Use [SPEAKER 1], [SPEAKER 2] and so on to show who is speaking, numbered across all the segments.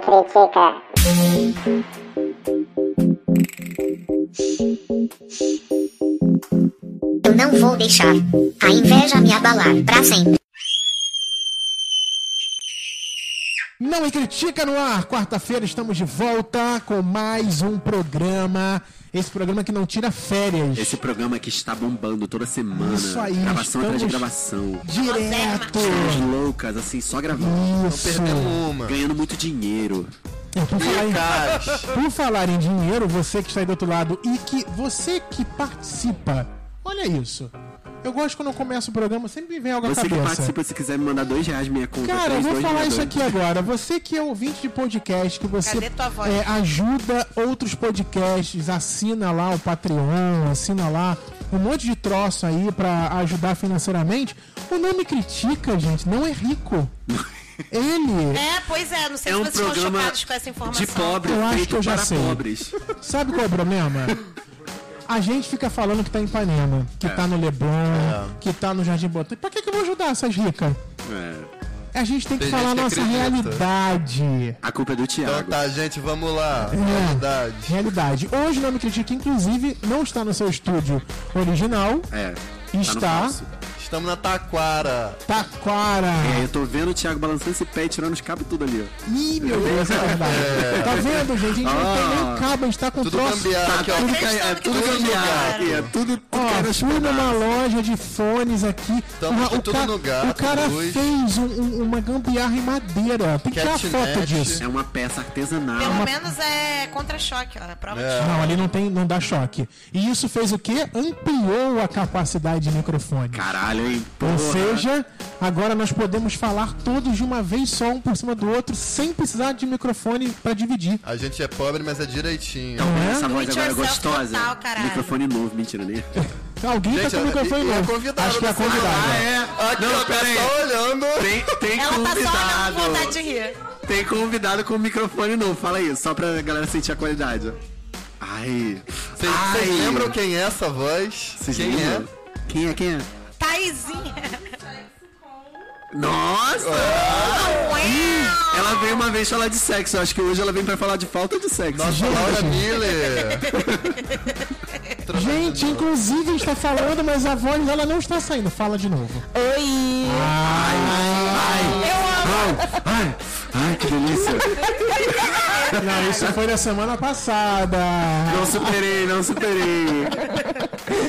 [SPEAKER 1] critica.
[SPEAKER 2] Eu não vou deixar a inveja me abalar pra sempre.
[SPEAKER 3] Não me critica no ar. Quarta-feira estamos de volta com mais um programa. Esse programa que não tira férias.
[SPEAKER 4] Esse programa que está bombando toda semana.
[SPEAKER 3] Isso aí,
[SPEAKER 4] Gravação atrás de
[SPEAKER 3] estamos-
[SPEAKER 4] gravação.
[SPEAKER 3] Direto.
[SPEAKER 4] As loucas, assim, só gravando.
[SPEAKER 3] Isso.
[SPEAKER 5] Perdeu uma.
[SPEAKER 4] Ganhando muito dinheiro.
[SPEAKER 3] É, por, falar em,
[SPEAKER 5] Caras.
[SPEAKER 3] por falar em dinheiro, você que está aí do outro lado e que você que participa, olha isso. Eu gosto quando eu começo o programa, sempre me vem algo à
[SPEAKER 4] Você que
[SPEAKER 3] cabeça.
[SPEAKER 4] participa, se quiser me mandar dois reais minha conta.
[SPEAKER 3] Tá Cara, eu
[SPEAKER 4] três,
[SPEAKER 3] vou
[SPEAKER 4] dois,
[SPEAKER 3] falar
[SPEAKER 4] meia,
[SPEAKER 3] isso
[SPEAKER 4] dois.
[SPEAKER 3] aqui agora. Você que é ouvinte de podcast, que você
[SPEAKER 6] Cadê tua voz?
[SPEAKER 3] é, ajuda outros podcasts, assina lá o Patreon, assina lá um monte de troço aí pra ajudar financeiramente. O nome critica, gente, não é rico. Ele,
[SPEAKER 6] É, pois é, não sei
[SPEAKER 4] É
[SPEAKER 6] se
[SPEAKER 4] um
[SPEAKER 6] vocês ficam
[SPEAKER 4] programa
[SPEAKER 6] chocados com essa informação.
[SPEAKER 4] de pobre,
[SPEAKER 3] Eu acho
[SPEAKER 4] feito
[SPEAKER 3] que eu já
[SPEAKER 4] para
[SPEAKER 3] sei.
[SPEAKER 4] pobres.
[SPEAKER 3] sabe qual é o problema? A gente fica falando que tá em Ipanema,
[SPEAKER 5] É.
[SPEAKER 3] que tá no Leblon, que tá no Jardim Botânico. Pra que, que eu vou ajudar essas ricas?
[SPEAKER 4] É.
[SPEAKER 3] A gente tem que
[SPEAKER 5] Tem
[SPEAKER 3] falar a
[SPEAKER 5] gente que
[SPEAKER 3] nossa
[SPEAKER 5] acredita.
[SPEAKER 3] realidade.
[SPEAKER 4] A culpa é do
[SPEAKER 5] Então
[SPEAKER 4] Thiago.
[SPEAKER 5] tá, gente, vamos lá.
[SPEAKER 3] É.
[SPEAKER 5] Verdade.
[SPEAKER 3] Realidade. Hoje o Nome Critica, inclusive, não está no seu estúdio original.
[SPEAKER 4] É.
[SPEAKER 3] Está.
[SPEAKER 4] Tá no falso.
[SPEAKER 5] Estamos na taquara.
[SPEAKER 3] Taquara.
[SPEAKER 4] é, eu tô vendo o Thiago balançando esse pé e tirando os cabos tudo ali, ó.
[SPEAKER 3] Ih, meu Deus, é verdade. Tá vendo, gente? A gente não tem nem o cabo, a gente tá com
[SPEAKER 5] Ah, Tudo
[SPEAKER 3] troço.
[SPEAKER 5] cambiado aqui, ó.
[SPEAKER 6] tudo cai- é tudo
[SPEAKER 5] cambiado.
[SPEAKER 4] Aqui, é tudo
[SPEAKER 3] Ó, fui numa loja de fones aqui.
[SPEAKER 5] Tamo
[SPEAKER 3] Uma-
[SPEAKER 5] com tudo
[SPEAKER 3] ca-
[SPEAKER 5] no gato,
[SPEAKER 3] o cara
[SPEAKER 5] luz.
[SPEAKER 3] fez um- um- uma gambiarra em madeira. Tem que tirar
[SPEAKER 5] Kitnet.
[SPEAKER 3] foto disso.
[SPEAKER 4] É uma peça artesanal.
[SPEAKER 6] Pelo
[SPEAKER 3] uma-
[SPEAKER 6] menos é contra-choque, ó. é Prova de
[SPEAKER 5] É.
[SPEAKER 6] choque.
[SPEAKER 3] Não, ali não tem, não dá choque. E isso fez o quê? Ampliou a capacidade de microfone.
[SPEAKER 4] Caralho, hein?
[SPEAKER 3] Ou
[SPEAKER 4] Porra.
[SPEAKER 3] seja, agora nós podemos falar todos de uma vez só, um por cima do outro, sem precisar de microfone pra dividir.
[SPEAKER 5] A gente é pobre, mas é direitinho.
[SPEAKER 4] Então, essa voz
[SPEAKER 6] Do it
[SPEAKER 4] agora é
[SPEAKER 6] yourself
[SPEAKER 4] gostosa.
[SPEAKER 6] total, caralho.
[SPEAKER 4] Microfone novo, mentira, né?
[SPEAKER 3] Alguém tá com o microfone
[SPEAKER 5] e- e a
[SPEAKER 3] novo.
[SPEAKER 5] convidada
[SPEAKER 3] Acho que é a
[SPEAKER 5] dessa- Ah,
[SPEAKER 3] convidada.
[SPEAKER 5] é? Aqui,
[SPEAKER 4] Não,
[SPEAKER 5] ó,
[SPEAKER 4] pera aí.
[SPEAKER 5] tá olhando.
[SPEAKER 4] Tem, tem
[SPEAKER 6] Ela tá só olhando com vontade
[SPEAKER 4] convidado.
[SPEAKER 6] de rir.
[SPEAKER 4] Tem convidado com microfone novo. Fala aí, só pra galera sentir a qualidade. ó. Ai.
[SPEAKER 5] Vocês
[SPEAKER 4] Ai.
[SPEAKER 5] vocês lembram quem é essa voz?
[SPEAKER 4] Vocês
[SPEAKER 5] quem
[SPEAKER 4] lembram?
[SPEAKER 5] é?
[SPEAKER 4] Quem é? Quem é?
[SPEAKER 6] Taizinha.
[SPEAKER 4] Nossa!
[SPEAKER 5] Ah!
[SPEAKER 6] Ué.
[SPEAKER 4] Ela veio uma vez falar de sexo. Eu acho que hoje ela vem pra falar de falta de sexo.
[SPEAKER 5] Nossa, Laura Miller.
[SPEAKER 3] Gente, inclusive a gente tá falando, mas a voz dela não está saindo. Fala de novo.
[SPEAKER 6] Oi.
[SPEAKER 4] Ai, ai, que delícia.
[SPEAKER 3] Não, isso foi na semana passada.
[SPEAKER 4] Não superei, não superei.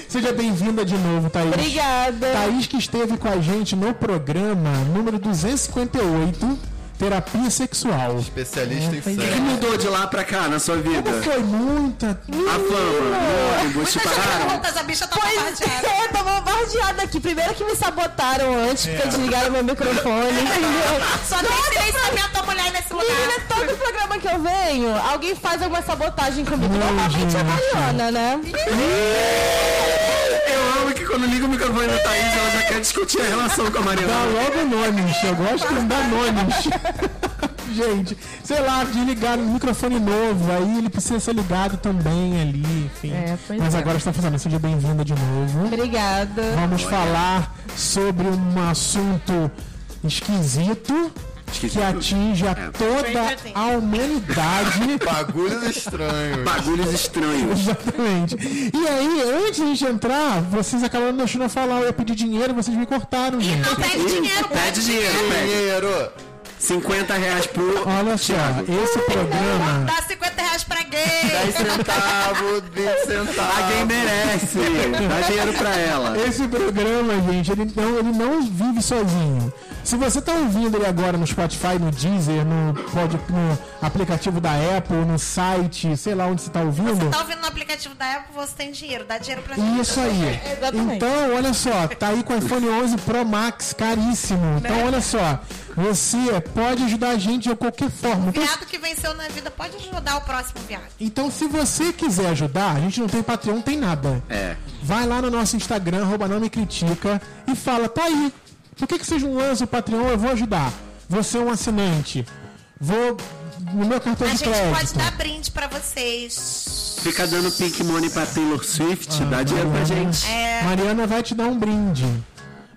[SPEAKER 3] Seja bem-vinda de novo, Thaís.
[SPEAKER 7] Obrigada.
[SPEAKER 3] Thaís que esteve com a gente no programa número 258, Terapia Sexual.
[SPEAKER 5] Especialista em
[SPEAKER 4] O que
[SPEAKER 5] sexo.
[SPEAKER 4] mudou de lá pra cá na sua vida?
[SPEAKER 3] Como foi muita.
[SPEAKER 4] A fama, o ônibus, te
[SPEAKER 6] Muitas
[SPEAKER 4] pararam?
[SPEAKER 6] perguntas, a bicha tá
[SPEAKER 7] Pois
[SPEAKER 6] bombardeada.
[SPEAKER 7] é, tô bombardeada aqui. Primeiro que me sabotaram antes, porque
[SPEAKER 5] É.
[SPEAKER 7] desligaram meu microfone, entendeu?
[SPEAKER 6] Só tem silenciamento da mulher nesse lugar.
[SPEAKER 7] Menina, todo programa que eu venho, alguém faz alguma sabotagem comigo. Normalmente é a Mariana, né?
[SPEAKER 4] Eu amo que quando liga o microfone da Thaís, ela já quer discutir a relação com a
[SPEAKER 3] Dá
[SPEAKER 4] Mariana.
[SPEAKER 3] Tá logo nomes. Eu gosto que dá nomes. Gente, sei lá, desligaram o microfone novo, aí ele precisa ser ligado também ali, enfim.
[SPEAKER 7] É, pois
[SPEAKER 3] Mas
[SPEAKER 7] é.
[SPEAKER 3] agora está funcionando. Seja bem-vinda de novo.
[SPEAKER 7] Obrigada.
[SPEAKER 3] Vamos falar sobre um assunto esquisito, que
[SPEAKER 4] Esquisito.
[SPEAKER 3] atinge
[SPEAKER 4] É.
[SPEAKER 3] a toda
[SPEAKER 6] Bem
[SPEAKER 3] a humanidade.
[SPEAKER 5] é. Bagulhos estranhos.
[SPEAKER 4] Bagulhos estranhos.
[SPEAKER 3] Exatamente. E aí, antes de a gente entrar, vocês acabaram me deixando eu falar, eu ia pedir dinheiro, vocês me cortaram, gente.
[SPEAKER 6] Não pede dinheiro,
[SPEAKER 4] Pede dinheiro, pede.
[SPEAKER 5] Dinheiro.
[SPEAKER 4] 50 reais por.
[SPEAKER 3] Olha só,
[SPEAKER 4] Thiago.
[SPEAKER 3] esse programa.
[SPEAKER 6] Dá 50 reais pra gay.
[SPEAKER 5] 10 centavos, 20
[SPEAKER 4] A quem
[SPEAKER 5] centavos.
[SPEAKER 4] merece. Dá dinheiro pra ela.
[SPEAKER 3] Esse programa, gente, ele não, ele não vive sozinho. Se você tá ouvindo ele agora no Spotify, no Deezer, no, pod- no aplicativo da Apple, no site, sei lá onde você tá ouvindo.
[SPEAKER 6] Tá ouvindo no aplicativo da Apple, você tem dinheiro. Dá dinheiro pra gente.
[SPEAKER 3] Isso aí.
[SPEAKER 7] Exatamente.
[SPEAKER 3] Então, olha só, tá aí com o iPhone 11 Pro Max caríssimo. Então, olha só, você pode ajudar a gente de qualquer forma. Então,
[SPEAKER 6] Viado que venceu na vida pode ajudar o próximo viado.
[SPEAKER 3] Então, se você quiser ajudar, a gente não tem Patreon, não tem nada.
[SPEAKER 4] É.
[SPEAKER 3] Vai lá no nosso Instagram, arroba não me critica, e fala, tá aí, por que, que vocês não lançam o Patreon? Eu vou ajudar. Você é um assinante. Vou no meu cartão
[SPEAKER 6] A
[SPEAKER 3] de
[SPEAKER 6] gente pode
[SPEAKER 3] crédito.
[SPEAKER 4] então.
[SPEAKER 6] dar brinde pra vocês.
[SPEAKER 4] Fica dando pink money pra Taylor Swift, dá dinheiro pra gente.
[SPEAKER 6] É.
[SPEAKER 3] Mariana vai te dar um brinde.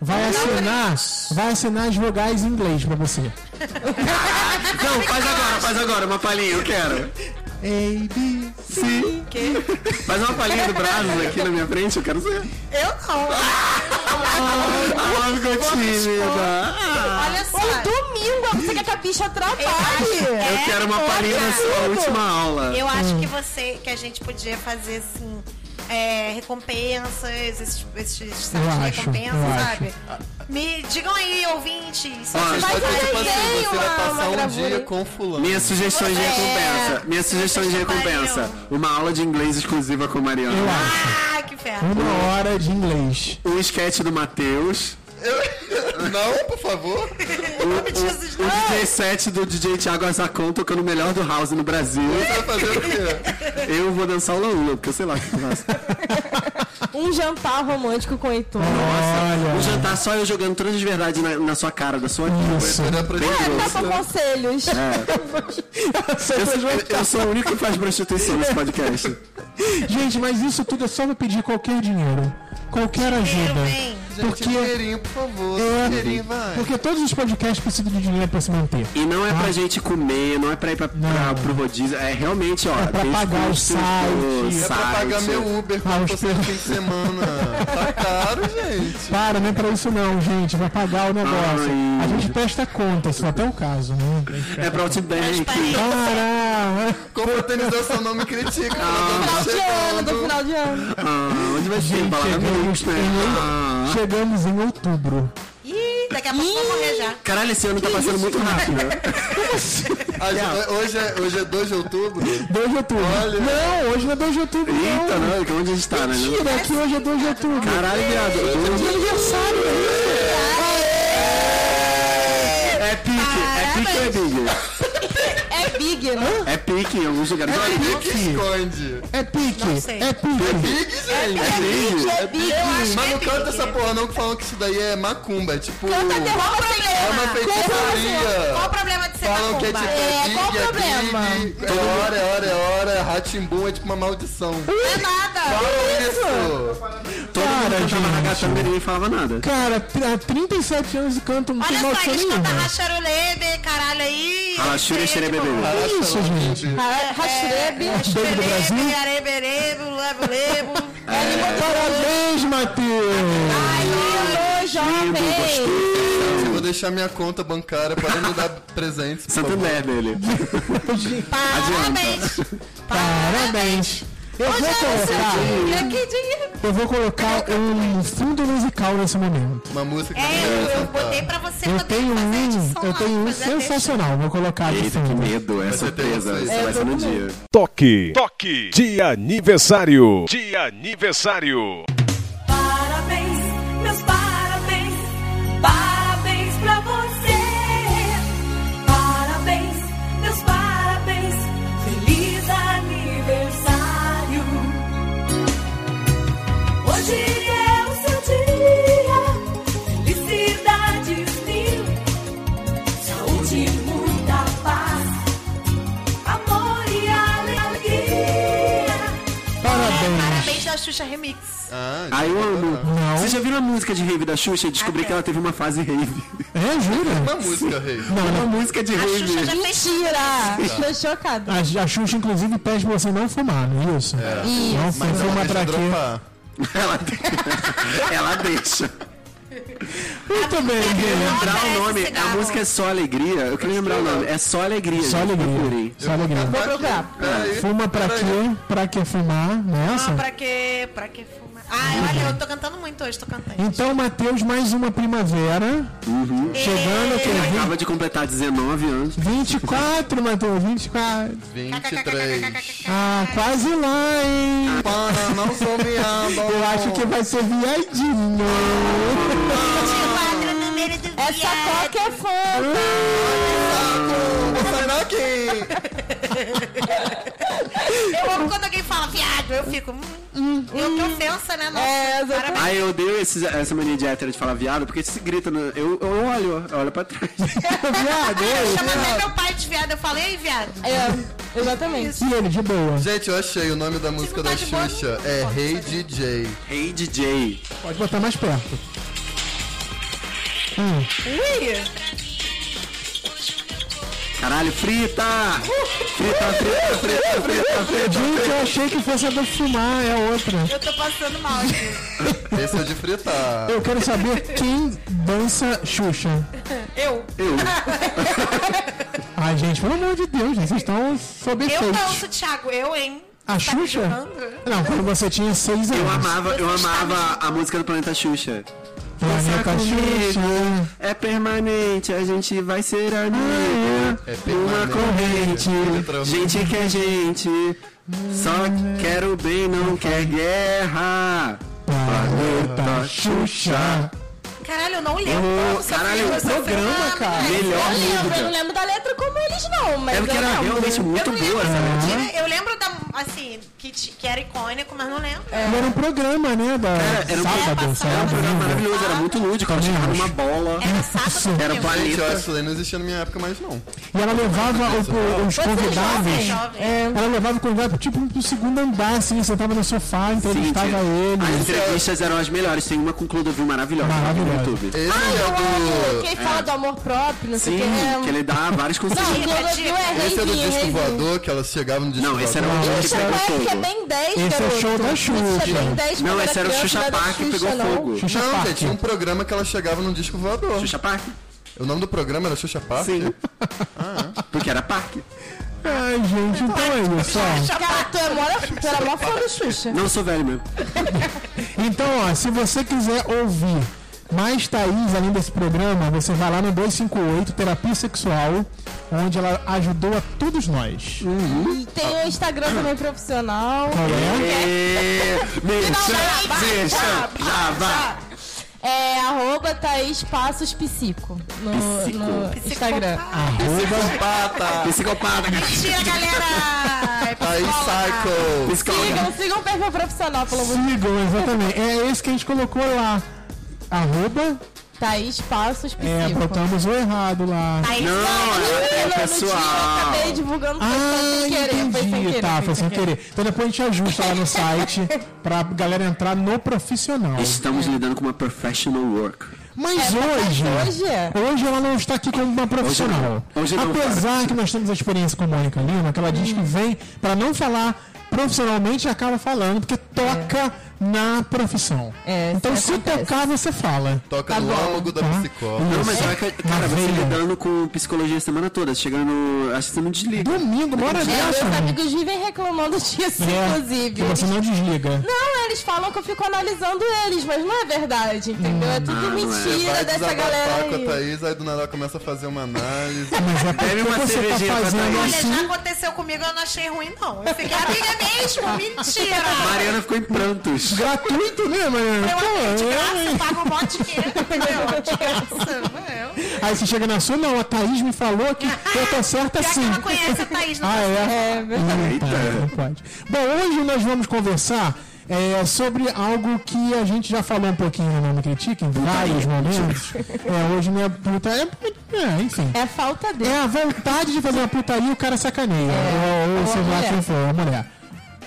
[SPEAKER 3] vai assinar, vai assinar as vogais em inglês pra você.
[SPEAKER 4] Não, faz agora, faz agora, uma palhinha, eu quero.
[SPEAKER 3] A, B,
[SPEAKER 4] Sim. Faz uma palhinha do Brasas aqui na minha frente, eu quero ser.
[SPEAKER 6] Eu não.
[SPEAKER 4] Ah, ficou tímida. Ah,
[SPEAKER 6] Olha só.
[SPEAKER 7] Pô, domingo, você quer que a bicha
[SPEAKER 6] É.
[SPEAKER 7] atrapalhe?
[SPEAKER 4] Eu quero uma palhinha na sua última aula.
[SPEAKER 6] Eu
[SPEAKER 3] Hum.
[SPEAKER 6] acho que você, que a gente podia fazer assim. é, recompensas, esses, esses sites
[SPEAKER 3] Eu
[SPEAKER 6] tipo de
[SPEAKER 3] acho,
[SPEAKER 6] recompensas,
[SPEAKER 3] eu
[SPEAKER 6] sabe? Me digam aí, ouvintes. se
[SPEAKER 4] Ó,
[SPEAKER 6] vocês
[SPEAKER 5] Mas pode ser tipo
[SPEAKER 6] fazem.
[SPEAKER 5] assim,
[SPEAKER 7] desenho,
[SPEAKER 5] você vai
[SPEAKER 7] uma-
[SPEAKER 5] passar
[SPEAKER 7] uma
[SPEAKER 5] um
[SPEAKER 7] gravura.
[SPEAKER 5] dia com fulano.
[SPEAKER 4] Minhas sugestões de
[SPEAKER 6] É.
[SPEAKER 4] recompensa. Minhas sugestões de
[SPEAKER 6] Puta que
[SPEAKER 4] recompensa. Uma aula de inglês exclusiva com a
[SPEAKER 3] Eu
[SPEAKER 4] Mariana.
[SPEAKER 3] acho.
[SPEAKER 6] Ah, que ferro.
[SPEAKER 3] Uma hora de inglês.
[SPEAKER 4] Um sketch do Matheus.
[SPEAKER 5] Não, por favor.
[SPEAKER 6] Não me diz isso,
[SPEAKER 4] O
[SPEAKER 6] não.
[SPEAKER 4] DJ set do DJ Thiago Azacon tocando o melhor do house no Brasil.
[SPEAKER 5] Você vai fazer o quê?
[SPEAKER 4] Eu vou dançar o Laula, porque eu sei lá o que eu faço.
[SPEAKER 7] Um jantar romântico com o Heitor.
[SPEAKER 4] Um
[SPEAKER 3] Olha.
[SPEAKER 4] jantar só eu jogando todas as verdades na, na sua cara, da sua língua.
[SPEAKER 3] Isso.
[SPEAKER 5] Vai dar pra
[SPEAKER 7] É,
[SPEAKER 5] ele.
[SPEAKER 7] dá pra
[SPEAKER 5] É,
[SPEAKER 7] conselhos.
[SPEAKER 4] Eu, sou- eu- eu sou o único que faz prostituição nesse podcast.
[SPEAKER 3] Gente, mas isso tudo é só pra pedir qualquer dinheiro. Qualquer ajuda.
[SPEAKER 6] vem.
[SPEAKER 5] Gente, um
[SPEAKER 3] Porque-
[SPEAKER 5] dinheirinho, por favor. um
[SPEAKER 3] É,
[SPEAKER 5] Dinheirinho, vai.
[SPEAKER 3] Porque todos os podcasts precisam de dinheiro pra se manter.
[SPEAKER 4] E não é pra gente comer, não é pra ir pra, pra,
[SPEAKER 3] Não.
[SPEAKER 4] pro rodízio. É realmente, ó.
[SPEAKER 3] É pra
[SPEAKER 4] tem
[SPEAKER 3] pagar o
[SPEAKER 4] custo do
[SPEAKER 3] site.
[SPEAKER 5] É pra pagar
[SPEAKER 4] site.
[SPEAKER 5] meu Uber
[SPEAKER 3] Ah,
[SPEAKER 5] quando
[SPEAKER 3] os
[SPEAKER 5] eu tô sem
[SPEAKER 3] filhos.
[SPEAKER 5] fim de semana. Tá caro, gente.
[SPEAKER 3] Para, não é pra isso não, gente. Vai pagar o negócio.
[SPEAKER 4] Ai.
[SPEAKER 3] A gente presta conta, isso até o caso, né?
[SPEAKER 4] É pra Outbank.
[SPEAKER 6] Transparência.
[SPEAKER 3] Caramba!
[SPEAKER 5] Confraternização não me critica. tá
[SPEAKER 7] Final de ano, do final de ano.
[SPEAKER 4] Ah, onde vai ser?
[SPEAKER 3] Gente,
[SPEAKER 4] Balada
[SPEAKER 3] chegamos,
[SPEAKER 4] mix, né?
[SPEAKER 3] em-
[SPEAKER 4] Ah.
[SPEAKER 3] chegamos em outubro.
[SPEAKER 6] Ih, daqui a pouco eu vou morrer já.
[SPEAKER 4] Caralho, esse ano tá passando muito rápido.
[SPEAKER 5] Ah, já- hoje, é, hoje é 2 de outubro.
[SPEAKER 3] 2 de outubro.
[SPEAKER 5] Olha.
[SPEAKER 3] Não, hoje não é 2 de outubro,
[SPEAKER 4] Eita,
[SPEAKER 3] não.
[SPEAKER 4] não, que onde a gente tá, né?
[SPEAKER 3] Mentira, que hoje é 2 de outubro.
[SPEAKER 4] Caralho, viado.
[SPEAKER 3] Que aniversário né?
[SPEAKER 4] É pique, é pique ou é big?
[SPEAKER 7] É big, né?
[SPEAKER 4] É pique em alguns lugares. Olha,
[SPEAKER 5] Olha, é que esconde.
[SPEAKER 3] é pique,
[SPEAKER 6] Não sei.
[SPEAKER 3] é pique.
[SPEAKER 5] Big, gente.
[SPEAKER 4] É big.
[SPEAKER 7] É big.
[SPEAKER 5] Mas não
[SPEAKER 6] que é
[SPEAKER 5] canta
[SPEAKER 6] big,
[SPEAKER 5] essa
[SPEAKER 6] né?
[SPEAKER 5] porra não, que falam que isso daí é macumba. É tipo...
[SPEAKER 7] Canta
[SPEAKER 5] É
[SPEAKER 7] derrota sem
[SPEAKER 5] uma
[SPEAKER 6] Qual o
[SPEAKER 5] feitiçaria.
[SPEAKER 6] problema de ser
[SPEAKER 5] Falam que é
[SPEAKER 6] macumba?
[SPEAKER 5] tipo
[SPEAKER 7] É,
[SPEAKER 5] é big,
[SPEAKER 7] qual o
[SPEAKER 5] é
[SPEAKER 7] problema?
[SPEAKER 5] big. É hora, é hora, é hora. É ratimbum, é tipo uma maldição.
[SPEAKER 6] Não é nada.
[SPEAKER 5] Falam
[SPEAKER 7] isso?
[SPEAKER 5] isso.
[SPEAKER 4] Todo mundo
[SPEAKER 3] Cara,
[SPEAKER 4] cantava
[SPEAKER 3] gente.
[SPEAKER 4] ragatanga e ninguém falava nada.
[SPEAKER 3] Cara, t- há 37 anos e canto, não tem
[SPEAKER 6] Olha só,
[SPEAKER 3] noção
[SPEAKER 6] eles
[SPEAKER 3] nenhuma.
[SPEAKER 6] cantam racharulebe, caralho aí. tipo,
[SPEAKER 4] Rachura e xerebebê.
[SPEAKER 5] Caraca,
[SPEAKER 3] É isso,
[SPEAKER 5] não,
[SPEAKER 3] gente?
[SPEAKER 7] Ra- Rachrebe.
[SPEAKER 3] Beijo do Brasil.
[SPEAKER 6] Areberebo, lebo, lebo.
[SPEAKER 3] Parabéns, Matheus!
[SPEAKER 7] Lindo, jovem.
[SPEAKER 5] Eu vou deixar minha conta bancária para me dar presentes. por favor.
[SPEAKER 4] Santander dele.
[SPEAKER 6] Parabéns.
[SPEAKER 3] Parabéns! Eu
[SPEAKER 6] é
[SPEAKER 3] vou colocar,
[SPEAKER 6] Olha que dinheiro.
[SPEAKER 3] eu vou colocar um fundo musical nesse momento.
[SPEAKER 5] Uma música que
[SPEAKER 6] É,
[SPEAKER 5] eu
[SPEAKER 6] eu, eu
[SPEAKER 5] quero
[SPEAKER 6] botei
[SPEAKER 5] cantar.
[SPEAKER 6] pra você
[SPEAKER 3] Eu
[SPEAKER 6] poder
[SPEAKER 3] tenho
[SPEAKER 6] fazer
[SPEAKER 7] é
[SPEAKER 3] um,
[SPEAKER 6] edição
[SPEAKER 3] eu
[SPEAKER 6] lá,
[SPEAKER 3] tenho um
[SPEAKER 6] fazer a testa.
[SPEAKER 3] sensacional, vou colocar de
[SPEAKER 4] Eita, que
[SPEAKER 3] fundo.
[SPEAKER 4] medo, é surpresa. Isso vai ser no dia.
[SPEAKER 1] Toque. Toque. De aniversário. De aniversário.
[SPEAKER 6] né?
[SPEAKER 8] Parabéns, meus parabéns, parabéns pra você. Parabéns, meus parabéns, feliz aniversário. Hoje é o seu dia, felicidades mil, saúde, muita paz, amor e alegria.
[SPEAKER 3] Parabéns!
[SPEAKER 6] Parabéns da Xuxa Remix.
[SPEAKER 5] Ah,
[SPEAKER 4] Aí eu amo.
[SPEAKER 3] Não.
[SPEAKER 4] Vocês já viram a música de rave da Xuxa? Eu Descobri que ela teve uma fase rave.
[SPEAKER 3] É, jura?
[SPEAKER 5] uma música, Rei.
[SPEAKER 3] Não,
[SPEAKER 4] Uma
[SPEAKER 3] não.
[SPEAKER 4] música de
[SPEAKER 6] A Xuxa
[SPEAKER 4] rave.
[SPEAKER 6] já fez
[SPEAKER 7] Mentira. Estou chocada.
[SPEAKER 3] A, a Xuxa, inclusive, pede pra você não fumar, não é isso?
[SPEAKER 7] Isso.
[SPEAKER 3] Não fuma,
[SPEAKER 5] Mas ela
[SPEAKER 3] fuma
[SPEAKER 5] deixa
[SPEAKER 3] pra quê?
[SPEAKER 5] dropar.
[SPEAKER 4] Ela, ela deixa.
[SPEAKER 3] Muito bem, gente.
[SPEAKER 4] lembrar o nome. A
[SPEAKER 6] Cigarro.
[SPEAKER 4] música é Só Alegria. Eu queria lembrar o nome. É Só Alegria.
[SPEAKER 3] Só
[SPEAKER 4] gente.
[SPEAKER 3] alegria.
[SPEAKER 4] Procurem.
[SPEAKER 3] Só alegria.
[SPEAKER 7] Vou procurar.
[SPEAKER 5] Peraí.
[SPEAKER 3] Fuma pra
[SPEAKER 5] Peraí.
[SPEAKER 3] quê? Pra que fumar? é Nessa?
[SPEAKER 6] Ah, pra que, pra que fumar? Ah, olha, eu tô cantando muito hoje, tô cantando.
[SPEAKER 3] Então, Matheus, mais uma primavera. Chegando aqui.
[SPEAKER 4] Acaba de completar 19 anos.
[SPEAKER 6] Uhum.
[SPEAKER 3] 24, Matheus, 24.
[SPEAKER 5] 23.
[SPEAKER 3] Ah, quase lá, hein?
[SPEAKER 5] Para, não sou miado.
[SPEAKER 3] Eu acho que vai ser viadinho.
[SPEAKER 6] Quatro número do
[SPEAKER 7] Essa
[SPEAKER 6] viado.
[SPEAKER 7] coca é fã.
[SPEAKER 5] Vou sair daqui.
[SPEAKER 6] Eu amo quando alguém fala viado, eu fico. Hum, eu que ofensa, né? Nossa,
[SPEAKER 7] É, exatamente.
[SPEAKER 6] parabéns.
[SPEAKER 4] Ai, eu odeio esses- essa mania de hétero de falar viado, porque se grita, no- eu, eu olho, eu olho pra trás.
[SPEAKER 3] Viado,
[SPEAKER 6] Eu
[SPEAKER 3] ei.
[SPEAKER 6] chamo até meu é pai de viado, eu falei, ei, viado.
[SPEAKER 7] É, exatamente.
[SPEAKER 3] E ele, de boa.
[SPEAKER 5] Gente, eu achei o nome da
[SPEAKER 7] Tipo,
[SPEAKER 5] música
[SPEAKER 7] tá
[SPEAKER 5] da
[SPEAKER 7] né?
[SPEAKER 5] Xuxa. É Rei DJ.
[SPEAKER 4] Hey DJ.
[SPEAKER 3] Pode botar mais perto.
[SPEAKER 6] Ih!
[SPEAKER 4] Caralho, frita! Frita, frita, frita, frita, frita.
[SPEAKER 3] Gente, eu achei que fosse a do fumar, é outra.
[SPEAKER 6] Eu tô passando mal aqui.
[SPEAKER 5] Esse é de fritar.
[SPEAKER 3] Eu quero saber quem dança Xuxa.
[SPEAKER 6] Eu.
[SPEAKER 3] Ai, gente, pelo amor de Deus, gente, vocês estão sob
[SPEAKER 6] Eu
[SPEAKER 3] efeito.
[SPEAKER 6] danço, Thiago. Eu, hein?
[SPEAKER 3] A
[SPEAKER 6] Tá me
[SPEAKER 3] Xuxa?
[SPEAKER 6] julgando?
[SPEAKER 3] Não, quando você tinha seis
[SPEAKER 4] Eu
[SPEAKER 3] anos.
[SPEAKER 4] amava, eu amava a música do Planeta Xuxa.
[SPEAKER 3] Planeta Xuxa.
[SPEAKER 4] É permanente, a gente vai ser amigo.
[SPEAKER 5] É
[SPEAKER 4] Uma corrente,
[SPEAKER 5] permanente. Outra
[SPEAKER 4] gente que é gente. Só quero bem, não quer guerra.
[SPEAKER 3] Planeta Xuxa.
[SPEAKER 6] Caralho, eu não lembro. Nossa,
[SPEAKER 4] Caralho,
[SPEAKER 6] né? eu sou
[SPEAKER 3] programa,
[SPEAKER 6] fã,
[SPEAKER 3] cara.
[SPEAKER 6] mas-
[SPEAKER 4] Melhor
[SPEAKER 7] Eu lembro, eu não
[SPEAKER 4] música.
[SPEAKER 7] lembro da letra como eles não, mas
[SPEAKER 4] É porque
[SPEAKER 7] eu
[SPEAKER 4] era
[SPEAKER 7] lembro.
[SPEAKER 4] realmente muito
[SPEAKER 6] eu não
[SPEAKER 4] boa né?
[SPEAKER 6] lembro,
[SPEAKER 4] essa música.
[SPEAKER 6] tira- Eu lembro da, assim, que, ti- que era icônica, mas não lembro.
[SPEAKER 3] Era um programa, né? Da
[SPEAKER 4] era um-
[SPEAKER 3] sábado,
[SPEAKER 6] era
[SPEAKER 4] Era um
[SPEAKER 3] sábado.
[SPEAKER 4] programa
[SPEAKER 3] né?
[SPEAKER 4] maravilhoso, era muito lúdico, ela tinha uma bola.
[SPEAKER 6] Era sábado.
[SPEAKER 4] Era
[SPEAKER 6] eu-
[SPEAKER 5] Gente, eu
[SPEAKER 4] paleta.
[SPEAKER 5] acho que isso daí não existia na minha época mais, não.
[SPEAKER 3] E ela levava o-
[SPEAKER 4] é
[SPEAKER 3] o- os convidados.
[SPEAKER 6] jovem.
[SPEAKER 7] É.
[SPEAKER 3] Ela levava o convidado tipo pro segundo andar, assim, sentava no sofá, entrevistava
[SPEAKER 4] Gente, As
[SPEAKER 3] ele.
[SPEAKER 4] entrevistas eram as melhores. Tem uma com Clodovil maravilhosa no
[SPEAKER 3] Maravilhosa.
[SPEAKER 4] YouTube.
[SPEAKER 5] Esse
[SPEAKER 7] Ah, eu
[SPEAKER 5] é
[SPEAKER 7] amo.
[SPEAKER 5] do.
[SPEAKER 7] Quem fala do amor próprio, não sei
[SPEAKER 4] Sim,
[SPEAKER 7] o que. é-
[SPEAKER 4] que ele dá vários
[SPEAKER 7] Não,
[SPEAKER 4] conselhos.
[SPEAKER 7] Clodovil é
[SPEAKER 5] Esse é do
[SPEAKER 7] reivinho,
[SPEAKER 5] disco
[SPEAKER 7] reivinho.
[SPEAKER 5] voador que ela chegava no disco
[SPEAKER 4] Não, esse era
[SPEAKER 5] voador.
[SPEAKER 4] o que
[SPEAKER 7] Esse é
[SPEAKER 4] pegou
[SPEAKER 7] o que é
[SPEAKER 4] fogo.
[SPEAKER 7] bem 10,
[SPEAKER 3] Esse é o
[SPEAKER 7] garoto.
[SPEAKER 3] show da
[SPEAKER 7] Esse é bem 10,
[SPEAKER 4] Não,
[SPEAKER 7] quando
[SPEAKER 4] esse era o
[SPEAKER 7] era criança,
[SPEAKER 4] Xuxa
[SPEAKER 7] não era
[SPEAKER 4] Park que
[SPEAKER 7] Xuxa,
[SPEAKER 4] pegou
[SPEAKER 7] não.
[SPEAKER 4] fogo.
[SPEAKER 3] Xuxa
[SPEAKER 5] Não,
[SPEAKER 3] Park.
[SPEAKER 5] gente, tinha um programa que ela chegava num disco voador.
[SPEAKER 4] Xuxa Park?
[SPEAKER 5] O nome do programa era Xuxa Park?
[SPEAKER 4] Sim. Porque era parque.
[SPEAKER 3] Ai, gente, então é isso, ó.
[SPEAKER 7] Cara, tu é mora, tu era mó fã do Xuxa.
[SPEAKER 4] Não sou velho mesmo.
[SPEAKER 3] Então, ó, se você quiser ouvir mais Thaís além desse programa, você vai lá no 258 Terapia Sexual, onde ela ajudou a todos nós.
[SPEAKER 7] E tem o Instagram também profissional.
[SPEAKER 3] Qual é?
[SPEAKER 4] É. Merchan, merchan, jabá.
[SPEAKER 7] É arroba Thaís Passos Psico no,
[SPEAKER 4] Psico.
[SPEAKER 7] no Instagram.
[SPEAKER 5] Psicopata!
[SPEAKER 4] Psicopata, cara.
[SPEAKER 6] Mentira, galera! É
[SPEAKER 5] tá. Aí, Psycho!
[SPEAKER 4] Psicopata.
[SPEAKER 7] Sigam, sigam o perfil profissional, pelo amor de
[SPEAKER 3] Então, Sigam, exatamente. É esse que a gente colocou lá. Arroba,
[SPEAKER 7] Thaís Passos Psico.
[SPEAKER 3] é, botamos o errado lá.
[SPEAKER 6] Aí,
[SPEAKER 4] Não, é, é
[SPEAKER 7] Eu não tinha, eu
[SPEAKER 4] pessoal.
[SPEAKER 7] acabei divulgando Tá, foi só
[SPEAKER 3] Ah,
[SPEAKER 7] sem querer. Foi sem
[SPEAKER 3] entendi.
[SPEAKER 7] querer.
[SPEAKER 3] Tá, foi sem querer. Então depois a gente ajusta lá no site pra galera entrar no profissional.
[SPEAKER 4] Estamos lidando com uma professional work.
[SPEAKER 3] Mas
[SPEAKER 7] É, mas
[SPEAKER 3] hoje,
[SPEAKER 7] hoje é.
[SPEAKER 3] hoje ela não está aqui como uma profissional.
[SPEAKER 4] Hoje não, hoje não,
[SPEAKER 3] Apesar que nós temos a experiência com a Mônica Lima, que ela diz que vem para não falar profissionalmente e acaba falando, porque toca na profissão.
[SPEAKER 7] É, isso
[SPEAKER 3] então se
[SPEAKER 7] acontece.
[SPEAKER 3] tocar, você fala.
[SPEAKER 5] Toca
[SPEAKER 7] Tá
[SPEAKER 5] no
[SPEAKER 7] bom.
[SPEAKER 5] âmago da
[SPEAKER 3] Tá?
[SPEAKER 5] psicóloga.
[SPEAKER 4] Não, mas olha que, cara,
[SPEAKER 3] Na
[SPEAKER 4] você
[SPEAKER 3] veia.
[SPEAKER 4] lidando com psicologia a semana toda, chegando. Acho que você não desliga.
[SPEAKER 3] Domingo, bora
[SPEAKER 7] É, meus
[SPEAKER 3] dessa. né?
[SPEAKER 7] amigos vivem reclamando disso,
[SPEAKER 3] É,
[SPEAKER 7] inclusive.
[SPEAKER 3] que você não desliga.
[SPEAKER 7] Não, eles falam que eu fico analisando eles, mas não é verdade, entendeu? É tudo mentira
[SPEAKER 5] Vai
[SPEAKER 7] dessa galera
[SPEAKER 5] desabafar com a
[SPEAKER 7] aí.
[SPEAKER 5] Thaís, aí do nada começa a fazer uma análise.
[SPEAKER 3] Mas é porque
[SPEAKER 4] Bebe
[SPEAKER 3] você
[SPEAKER 4] uma
[SPEAKER 3] tá
[SPEAKER 4] cervejinha pra
[SPEAKER 3] fazendo
[SPEAKER 4] Thaís.
[SPEAKER 6] Olha, já
[SPEAKER 3] assim.
[SPEAKER 6] aconteceu comigo, eu não achei ruim, não. Eu fiquei amiga mesmo, mentira!
[SPEAKER 4] Mariana ficou em prantos.
[SPEAKER 3] Gratuito, né, Mariana?
[SPEAKER 6] Eu
[SPEAKER 3] Pô,
[SPEAKER 6] amei de
[SPEAKER 3] é,
[SPEAKER 6] graça, pago um monte de dinheiro, entendeu? De graça,
[SPEAKER 3] Aí você chega na sua, não, a Thaís me falou que eu tô certa
[SPEAKER 6] eu. Já que
[SPEAKER 3] sim.
[SPEAKER 6] ela conhece a Thaís, não
[SPEAKER 3] Ah, é?
[SPEAKER 7] É verdade.
[SPEAKER 3] Tá, não pode. Bom, hoje nós vamos conversar é, sobre algo que a gente já falou um pouquinho no Nome Critica, em vários momentos. É, hoje não é puta. É, é, enfim.
[SPEAKER 7] É falta dele.
[SPEAKER 3] É a vontade de fazer uma putaria e o cara sacaneia.
[SPEAKER 7] É,
[SPEAKER 3] ou ou
[SPEAKER 7] ou a
[SPEAKER 3] seja lá
[SPEAKER 7] mulher.
[SPEAKER 3] quem for, a mulher.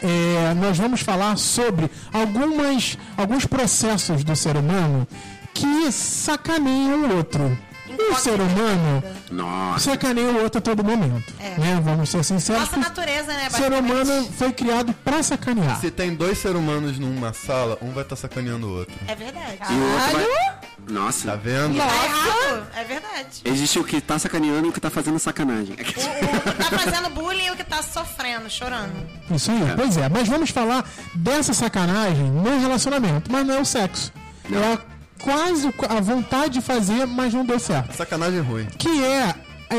[SPEAKER 3] É, nós vamos falar sobre algumas, alguns processos do ser humano que sacaneiam o outro. O
[SPEAKER 7] tá
[SPEAKER 3] ser humano
[SPEAKER 4] Nossa.
[SPEAKER 3] sacaneia o outro a todo momento.
[SPEAKER 7] É.
[SPEAKER 3] Né? Vamos ser sinceros.
[SPEAKER 6] Nossa
[SPEAKER 3] que-
[SPEAKER 7] tá
[SPEAKER 6] natureza, né?
[SPEAKER 3] ser humano foi criado pra sacanear.
[SPEAKER 5] Se tem dois seres humanos numa sala, um vai estar sacaneando o outro.
[SPEAKER 6] É verdade.
[SPEAKER 4] E o outro vai-
[SPEAKER 7] Caralho!
[SPEAKER 5] Tá
[SPEAKER 4] Nossa.
[SPEAKER 5] vendo?
[SPEAKER 6] Tá
[SPEAKER 7] Nossa.
[SPEAKER 6] errado, é verdade.
[SPEAKER 4] Existe o que tá sacaneando e o que tá fazendo sacanagem.
[SPEAKER 6] O, o que tá fazendo bullying e o que tá sofrendo, chorando.
[SPEAKER 3] Isso aí, pois é. Mas vamos falar dessa sacanagem no relacionamento, mas não é o sexo. É a- quase o- a vontade de fazer, mas não deu certo.
[SPEAKER 5] Sacanagem ruim.
[SPEAKER 3] Que é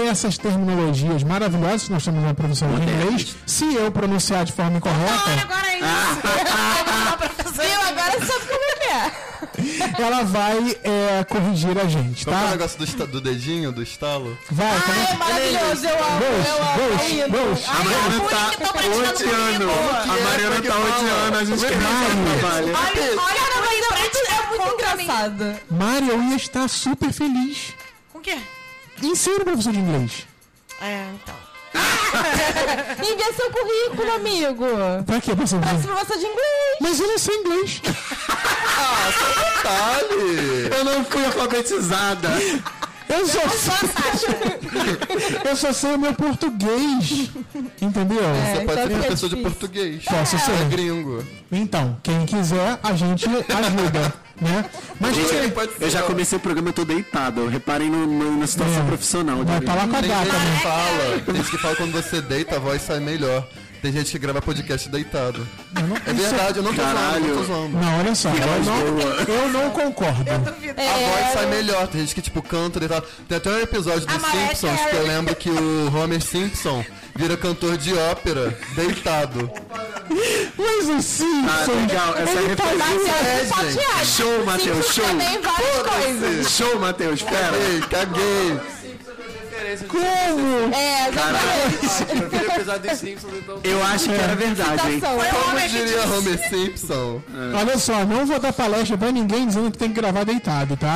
[SPEAKER 3] essas terminologias maravilhosas, nós temos uma professora de
[SPEAKER 4] Modernas.
[SPEAKER 3] inglês. Se eu pronunciar de forma
[SPEAKER 6] Então, Olha
[SPEAKER 3] incorreta,
[SPEAKER 6] agora é aí.
[SPEAKER 7] Viu? Agora você sabe como é que é.
[SPEAKER 3] ela vai é, corrigir a gente,
[SPEAKER 5] Qual que é o
[SPEAKER 3] tá?
[SPEAKER 5] negócio do, esta- do dedinho, do estalo?
[SPEAKER 3] Vai, tá
[SPEAKER 7] Ai, é maravilhoso, eu amo, eu amo.
[SPEAKER 3] bom?
[SPEAKER 7] é
[SPEAKER 3] Bush,
[SPEAKER 7] lindo.
[SPEAKER 3] Bush,
[SPEAKER 6] Ah,
[SPEAKER 3] Bush.
[SPEAKER 4] A Mariana
[SPEAKER 6] bullying
[SPEAKER 4] tá
[SPEAKER 6] que tão praticando
[SPEAKER 4] odiando.
[SPEAKER 6] comigo.
[SPEAKER 4] A Mariana tá odiando a gente que trabalha.
[SPEAKER 6] Olha, olha
[SPEAKER 7] Cara,
[SPEAKER 6] agora
[SPEAKER 7] mas
[SPEAKER 6] aí,
[SPEAKER 7] é muito, é muito engraçado.
[SPEAKER 3] Mari, eu ia estar super feliz
[SPEAKER 6] Com o quê?
[SPEAKER 3] em ser um professor de inglês.
[SPEAKER 6] É, então.
[SPEAKER 7] Envia seu currículo, amigo.
[SPEAKER 6] É.
[SPEAKER 3] Pra quê, professor?
[SPEAKER 7] Próximo você de inglês.
[SPEAKER 3] Mas eu não sei é inglês.
[SPEAKER 5] Detalhe!
[SPEAKER 4] Eu não fui alfabetizada.
[SPEAKER 3] Eu só, eu só sei o meu português. Entendeu?
[SPEAKER 5] Você
[SPEAKER 7] então
[SPEAKER 5] pode ser
[SPEAKER 7] fica
[SPEAKER 5] professor de
[SPEAKER 7] difícil.
[SPEAKER 5] português.
[SPEAKER 3] Posso
[SPEAKER 5] Você
[SPEAKER 3] ser.
[SPEAKER 5] é gringo.
[SPEAKER 3] Então, quem quiser, a gente ajuda. né? Mas
[SPEAKER 5] Ele
[SPEAKER 3] você
[SPEAKER 5] pode ser.
[SPEAKER 4] Eu já comecei o programa, eu tô deitado. Eu reparei no, no- na situação
[SPEAKER 3] É.
[SPEAKER 4] profissional.
[SPEAKER 3] vai
[SPEAKER 4] de-
[SPEAKER 3] pra lá com a
[SPEAKER 5] Tem
[SPEAKER 3] gata,
[SPEAKER 5] gente
[SPEAKER 3] né?
[SPEAKER 5] que fala. Tem gente que fala quando você deita, a voz sai melhor. Tem gente que grava podcast deitado. É verdade, eu não tô zoando, eu não tô
[SPEAKER 4] Caralho.
[SPEAKER 5] zoando.
[SPEAKER 3] Não, olha só, eu não, eu não concordo.
[SPEAKER 6] Duvido.
[SPEAKER 5] A voz
[SPEAKER 7] É,
[SPEAKER 5] sai melhor, tem gente que tipo canta e tal. Tem até um episódio
[SPEAKER 6] A
[SPEAKER 5] dos
[SPEAKER 6] Mariah
[SPEAKER 5] Simpsons
[SPEAKER 6] Carey.
[SPEAKER 5] que eu lembro que o Homer Simpson vira cantor de ópera deitado.
[SPEAKER 3] Mas o
[SPEAKER 4] Ah,
[SPEAKER 3] Simpson.
[SPEAKER 4] legal. Essa
[SPEAKER 3] ele tá
[SPEAKER 4] referência.
[SPEAKER 5] É,
[SPEAKER 7] Pode
[SPEAKER 5] gente.
[SPEAKER 7] ir,
[SPEAKER 4] Show, Matheus,
[SPEAKER 7] Simpsons
[SPEAKER 4] show.
[SPEAKER 7] também várias coisas.
[SPEAKER 4] Show, Matheus, pera.
[SPEAKER 5] Ei, caguei.
[SPEAKER 3] como?
[SPEAKER 7] É, exatamente.
[SPEAKER 4] Eu acho que era verdade, hein?
[SPEAKER 7] Citação.
[SPEAKER 5] Como diria Homer Simpson?
[SPEAKER 3] Olha só, não vou dar palestra pra ninguém dizendo que tem que gravar deitado, tá?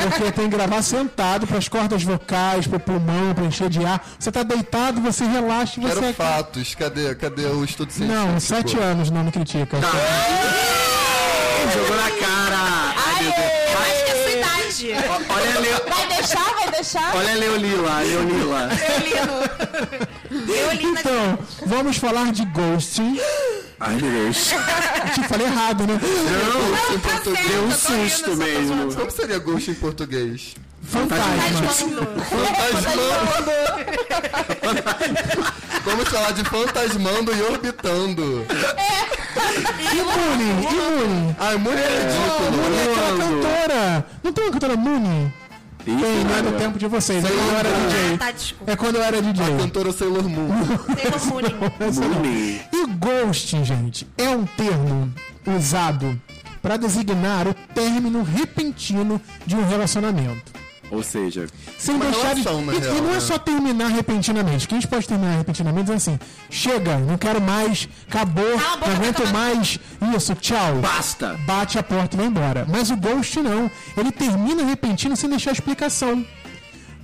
[SPEAKER 3] Porque tem que gravar sentado pras cordas vocais, pro pulmão, pra encher de ar. Você tá deitado, você relaxa e
[SPEAKER 5] Quero
[SPEAKER 3] você. é
[SPEAKER 5] fatos. Cadê, cadê o estudo científico?
[SPEAKER 3] Não, sete anos não me critica.
[SPEAKER 4] Tá. Jogou na cara. Ai, meu Deus.
[SPEAKER 6] Eu acho que é a sua idade.
[SPEAKER 3] É.
[SPEAKER 4] Ó, Olha a, Leo...
[SPEAKER 7] Vai deixar, vai deixar?
[SPEAKER 4] Olha a Leolila, a Leolila.
[SPEAKER 6] Leolino. Leolina
[SPEAKER 3] Então, vamos falar de ghosting.
[SPEAKER 4] Ai, meu Deus.
[SPEAKER 3] Te falei errado, né?
[SPEAKER 5] Ghost em
[SPEAKER 6] tá
[SPEAKER 5] português.
[SPEAKER 4] Então, Deu um
[SPEAKER 6] Eu tô rindo, só
[SPEAKER 4] susto
[SPEAKER 6] tô
[SPEAKER 4] mesmo.
[SPEAKER 5] Como seria ghost em português?
[SPEAKER 3] Fantasma.
[SPEAKER 6] de
[SPEAKER 5] Fantasmando! Vamos falar de fantasmando e orbitando.
[SPEAKER 3] E Mooney, e Mooney.
[SPEAKER 5] Ai, muito ridículo.
[SPEAKER 3] Mooney é aquela cantora. Não tem uma cantora Mooney?
[SPEAKER 4] Ih,
[SPEAKER 3] Tem, não é do
[SPEAKER 5] né?
[SPEAKER 4] cara.
[SPEAKER 3] tempo de vocês. É quando eu era
[SPEAKER 6] Ah,
[SPEAKER 3] DJ.
[SPEAKER 6] tá, desculpa.
[SPEAKER 3] É quando eu era DJ.
[SPEAKER 5] Cantora Sailor Moon.
[SPEAKER 6] Tem um uma Mooney.
[SPEAKER 4] Mumi.
[SPEAKER 3] E ghosting, gente, é um termo usado para designar o término repentino de um relacionamento.
[SPEAKER 4] Ou seja,
[SPEAKER 3] Sem
[SPEAKER 5] Uma
[SPEAKER 3] deixar de...
[SPEAKER 5] relação, na
[SPEAKER 3] e,
[SPEAKER 5] real,
[SPEAKER 3] e não é
[SPEAKER 5] né?
[SPEAKER 3] só terminar repentinamente. Quem a gente pode terminar repentinamente é assim: chega, não quero mais, acabou,
[SPEAKER 6] Cala a boca, tá
[SPEAKER 3] não aguento
[SPEAKER 6] acabou.
[SPEAKER 3] mais, isso, tchau.
[SPEAKER 4] basta.
[SPEAKER 3] Bate a porta e vai embora. Mas o ghost não. Ele termina repentino sem deixar explicação.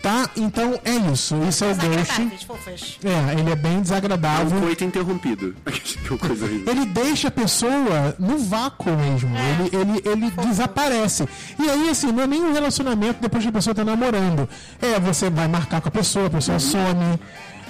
[SPEAKER 3] Tá? Então é isso. Isso é o ghosting.
[SPEAKER 6] Desagradáveis, fofas.
[SPEAKER 3] É, ele é bem desagradável.
[SPEAKER 4] Coito interrompido. Que coisa horrível.
[SPEAKER 3] ele deixa a pessoa no vácuo mesmo.
[SPEAKER 6] É.
[SPEAKER 3] Ele, ele, ele desaparece. E aí, assim, não é nem um relacionamento depois que a pessoa tá namorando. É, você vai marcar com a pessoa, a
[SPEAKER 6] Uhum.
[SPEAKER 3] pessoa some.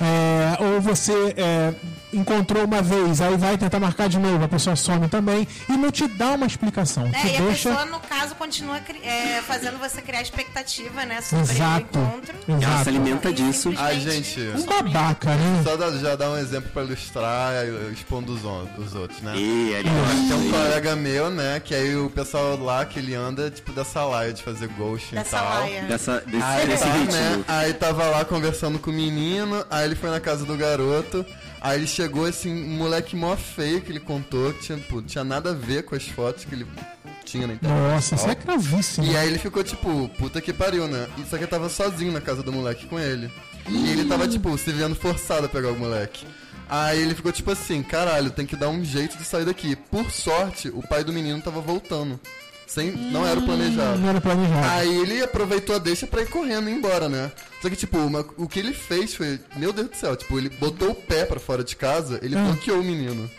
[SPEAKER 3] É, ou você é, encontrou uma vez, aí vai tentar marcar de novo, a pessoa some também. E não te dá uma explicação.
[SPEAKER 6] É,
[SPEAKER 3] te
[SPEAKER 6] e a
[SPEAKER 3] deixa.
[SPEAKER 6] pessoa, no caso, continua cri- é, fazendo você criar expectativa, né? Sobre
[SPEAKER 3] Exato.
[SPEAKER 6] o encontro.
[SPEAKER 4] Ela se
[SPEAKER 3] Exato.
[SPEAKER 4] alimenta
[SPEAKER 6] E
[SPEAKER 4] disso.
[SPEAKER 5] Ai,
[SPEAKER 6] simplesmente
[SPEAKER 5] gente.
[SPEAKER 3] Um babaca, né?
[SPEAKER 5] Só dá- já dar um exemplo pra ilustrar, eh, expondo os, on- os outros, né?
[SPEAKER 4] Ih, ele
[SPEAKER 5] Tem um colega meu, né, que aí o pessoal lá que ele anda, tipo, da salaia de fazer ghost e
[SPEAKER 6] Dessa
[SPEAKER 5] tal.
[SPEAKER 6] laia.
[SPEAKER 4] Dessa, desse,
[SPEAKER 5] Aí,
[SPEAKER 4] desse
[SPEAKER 5] tá, né,
[SPEAKER 4] ritmo.
[SPEAKER 5] aí tava lá conversando com o menino, aí ele foi na casa do garoto, aí ele chegou assim, um moleque mó feio que ele contou, que tinha, pô, tinha nada a ver com as fotos que ele tinha na internet.
[SPEAKER 3] Nossa, isso é gravíssimo.
[SPEAKER 5] E aí ele ficou tipo, puta que pariu, né? E Só que eu tava sozinho na casa do moleque com ele. E ele tava, tipo, se vendo forçado a pegar o moleque. Aí ele ficou tipo assim, caralho, tem que dar um jeito de sair daqui. Por sorte, o pai do menino tava voltando. Sem, não era o planejado.
[SPEAKER 3] Não era planejado.
[SPEAKER 5] Aí ele aproveitou a deixa pra ir correndo e ir embora, né? Só que, tipo, uma- o que ele fez foi. Meu Deus do céu, tipo, ele botou o pé pra fora de casa, ele bloqueou o menino.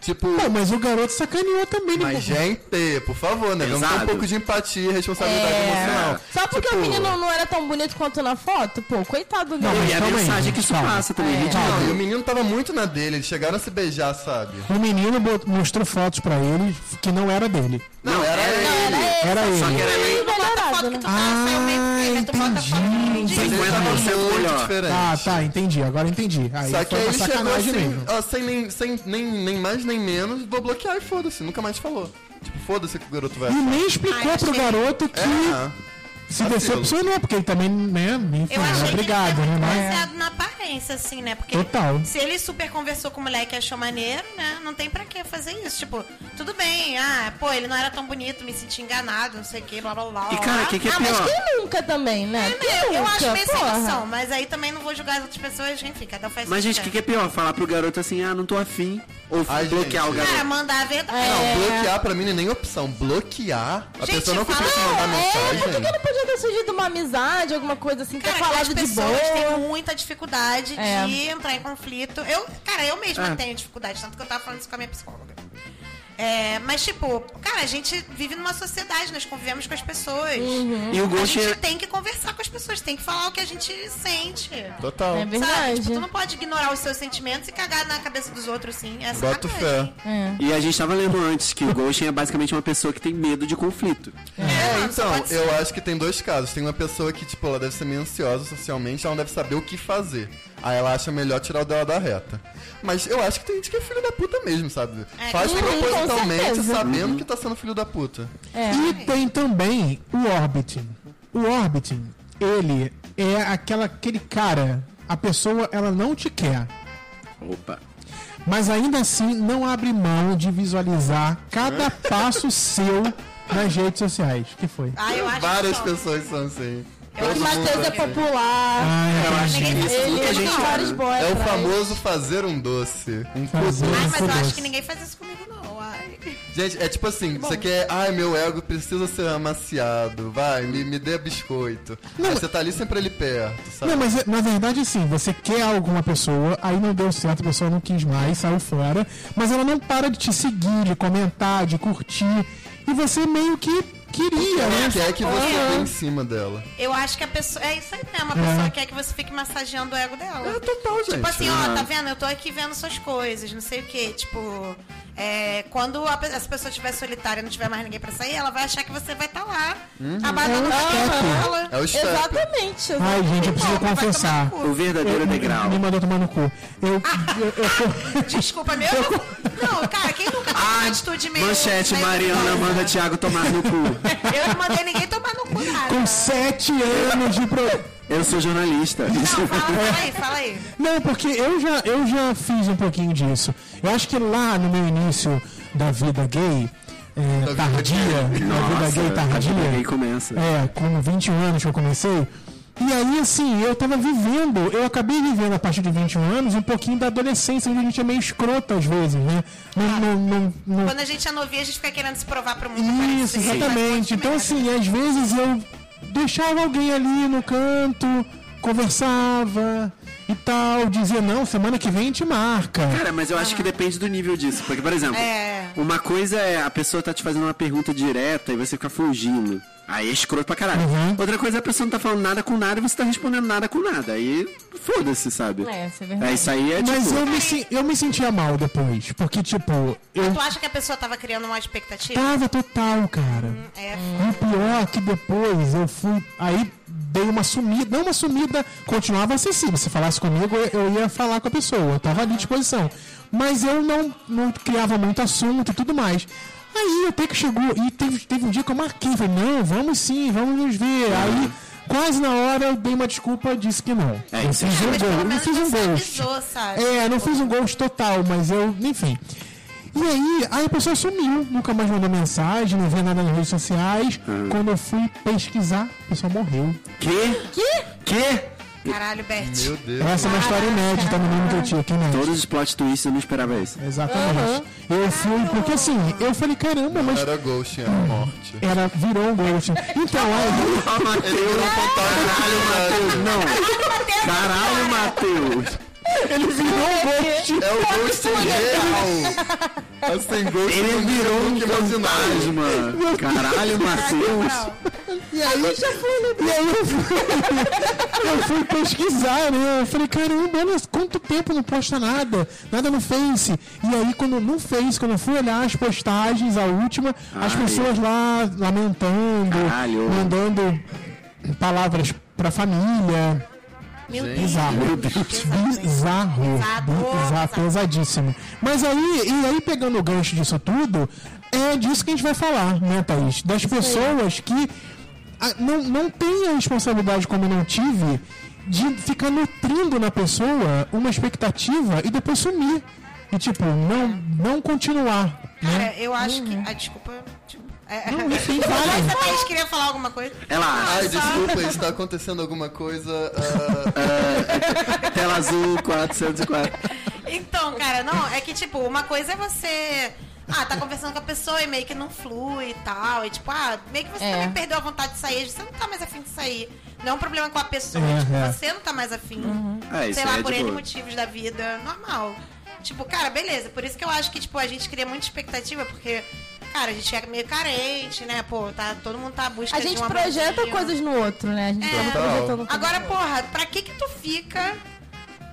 [SPEAKER 5] Tipo.
[SPEAKER 3] Ah. Pô, mas o garoto sacaneou também, né?
[SPEAKER 5] Mas, é- gente, por favor, né? Vamos ter
[SPEAKER 4] Pesado.
[SPEAKER 5] um pouco de empatia e responsabilidade emocional.
[SPEAKER 7] Só porque
[SPEAKER 5] Tipo,
[SPEAKER 7] o menino não era tão bonito quanto na foto? Pô, coitado do
[SPEAKER 3] Não,
[SPEAKER 4] E a
[SPEAKER 3] Calma aí,
[SPEAKER 4] mensagem que isso
[SPEAKER 3] calma.
[SPEAKER 4] passa também.
[SPEAKER 7] É.
[SPEAKER 4] ridículo.
[SPEAKER 5] Não, e o menino tava muito na dele, eles chegaram a se beijar, sabe?
[SPEAKER 3] O menino bot- mostrou fotos pra ele que não é- era dele.
[SPEAKER 5] Não, era ele.
[SPEAKER 7] É,
[SPEAKER 3] Era ele.
[SPEAKER 4] Só que era meio
[SPEAKER 7] Colorado,
[SPEAKER 6] tá
[SPEAKER 7] né?
[SPEAKER 3] Ah, entendi.
[SPEAKER 4] 50%
[SPEAKER 5] Mas é ele tava muito
[SPEAKER 4] melhor.
[SPEAKER 5] diferente.
[SPEAKER 3] é Ah, tá, entendi. Agora entendi. Aí
[SPEAKER 5] Só que
[SPEAKER 3] foi
[SPEAKER 5] aí
[SPEAKER 3] uma
[SPEAKER 5] ele chegou
[SPEAKER 3] sacanagem
[SPEAKER 5] assim,
[SPEAKER 3] mesmo.
[SPEAKER 5] ó, sem, nem, sem nem, nem mais nem menos, vou bloquear e foda-se, nunca mais falou. Tipo, foda-se que o garoto vai.
[SPEAKER 3] E nem explicou
[SPEAKER 6] Ai,
[SPEAKER 3] pro
[SPEAKER 6] achei-
[SPEAKER 3] garoto que
[SPEAKER 5] Ah,
[SPEAKER 3] se
[SPEAKER 5] vacilo.
[SPEAKER 3] decepcionou, porque ele também, né? Enfim,
[SPEAKER 6] Eu achei
[SPEAKER 3] obrigado,
[SPEAKER 6] que ele
[SPEAKER 3] né?
[SPEAKER 6] foi
[SPEAKER 3] mas-
[SPEAKER 6] baseado na aparência, assim, né? Porque
[SPEAKER 3] Total.
[SPEAKER 6] se ele super conversou com o moleque e achou maneiro, né? Não tem pra que fazer isso. Tipo, tudo bem, ah, pô, ele não era tão bonito, me senti enganado, não sei o que, blá blá blá.
[SPEAKER 4] E
[SPEAKER 6] blá,
[SPEAKER 4] cara,
[SPEAKER 6] blá.
[SPEAKER 4] o que, que é
[SPEAKER 7] Ah, mas
[SPEAKER 4] pior?
[SPEAKER 7] quem nunca também, né?
[SPEAKER 6] Eu-
[SPEAKER 7] Quem
[SPEAKER 6] É Eu
[SPEAKER 7] nunca,
[SPEAKER 6] acho meio sem
[SPEAKER 7] porra?
[SPEAKER 6] noção, mas aí também não vou julgar as outras pessoas, enfim, cada um faz
[SPEAKER 4] Mas,
[SPEAKER 6] o
[SPEAKER 4] gente, o que, que
[SPEAKER 6] quer.
[SPEAKER 4] é pior? Falar pro garoto assim, ah, não tô afim. Ou
[SPEAKER 5] Ai,
[SPEAKER 4] bloquear
[SPEAKER 5] gente.
[SPEAKER 4] o garoto.
[SPEAKER 6] Cara, mandar a verdade.
[SPEAKER 5] Não, bloquear pra mim não é nem opção. Bloquear. A
[SPEAKER 6] Gente,
[SPEAKER 5] pessoa não
[SPEAKER 6] fala-
[SPEAKER 5] conseguiu te
[SPEAKER 4] Ah,
[SPEAKER 5] mandar
[SPEAKER 4] tá
[SPEAKER 7] É, por que que
[SPEAKER 5] mensagem.
[SPEAKER 7] não podia ter surgido uma amizade, alguma coisa assim, ter
[SPEAKER 6] Cara, as
[SPEAKER 7] falado de boa?
[SPEAKER 6] pessoas têm muita dificuldade
[SPEAKER 7] É.
[SPEAKER 6] de entrar em conflito. Eu, cara, eu mesma
[SPEAKER 4] É.
[SPEAKER 6] tenho dificuldade, tanto que eu tava falando isso com a minha psicóloga. É, mas, tipo, cara, a gente vive numa sociedade, nós convivemos com as pessoas.
[SPEAKER 7] Uhum.
[SPEAKER 4] E o
[SPEAKER 6] A
[SPEAKER 4] Ghost
[SPEAKER 6] gente
[SPEAKER 4] é...
[SPEAKER 6] tem que conversar com as pessoas, tem que falar o que a gente sente.
[SPEAKER 5] Total.
[SPEAKER 7] É
[SPEAKER 6] Sabe? Tipo,
[SPEAKER 7] verdade.
[SPEAKER 6] tu não pode ignorar os seus sentimentos e cagar na cabeça dos outros, assim. Essa
[SPEAKER 5] Boto
[SPEAKER 6] sacanagem.
[SPEAKER 5] fé.
[SPEAKER 4] é- E a gente tava lendo antes que o Ghost é basicamente uma pessoa que tem medo de conflito.
[SPEAKER 5] É,
[SPEAKER 6] mano, só
[SPEAKER 5] então,
[SPEAKER 6] pode ser.
[SPEAKER 5] eu acho que tem dois casos. Tem uma pessoa que, tipo, ela deve ser meio ansiosa socialmente, ela não deve saber o que fazer. Aí ela acha melhor tirar o dela da reta. Mas eu acho que tem gente que é filho da puta mesmo, sabe?
[SPEAKER 6] É,
[SPEAKER 5] Faz
[SPEAKER 6] uhum,
[SPEAKER 7] com
[SPEAKER 5] propositalmente
[SPEAKER 7] certeza.
[SPEAKER 5] sabendo que tá sendo filho da puta.
[SPEAKER 3] E tem também o Orbiting. O Orbiting, ele é aquela, aquele cara, a pessoa ela não te quer,
[SPEAKER 4] Opa.
[SPEAKER 3] mas ainda assim não abre mão de visualizar
[SPEAKER 6] É.
[SPEAKER 3] cada passo seu nas redes sociais. que foi?
[SPEAKER 6] Ah, eu acho
[SPEAKER 5] Várias
[SPEAKER 6] que só.
[SPEAKER 5] pessoas são assim.
[SPEAKER 6] um
[SPEAKER 5] Todo
[SPEAKER 7] O
[SPEAKER 5] mundo
[SPEAKER 7] Matheus é
[SPEAKER 5] assim.
[SPEAKER 7] popular.
[SPEAKER 4] Eu
[SPEAKER 3] Ai,
[SPEAKER 4] acho que
[SPEAKER 6] Ninguém
[SPEAKER 4] isso
[SPEAKER 6] faz
[SPEAKER 7] ele
[SPEAKER 4] muita
[SPEAKER 7] tem
[SPEAKER 4] gente
[SPEAKER 7] vários
[SPEAKER 4] cara.
[SPEAKER 7] boys.
[SPEAKER 5] É o
[SPEAKER 7] atrás.
[SPEAKER 5] famoso fazer um doce. Um
[SPEAKER 3] fazer
[SPEAKER 5] pudim.
[SPEAKER 6] Ai, mas eu acho
[SPEAKER 3] doce.
[SPEAKER 6] que ninguém faz isso comigo, não. Ai.
[SPEAKER 5] Gente, é tipo assim, você quer, ai meu ego precisa ser amaciado, vai, me, me dê biscoito. Aí você tá ali sempre ali perto, sabe?
[SPEAKER 3] Não, mas é- na verdade assim, você quer alguma pessoa, aí não deu certo, a pessoa não quis mais, saiu fora, mas ela não para de te seguir, de comentar, de curtir, e você meio que queria,
[SPEAKER 6] é
[SPEAKER 5] Ela
[SPEAKER 3] né?
[SPEAKER 5] quer é
[SPEAKER 6] Ah.
[SPEAKER 5] que você dê em cima dela.
[SPEAKER 6] Eu acho que a pessoa. É isso aí mesmo. A pessoa quer que você fique massageando o ego dela.
[SPEAKER 5] É total, gente.
[SPEAKER 6] Tipo assim, ó,
[SPEAKER 4] Uhum.
[SPEAKER 6] tá vendo? Eu tô aqui vendo suas coisas, não sei o quê. Tipo, é, quando a, pe- essa pessoa estiver solitária e não tiver mais ninguém pra sair, ela vai achar que você vai estar lá, abanando a cabeça
[SPEAKER 5] É
[SPEAKER 6] dela.
[SPEAKER 5] o step.
[SPEAKER 7] Exatamente.
[SPEAKER 3] Ai, gente, eu preciso
[SPEAKER 6] Vai tomar
[SPEAKER 3] confessar.
[SPEAKER 6] no cu. Ah.
[SPEAKER 4] O verdadeiro degrau.
[SPEAKER 3] Me mandou tomar no cu. Eu, eu, eu-
[SPEAKER 6] Desculpa, meu. Não, cara, quem nunca tomou uma
[SPEAKER 4] Ai,
[SPEAKER 6] atitude meio.
[SPEAKER 4] manchete,
[SPEAKER 6] meio
[SPEAKER 4] Mariana
[SPEAKER 6] perigosa?
[SPEAKER 4] manda Thiago tomar no cu.
[SPEAKER 6] Eu não mandei ninguém tomar no cu nada.
[SPEAKER 3] com sete anos de pro...
[SPEAKER 4] Eu sou jornalista.
[SPEAKER 6] Não, fala, fala aí, fala aí.
[SPEAKER 3] Não, porque eu já, eu já fiz um pouquinho disso. Eu acho que lá no meu início da vida gay, é,
[SPEAKER 5] vida
[SPEAKER 3] tardia, da vida gay tardia,
[SPEAKER 4] aí começa.
[SPEAKER 3] É, com 21 anos que eu comecei. E aí, assim, eu tava vivendo, eu acabei vivendo a partir de 21 anos um pouquinho da adolescência, onde a gente é meio escroto às vezes, né? Não, não, não, não-
[SPEAKER 6] Quando a gente é novinha, a gente fica querendo se provar pro mundo.
[SPEAKER 3] Isso,
[SPEAKER 6] parece que a gente faz um monte de
[SPEAKER 3] exatamente. Então,
[SPEAKER 6] merda.
[SPEAKER 3] assim, às vezes eu deixava alguém ali no canto, conversava e tal, dizia, não, semana que vem te marca.
[SPEAKER 4] Cara, mas eu acho que depende do nível disso. Porque, por exemplo,
[SPEAKER 6] É.
[SPEAKER 4] uma coisa é a pessoa tá te fazendo uma pergunta direta e você fica fugindo. Aí é escroto pra caralho.
[SPEAKER 3] Uhum.
[SPEAKER 4] Outra coisa é a pessoa não tá falando nada com nada e você tá respondendo nada com nada. Aí foda-se, sabe?
[SPEAKER 7] É, isso é verdade.
[SPEAKER 4] É, isso aí é
[SPEAKER 3] Mas
[SPEAKER 4] tipo.
[SPEAKER 3] eu me, sen- eu me sentia mal depois, porque, tipo, eu
[SPEAKER 6] Tu acha que a pessoa tava criando uma expectativa?
[SPEAKER 3] tava total, cara.
[SPEAKER 6] É.
[SPEAKER 3] E o pior é que depois eu fui. Aí dei uma sumida. Não uma sumida, continuava acessível. Se falasse comigo, eu- eu ia falar com a pessoa. Eu tava ali à disposição. Mas eu não, não criava muito assunto e tudo mais. Aí até que chegou. E teve, teve um dia que eu marquei. Falei, não, vamos sim, vamos nos ver. Aí. Quase na hora eu dei uma desculpa e disse que não.
[SPEAKER 4] É,
[SPEAKER 3] eu
[SPEAKER 4] isso
[SPEAKER 3] fiz
[SPEAKER 4] é-
[SPEAKER 3] um
[SPEAKER 6] Mas pelo
[SPEAKER 3] gol, eu não
[SPEAKER 6] menos
[SPEAKER 3] fiz um
[SPEAKER 6] você
[SPEAKER 3] gol.
[SPEAKER 6] avisou, sabe?
[SPEAKER 3] É, não fiz um ghost total, mas eu, enfim. E aí, aí a pessoa sumiu, nunca mais mandou mensagem, não vê nada nas redes sociais. Quando eu fui pesquisar, a pessoa morreu.
[SPEAKER 4] Que?
[SPEAKER 7] Que?
[SPEAKER 4] Que?
[SPEAKER 6] Caralho, Bert.
[SPEAKER 5] Meu Deus.
[SPEAKER 3] Essa é uma história inédita no nome do tio, aqui né?
[SPEAKER 4] Todos os plot twists eu não esperava isso.
[SPEAKER 3] Exatamente. Eu fui, porque assim, eu falei, caramba, mas
[SPEAKER 5] Era Ghost, era morte.
[SPEAKER 3] era, virou um ghost. Então, aí,
[SPEAKER 4] Ah,
[SPEAKER 5] Ele
[SPEAKER 4] Matheus!
[SPEAKER 5] virou um fantasma.
[SPEAKER 4] Matheus, não! Caralho, Matheus!
[SPEAKER 3] ele virou um ghost.
[SPEAKER 5] É o Ghost real. Assim, Ghost
[SPEAKER 4] Ele
[SPEAKER 5] não
[SPEAKER 4] virou um
[SPEAKER 5] nunca imaginário.
[SPEAKER 4] fantasma! Caralho, Matheus!
[SPEAKER 3] E aí, e aí eu, fui, eu fui pesquisar, né? Eu falei, caramba, olha quanto tempo não posta nada, nada no Face. E aí, quando no Face, quando eu fui olhar as postagens, a última, as
[SPEAKER 4] Ai.
[SPEAKER 3] pessoas lá lamentando,
[SPEAKER 4] Caralho.
[SPEAKER 3] mandando palavras pra família.
[SPEAKER 6] Meu Deus.
[SPEAKER 3] Bizarro.
[SPEAKER 4] Meu Deus!
[SPEAKER 3] Bizarro.
[SPEAKER 6] Pesado,
[SPEAKER 3] Bizarro,
[SPEAKER 6] pesado.
[SPEAKER 3] pesadíssimo. Mas aí, e aí pegando o gancho disso tudo, é disso que a gente vai falar, né, Thaís? Das pessoas que ah, não, não têm a responsabilidade, como eu não tive, de ficar nutrindo na pessoa uma expectativa e depois sumir. E, tipo, não, não continuar.
[SPEAKER 6] Cara, eu acho que. Ah, desculpa. tipo,
[SPEAKER 3] Né?
[SPEAKER 6] É,
[SPEAKER 3] Uhum. Não, enfim,
[SPEAKER 6] Mas
[SPEAKER 3] fala.
[SPEAKER 6] a Thaís queria falar alguma coisa.
[SPEAKER 4] Ela,
[SPEAKER 5] Ai, desculpa, está acontecendo alguma coisa. ah,
[SPEAKER 4] tela azul 404.
[SPEAKER 6] Então, cara, não, é que, tipo, uma coisa é você. Ah, tá conversando com a pessoa e meio que não flui e tal. E tipo, ah, meio que você
[SPEAKER 7] É.
[SPEAKER 6] também perdeu a vontade de sair, você não tá mais afim de sair. Não é um problema com a pessoa,
[SPEAKER 3] É,
[SPEAKER 6] tipo,
[SPEAKER 3] é.
[SPEAKER 6] você não tá mais afim.
[SPEAKER 4] É, isso
[SPEAKER 6] sei
[SPEAKER 4] aí
[SPEAKER 6] lá,
[SPEAKER 4] é
[SPEAKER 6] por
[SPEAKER 4] de
[SPEAKER 6] N
[SPEAKER 4] boa.
[SPEAKER 6] motivos da vida, normal. Tipo, cara, beleza. Por isso que eu acho que, tipo, a gente cria muita expectativa, porque, cara, a gente é meio carente, né? Pô, tá, todo mundo tá à busca
[SPEAKER 7] A
[SPEAKER 6] de
[SPEAKER 7] gente
[SPEAKER 6] uma
[SPEAKER 7] projeta
[SPEAKER 6] mocinha.
[SPEAKER 7] coisas no outro, né? A gente
[SPEAKER 6] É.
[SPEAKER 7] tá projetando coisas.
[SPEAKER 6] Agora, porra, pra que que tu fica,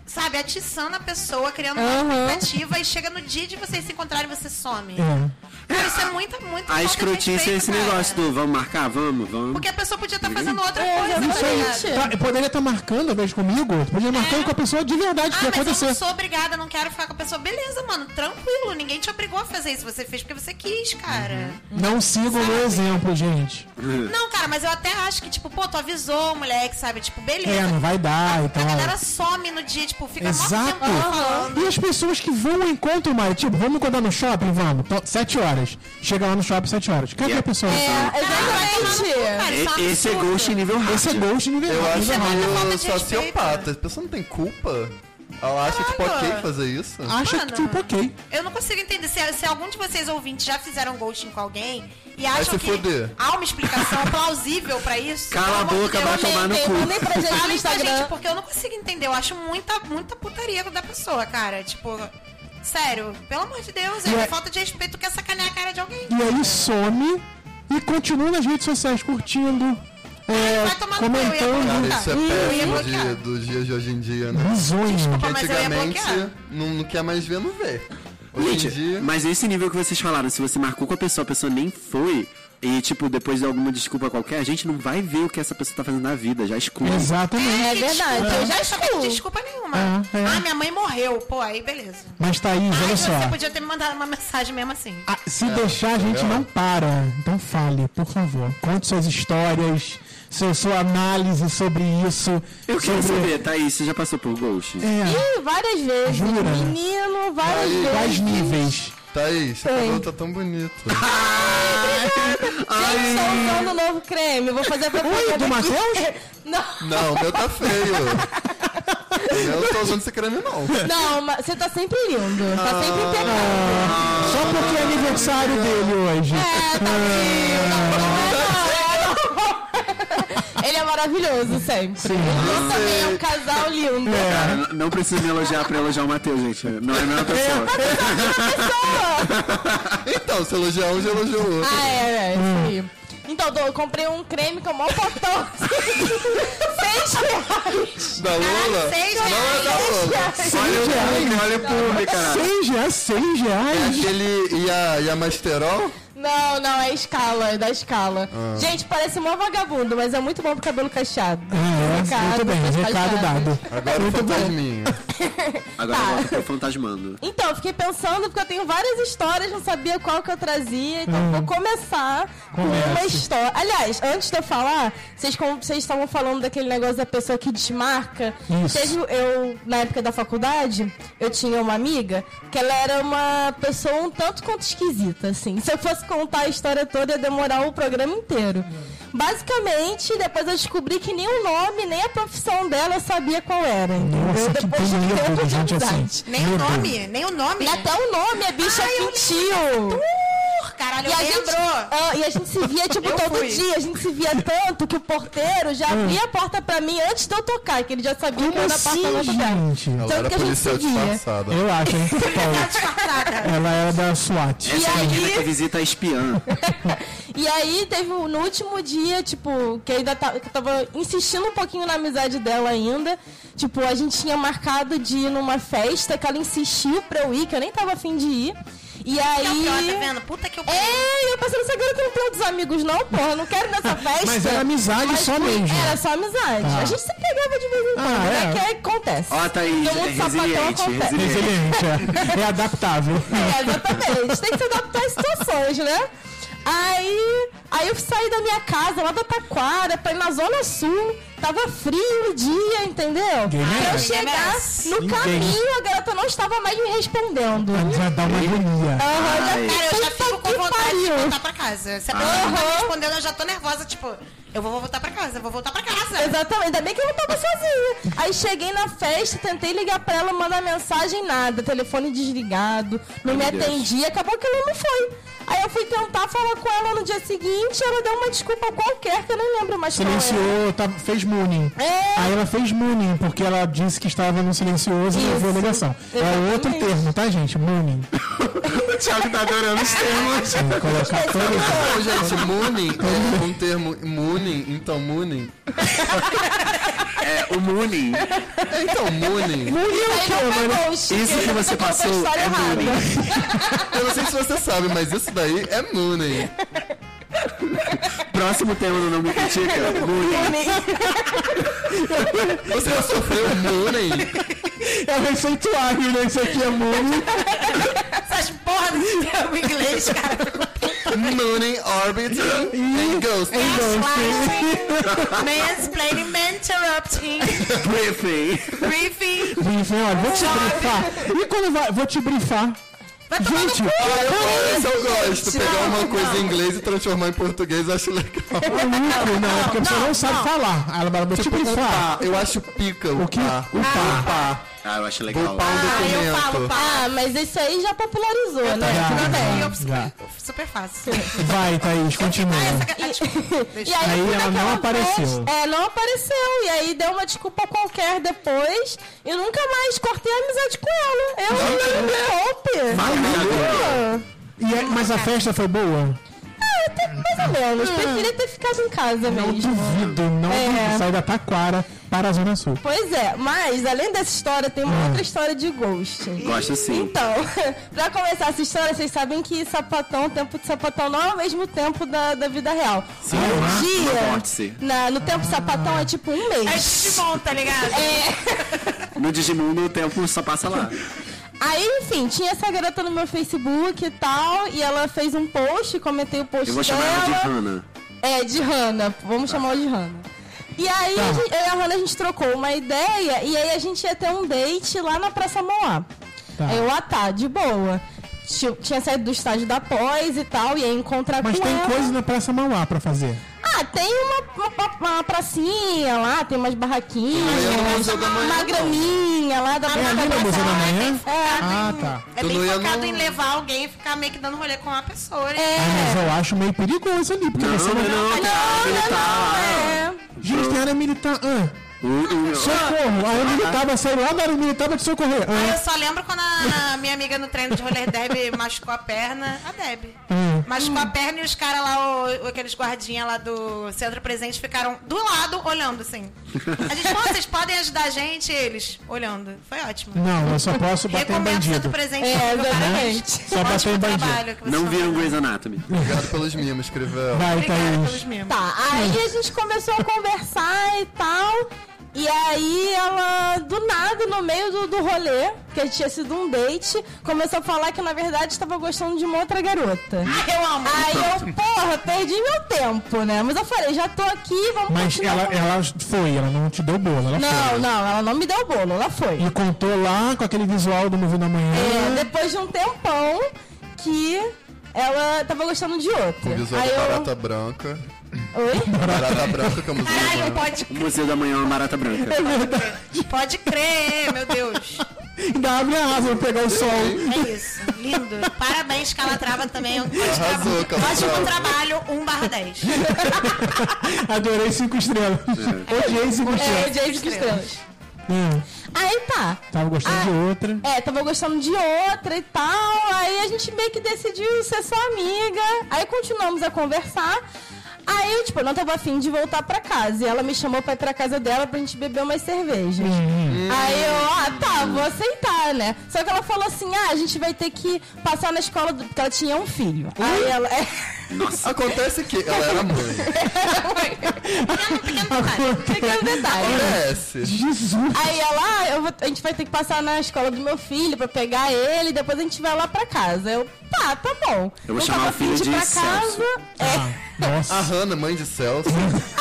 [SPEAKER 6] sabe, atiçando a pessoa, criando uma
[SPEAKER 7] Aham.
[SPEAKER 6] expectativa e chega no dia de vocês se encontrarem e você some?
[SPEAKER 3] É.
[SPEAKER 6] Cara, isso é muita, muito
[SPEAKER 4] A escrotice é esse negócio
[SPEAKER 6] tudo.
[SPEAKER 4] do vamos marcar, vamos, vamos.
[SPEAKER 6] Porque a pessoa podia estar fazendo outra
[SPEAKER 7] É,
[SPEAKER 6] coisa, tá ligado?
[SPEAKER 7] exatamente.
[SPEAKER 3] Tá, eu poderia estar marcando a vez comigo, eu poderia estar marcando com a pessoa de verdade
[SPEAKER 6] Ah,
[SPEAKER 3] que ia
[SPEAKER 6] mas eu não
[SPEAKER 3] acontecer.
[SPEAKER 6] sou obrigada, não quero ficar com a pessoa. Beleza, mano, tranquilo, ninguém te obrigou a fazer isso. Você fez porque você quis, cara.
[SPEAKER 3] Não sigam o meu exemplo, gente.
[SPEAKER 6] Não, cara, mas eu até acho que, tipo, pô, tu avisou o moleque, sabe? Tipo, beleza.
[SPEAKER 3] É, não vai dar e
[SPEAKER 6] a
[SPEAKER 3] tal.
[SPEAKER 6] galera some no dia, tipo, fica mó
[SPEAKER 3] Exato.
[SPEAKER 6] tempo falando.
[SPEAKER 3] E as pessoas que vão ao encontro, Mari, tipo, vamos encontrar no shopping? Vamos. Então, sete horas. Chega lá no shopping, sete horas. Cadê
[SPEAKER 4] Yeah.
[SPEAKER 3] a pessoa?
[SPEAKER 7] É,
[SPEAKER 6] Cara,
[SPEAKER 7] exatamente.
[SPEAKER 6] isso
[SPEAKER 4] E-
[SPEAKER 6] um
[SPEAKER 4] Esse é
[SPEAKER 6] absurdo.
[SPEAKER 4] ghost nível hard.
[SPEAKER 3] Esse é ghost nível
[SPEAKER 5] Então, Eu acho
[SPEAKER 3] nível hard.
[SPEAKER 6] é falta
[SPEAKER 5] meio
[SPEAKER 6] de respeito.
[SPEAKER 5] sociopata. A pessoa não tem culpa. Ela acha, tipo,
[SPEAKER 6] Caralho.
[SPEAKER 5] ok fazer isso.
[SPEAKER 6] Ah,
[SPEAKER 3] Acha que,
[SPEAKER 6] Mano.
[SPEAKER 3] tipo, ok.
[SPEAKER 6] Eu não consigo entender se, se algum de vocês ouvintes já fizeram ghosting com alguém e acham
[SPEAKER 5] se
[SPEAKER 6] que
[SPEAKER 5] fuder.
[SPEAKER 6] há uma explicação plausível pra isso.
[SPEAKER 4] Cala a
[SPEAKER 6] pelo amor de
[SPEAKER 4] boca,
[SPEAKER 6] Deus,
[SPEAKER 4] vai tomar no
[SPEAKER 7] Mandem, mandem
[SPEAKER 4] cu.
[SPEAKER 7] pra gente no
[SPEAKER 6] Falem pra gente,
[SPEAKER 7] Instagram.
[SPEAKER 6] porque eu não consigo entender. Eu acho muita, muita putaria da pessoa, cara. Tipo, sério, pelo amor de Deus, é
[SPEAKER 3] E
[SPEAKER 6] uma
[SPEAKER 3] é-
[SPEAKER 6] falta de respeito que é sacanear a cara de alguém.
[SPEAKER 3] E aí some e continua nas redes sociais curtindo, é,
[SPEAKER 6] Vai tomar no cu, eu ia
[SPEAKER 5] Cara,
[SPEAKER 3] comentando.
[SPEAKER 6] bloquear.
[SPEAKER 5] isso é
[SPEAKER 6] Ih, ia
[SPEAKER 5] péssimo
[SPEAKER 6] bloquear.
[SPEAKER 5] de, dos dias de hoje em dia, né?
[SPEAKER 3] Bizonho.
[SPEAKER 5] Que
[SPEAKER 6] Tá, Mas é eu ia
[SPEAKER 5] antigamente
[SPEAKER 6] bloquear.
[SPEAKER 5] não, não quer mais ver, não vê. Hoje em dia.
[SPEAKER 4] Gente, mas esse nível que vocês falaram, se você marcou com a pessoa, a pessoa nem foi, e tipo, depois de alguma desculpa qualquer, a gente não vai ver o que essa pessoa tá fazendo na vida, já escuta.
[SPEAKER 3] Exatamente.
[SPEAKER 7] É tipo- verdade, eu já
[SPEAKER 6] Não tem
[SPEAKER 7] escuto.
[SPEAKER 6] desculpa nenhuma.
[SPEAKER 3] É, é.
[SPEAKER 6] Ah, minha mãe morreu. Pô, aí beleza.
[SPEAKER 3] Mas, Thaís,
[SPEAKER 6] Ai,
[SPEAKER 3] olha
[SPEAKER 6] você
[SPEAKER 3] só.
[SPEAKER 6] podia ter me mandado uma mensagem mesmo assim.
[SPEAKER 3] Ah, se deixar, a gente não para. Então fale, por favor. Conte suas histórias, seu, sua análise sobre isso.
[SPEAKER 4] Eu quero
[SPEAKER 3] sobre...
[SPEAKER 4] saber, Thaís, você já passou por Ghost?
[SPEAKER 3] É,
[SPEAKER 7] Ih, várias vezes.
[SPEAKER 3] Jura?
[SPEAKER 7] Menino, várias
[SPEAKER 5] Aí,
[SPEAKER 3] quais
[SPEAKER 7] vezes.
[SPEAKER 3] níveis?
[SPEAKER 5] Thaís, seu
[SPEAKER 7] Oi.
[SPEAKER 5] cabelo tá tão bonito.
[SPEAKER 7] Gente, estou usando um novo creme. Vou fazer a propaganda
[SPEAKER 3] Ui, do
[SPEAKER 7] aqui.
[SPEAKER 3] Matheus?
[SPEAKER 7] Não,
[SPEAKER 5] Não, o meu tá feio. eu não tô usando esse creme, não.
[SPEAKER 7] não, mas você tá sempre lindo. Tá sempre impecável.
[SPEAKER 3] Só porque é aniversário dele hoje.
[SPEAKER 7] É, tá lindo. Ele é maravilhoso sempre. Ele também é um casal lindo.
[SPEAKER 3] É.
[SPEAKER 4] Cara, n- não precisa me elogiar pra elogiar o Matheus, gente. Não é a mesma pessoa.
[SPEAKER 5] Então, se elogiar um, já elogiou o outro.
[SPEAKER 7] Ah, é, é. Sim. Então, eu comprei um creme que é o maior potão. Seis reais.
[SPEAKER 5] Da Lola?
[SPEAKER 6] seis
[SPEAKER 5] não é da Lola.
[SPEAKER 4] Olha o público, olha o público, cara.
[SPEAKER 3] 6 reais, 6
[SPEAKER 5] É
[SPEAKER 3] reais.
[SPEAKER 5] aquele e a, e a Masterol?
[SPEAKER 7] Não, não, é escala, é da escala. Gente, parece mó vagabundo, mas é muito bom pro cabelo cacheado.
[SPEAKER 3] Ah, é,
[SPEAKER 7] Recado,
[SPEAKER 3] muito bem,
[SPEAKER 7] pros
[SPEAKER 3] recado
[SPEAKER 7] cacheados.
[SPEAKER 3] dado.
[SPEAKER 5] Agora o
[SPEAKER 3] muito bom.
[SPEAKER 5] fantasminha.
[SPEAKER 4] Agora
[SPEAKER 7] Tá.
[SPEAKER 4] volta pro Fantasmando.
[SPEAKER 7] Então, eu fiquei pensando, porque eu tenho várias histórias, não sabia qual que eu trazia. Então,
[SPEAKER 3] Hum.
[SPEAKER 7] vou começar com
[SPEAKER 3] Comece.
[SPEAKER 7] uma história. Aliás, antes de eu falar, vocês com- vocês estavam falando daquele negócio da pessoa que desmarca.
[SPEAKER 3] Isso.
[SPEAKER 7] Teve- eu, na época da faculdade, eu tinha uma amiga que ela era uma pessoa um tanto quanto esquisita, assim. Se eu fosse contar a história toda, ia demorar o programa inteiro. Basicamente, depois eu descobri que nem o nome, nem a profissão dela eu sabia qual era.
[SPEAKER 3] Nossa,
[SPEAKER 7] eu,
[SPEAKER 3] que
[SPEAKER 7] depois de um
[SPEAKER 3] beleza,
[SPEAKER 7] tempo de
[SPEAKER 3] gente, assim.
[SPEAKER 7] amizade.
[SPEAKER 6] Nem o
[SPEAKER 3] Meu
[SPEAKER 6] nome, nem o nome.
[SPEAKER 7] E até o nome é bicha
[SPEAKER 6] Ai, eu
[SPEAKER 7] mentiu.
[SPEAKER 6] Caralho,
[SPEAKER 7] E a, gente,
[SPEAKER 6] lembrou.
[SPEAKER 7] Ah, e a gente se via, tipo,
[SPEAKER 6] Eu
[SPEAKER 7] todo
[SPEAKER 6] fui.
[SPEAKER 7] dia. A gente se via tanto que o porteiro já abria a porta pra mim antes de eu tocar, que ele já sabia que eu
[SPEAKER 3] Ah. Como
[SPEAKER 7] era apartamento
[SPEAKER 3] assim,
[SPEAKER 7] dela.
[SPEAKER 3] gente?
[SPEAKER 5] Ela
[SPEAKER 7] Tanto
[SPEAKER 5] era
[SPEAKER 7] que a gente
[SPEAKER 5] policial
[SPEAKER 7] seguia.
[SPEAKER 5] é disfarçada.
[SPEAKER 3] Eu acho, hein? Paulo.
[SPEAKER 6] tá Disfarçada.
[SPEAKER 3] Ela era da SWAT.
[SPEAKER 4] Essa
[SPEAKER 7] aí?
[SPEAKER 4] menina que visita a espiã.
[SPEAKER 7] E aí teve um- no último dia, tipo, que ainda ta- que eu tava insistindo um pouquinho na amizade dela ainda. Tipo, a gente tinha marcado de ir numa festa que ela insistiu pra eu ir, que eu nem tava afim de ir. E
[SPEAKER 6] Que é o
[SPEAKER 7] aí.
[SPEAKER 6] pior, tá vendo? Puta que eu
[SPEAKER 7] É, eu passei nessa garota não tem outros amigos, não, porra. Não quero nessa festa.
[SPEAKER 3] Mas era amizade só
[SPEAKER 7] fui-
[SPEAKER 3] mesmo.
[SPEAKER 7] Era só amizade.
[SPEAKER 3] Ah.
[SPEAKER 7] A gente se pegava de vez em quando.
[SPEAKER 3] Ah,
[SPEAKER 7] né?
[SPEAKER 3] é?
[SPEAKER 7] Que é que acontece.
[SPEAKER 4] Ó, Thaís,
[SPEAKER 7] Todo mundo
[SPEAKER 4] é
[SPEAKER 7] sapatão
[SPEAKER 4] resiliente,
[SPEAKER 7] acontece.
[SPEAKER 4] resiliente.
[SPEAKER 3] Resiliente, é. É adaptável.
[SPEAKER 7] É, exatamente. Tem que se adaptar às situações, né? Aí, aí eu saí da minha casa, lá da Taquara, pra ir na Zona Sul. Tava frio o dia, entendeu?
[SPEAKER 3] Ninguém
[SPEAKER 7] Pra eu
[SPEAKER 3] merece.
[SPEAKER 7] chegar no
[SPEAKER 3] Ninguém.
[SPEAKER 7] caminho, a garota não estava mais me respondendo.
[SPEAKER 3] Já dá uma agonia.
[SPEAKER 7] Aham,
[SPEAKER 4] Ai.
[SPEAKER 6] Cara, eu já
[SPEAKER 7] Puta
[SPEAKER 6] fico com
[SPEAKER 7] que
[SPEAKER 6] vontade de
[SPEAKER 7] pariu.
[SPEAKER 6] voltar pra casa. Se a pessoa não tá me
[SPEAKER 7] Aham.
[SPEAKER 6] respondendo, eu já tô nervosa, tipo, Eu vou voltar pra casa, eu vou voltar pra casa.
[SPEAKER 7] Exatamente, ainda bem que eu não tava sozinha. Aí cheguei na festa, tentei ligar pra ela, mandar mensagem, nada. Telefone desligado, não me
[SPEAKER 4] meu Deus.
[SPEAKER 7] atendia, acabou que ela não foi. Aí eu fui tentar falar com ela no dia seguinte, ela deu uma desculpa qualquer, que eu não lembro mais qual era.
[SPEAKER 3] Silenciou, tá, fez mooning.
[SPEAKER 7] É.
[SPEAKER 3] Aí ela fez mooning, porque ela disse que estava no silencioso e
[SPEAKER 7] Isso.
[SPEAKER 3] levou a negação. É outro
[SPEAKER 7] Exatamente.
[SPEAKER 3] termo, tá, gente? Mooning.
[SPEAKER 4] O Thiago tá adorando os termos.
[SPEAKER 3] Vou colocar todo...
[SPEAKER 5] Então, gente, mooning é um termo. Mooning, então mooning.
[SPEAKER 4] É, o Mooning.
[SPEAKER 5] É, então, mooning.
[SPEAKER 7] Aí não foi ghost,
[SPEAKER 4] Isso
[SPEAKER 7] porque
[SPEAKER 4] que
[SPEAKER 7] eu
[SPEAKER 4] você
[SPEAKER 7] contei a
[SPEAKER 4] passou
[SPEAKER 7] história
[SPEAKER 4] é
[SPEAKER 7] errada.
[SPEAKER 4] Mooning.
[SPEAKER 5] Eu não sei se você sabe, mas isso daí é mooning.
[SPEAKER 4] Próximo tema do Não Me
[SPEAKER 3] É
[SPEAKER 4] Critica, Mooning.
[SPEAKER 5] Você já sofreu mooning?
[SPEAKER 3] É receituário, né? Isso aqui é mooning.
[SPEAKER 6] Essas porra de termo inglês, cara.
[SPEAKER 5] Mooning, orbiting, and ghosting.
[SPEAKER 6] Gaslighting, mansplaining, man interrupting,
[SPEAKER 4] tipo Griffin.
[SPEAKER 6] briefing.
[SPEAKER 3] Enfim, olha, vou te brifar. E quando vai? Vou te brifar.
[SPEAKER 6] Vai tomar no
[SPEAKER 3] Gente,
[SPEAKER 6] cu.
[SPEAKER 5] Esse eu gosto. Pegar
[SPEAKER 6] Não,
[SPEAKER 5] uma coisa
[SPEAKER 6] não.
[SPEAKER 5] em inglês e transformar em português eu acho legal.
[SPEAKER 3] é lucro, não, é porque a pessoa não,
[SPEAKER 6] não,
[SPEAKER 3] sabe
[SPEAKER 6] não.
[SPEAKER 3] falar. Aí Ela vai vou te
[SPEAKER 5] Tipo, o
[SPEAKER 3] brifar.
[SPEAKER 5] pá. Eu acho pica o,
[SPEAKER 3] O que?
[SPEAKER 5] pá.
[SPEAKER 3] O pá.
[SPEAKER 5] Pá.
[SPEAKER 4] Ah, eu acho
[SPEAKER 5] Vou
[SPEAKER 4] legal.
[SPEAKER 5] pá um
[SPEAKER 6] Ah, eu falo,
[SPEAKER 5] documento. Ah,
[SPEAKER 6] pá.
[SPEAKER 7] Ah, mas isso aí já popularizou, né?
[SPEAKER 3] já,
[SPEAKER 7] Tudo bem.
[SPEAKER 6] E
[SPEAKER 3] já,
[SPEAKER 6] eu
[SPEAKER 3] já.
[SPEAKER 6] super, super fácil.
[SPEAKER 3] Vai, Thaís, continua.
[SPEAKER 6] Ah, essa... ca- ah, desculpa,
[SPEAKER 7] E
[SPEAKER 6] deixa.
[SPEAKER 7] aí,
[SPEAKER 3] Aí
[SPEAKER 7] eu fui
[SPEAKER 3] ela não
[SPEAKER 7] naquela
[SPEAKER 3] apareceu.
[SPEAKER 7] vez, é, não apareceu. E aí deu uma desculpa qualquer depois. E nunca mais cortei a amizade com ela. Eu não me poupe.
[SPEAKER 3] E é- mas a festa foi boa?
[SPEAKER 7] É, até mais ou menos. Preferia ter ficado em casa
[SPEAKER 3] Não
[SPEAKER 7] mesmo.
[SPEAKER 3] duvido, não
[SPEAKER 7] É.
[SPEAKER 3] duvido. Sai da Taquara para a Zona Sul.
[SPEAKER 7] Pois é, mas além dessa história, tem uma outra história de ghost.
[SPEAKER 4] Gosto assim. sim.
[SPEAKER 7] Então, pra começar essa história, vocês sabem que sapatão, o tempo de sapatão não é o mesmo tempo da, da vida real. Sim,
[SPEAKER 4] uma-
[SPEAKER 7] um
[SPEAKER 4] uma vórtice.
[SPEAKER 7] dia, na- no tempo sapatão é tipo um mês.
[SPEAKER 6] É Digimon, tá ligado?
[SPEAKER 4] No Digimundo o tempo só passa lá.
[SPEAKER 7] Aí, enfim, tinha essa garota no meu Facebook e tal, e ela fez um post, comentei o post
[SPEAKER 4] Eu vou chamar
[SPEAKER 7] dela.
[SPEAKER 4] ela de Hannah.
[SPEAKER 7] É, de Hannah. Vamos chamar ela de Hannah. E aí, a gente- eu e a Hannah, a gente trocou uma ideia, e aí a gente ia ter um date lá na Praça Moá.
[SPEAKER 3] Tá.
[SPEAKER 7] Aí eu, ah tá, de boa. Ti- Tinha saído do estágio da pós e tal, ia encontrar
[SPEAKER 3] Mas
[SPEAKER 7] com
[SPEAKER 3] tem
[SPEAKER 7] ela.
[SPEAKER 3] coisa na Praça Mauá pra fazer.
[SPEAKER 7] Ah, tem uma, uma, uma pracinha lá, tem umas barraquinhas,
[SPEAKER 5] Não ia no Museu da Manhã,
[SPEAKER 7] uma
[SPEAKER 5] não.
[SPEAKER 7] graminha lá da
[SPEAKER 3] É ali no Museu da Manhã?
[SPEAKER 7] É.
[SPEAKER 3] Ah, tá.
[SPEAKER 6] É
[SPEAKER 5] Tu
[SPEAKER 6] bem
[SPEAKER 5] não ia
[SPEAKER 6] focado
[SPEAKER 5] no-
[SPEAKER 6] em levar alguém e ficar meio que dando rolê com uma pessoa. né?
[SPEAKER 3] Ah,
[SPEAKER 7] É.
[SPEAKER 3] mas eu acho meio perigoso ali, porque você não...
[SPEAKER 4] não,
[SPEAKER 7] Não, não,
[SPEAKER 4] militar.
[SPEAKER 7] não, é.
[SPEAKER 3] Gente, tem área militar. Ah,
[SPEAKER 4] O- o-
[SPEAKER 3] socorro. A área militar vai sair lá da área militar pra te socorrer.
[SPEAKER 6] Aí
[SPEAKER 3] Ah,
[SPEAKER 6] Eu só lembro quando a minha amiga no treino de roller derby machucou a perna. A Deb. Machucou a perna e os caras lá, o- aqueles guardinhas lá do centro presente, ficaram do lado olhando, assim. A gente, "Pô, vocês podem ajudar a gente? E eles olhando. Foi ótimo.
[SPEAKER 3] não, eu só posso bater em
[SPEAKER 6] Recomendo centro
[SPEAKER 3] Hum. um bandido.
[SPEAKER 6] presente. porque
[SPEAKER 7] É,
[SPEAKER 6] o cara
[SPEAKER 7] exatamente.
[SPEAKER 6] fez
[SPEAKER 3] Só
[SPEAKER 6] um
[SPEAKER 3] bater
[SPEAKER 6] ótimo
[SPEAKER 3] em bandido.
[SPEAKER 6] trabalho que vocês
[SPEAKER 4] Não
[SPEAKER 6] estão
[SPEAKER 4] viram
[SPEAKER 6] fazendo.
[SPEAKER 4] Grey's Anatomy.
[SPEAKER 5] Obrigado pelos memes, escreveu.
[SPEAKER 3] Vai,
[SPEAKER 6] Obrigada
[SPEAKER 3] Thaís.
[SPEAKER 6] pelos memes.
[SPEAKER 7] Tá, aí a gente começou a conversar e tal. E aí ela, do nada, no meio do, do rolê, que tinha sido um date, começou a falar que na verdade estava gostando de uma outra garota.
[SPEAKER 6] Ah, eu amo.
[SPEAKER 7] Aí eu, porra, perdi meu tempo, né? Mas eu falei, já tô aqui, vamos
[SPEAKER 3] Mas
[SPEAKER 7] continuar.
[SPEAKER 3] ela, é ela foi, ela não te deu bolo. Ela
[SPEAKER 7] Não, não, ela não me deu o bolo, ela foi.
[SPEAKER 3] foi. E contou lá com aquele visual do Movimento da Manhã.
[SPEAKER 7] É, depois de um tempão que ela tava gostando de outra.
[SPEAKER 5] O Um visual
[SPEAKER 7] Aí
[SPEAKER 5] da
[SPEAKER 7] eu.
[SPEAKER 5] barata branca.
[SPEAKER 7] Oi?
[SPEAKER 5] Barata branca, como
[SPEAKER 6] Caralho, pode,
[SPEAKER 4] O Museu da Manhã é uma barata branca.
[SPEAKER 6] pode crer, meu Deus.
[SPEAKER 3] Ainda abre a asa pra pegar o sol.
[SPEAKER 6] É isso, lindo. Parabéns, Calatrava também. Um Ótimo,
[SPEAKER 5] Arrasou, Calatrava.
[SPEAKER 6] ótimo trabalho, 1 barra 10.
[SPEAKER 3] Adorei cinco estrelas. Odiei cinco
[SPEAKER 7] É,
[SPEAKER 3] estrelas.
[SPEAKER 7] James Cristianos.
[SPEAKER 3] Hum,
[SPEAKER 7] Aí tá.
[SPEAKER 3] tava gostando de outra.
[SPEAKER 7] É, tava gostando de outra e tal. Aí a gente meio que decidiu ser só amiga. Aí continuamos a conversar. Aí eu, tipo, não tava afim de voltar pra casa. E ela me chamou pra ir pra casa dela pra gente beber umas cervejas. Aí eu, ah, tá, vou aceitar, né? Só que ela falou assim: ah, a gente vai ter que passar na escola, do... porque ela tinha um filho. Aí ela. é.
[SPEAKER 5] Acontece que ela era mãe.
[SPEAKER 6] Pequeno, pequeno detalhe.
[SPEAKER 7] Pequeno detalhe.
[SPEAKER 5] Acontece.
[SPEAKER 3] Jesus.
[SPEAKER 7] Aí ela, ah, eu vou- a gente vai ter que passar na escola do meu filho pra pegar ele, depois a gente vai lá pra casa. Eu, tá, tá bom.
[SPEAKER 4] Eu vou
[SPEAKER 7] Não
[SPEAKER 4] chamar
[SPEAKER 7] tava
[SPEAKER 4] o filho
[SPEAKER 7] afim ir
[SPEAKER 4] de
[SPEAKER 7] pra
[SPEAKER 4] Celso.
[SPEAKER 7] casa. É.
[SPEAKER 3] Ah.
[SPEAKER 5] A Hannah, mãe de Celso.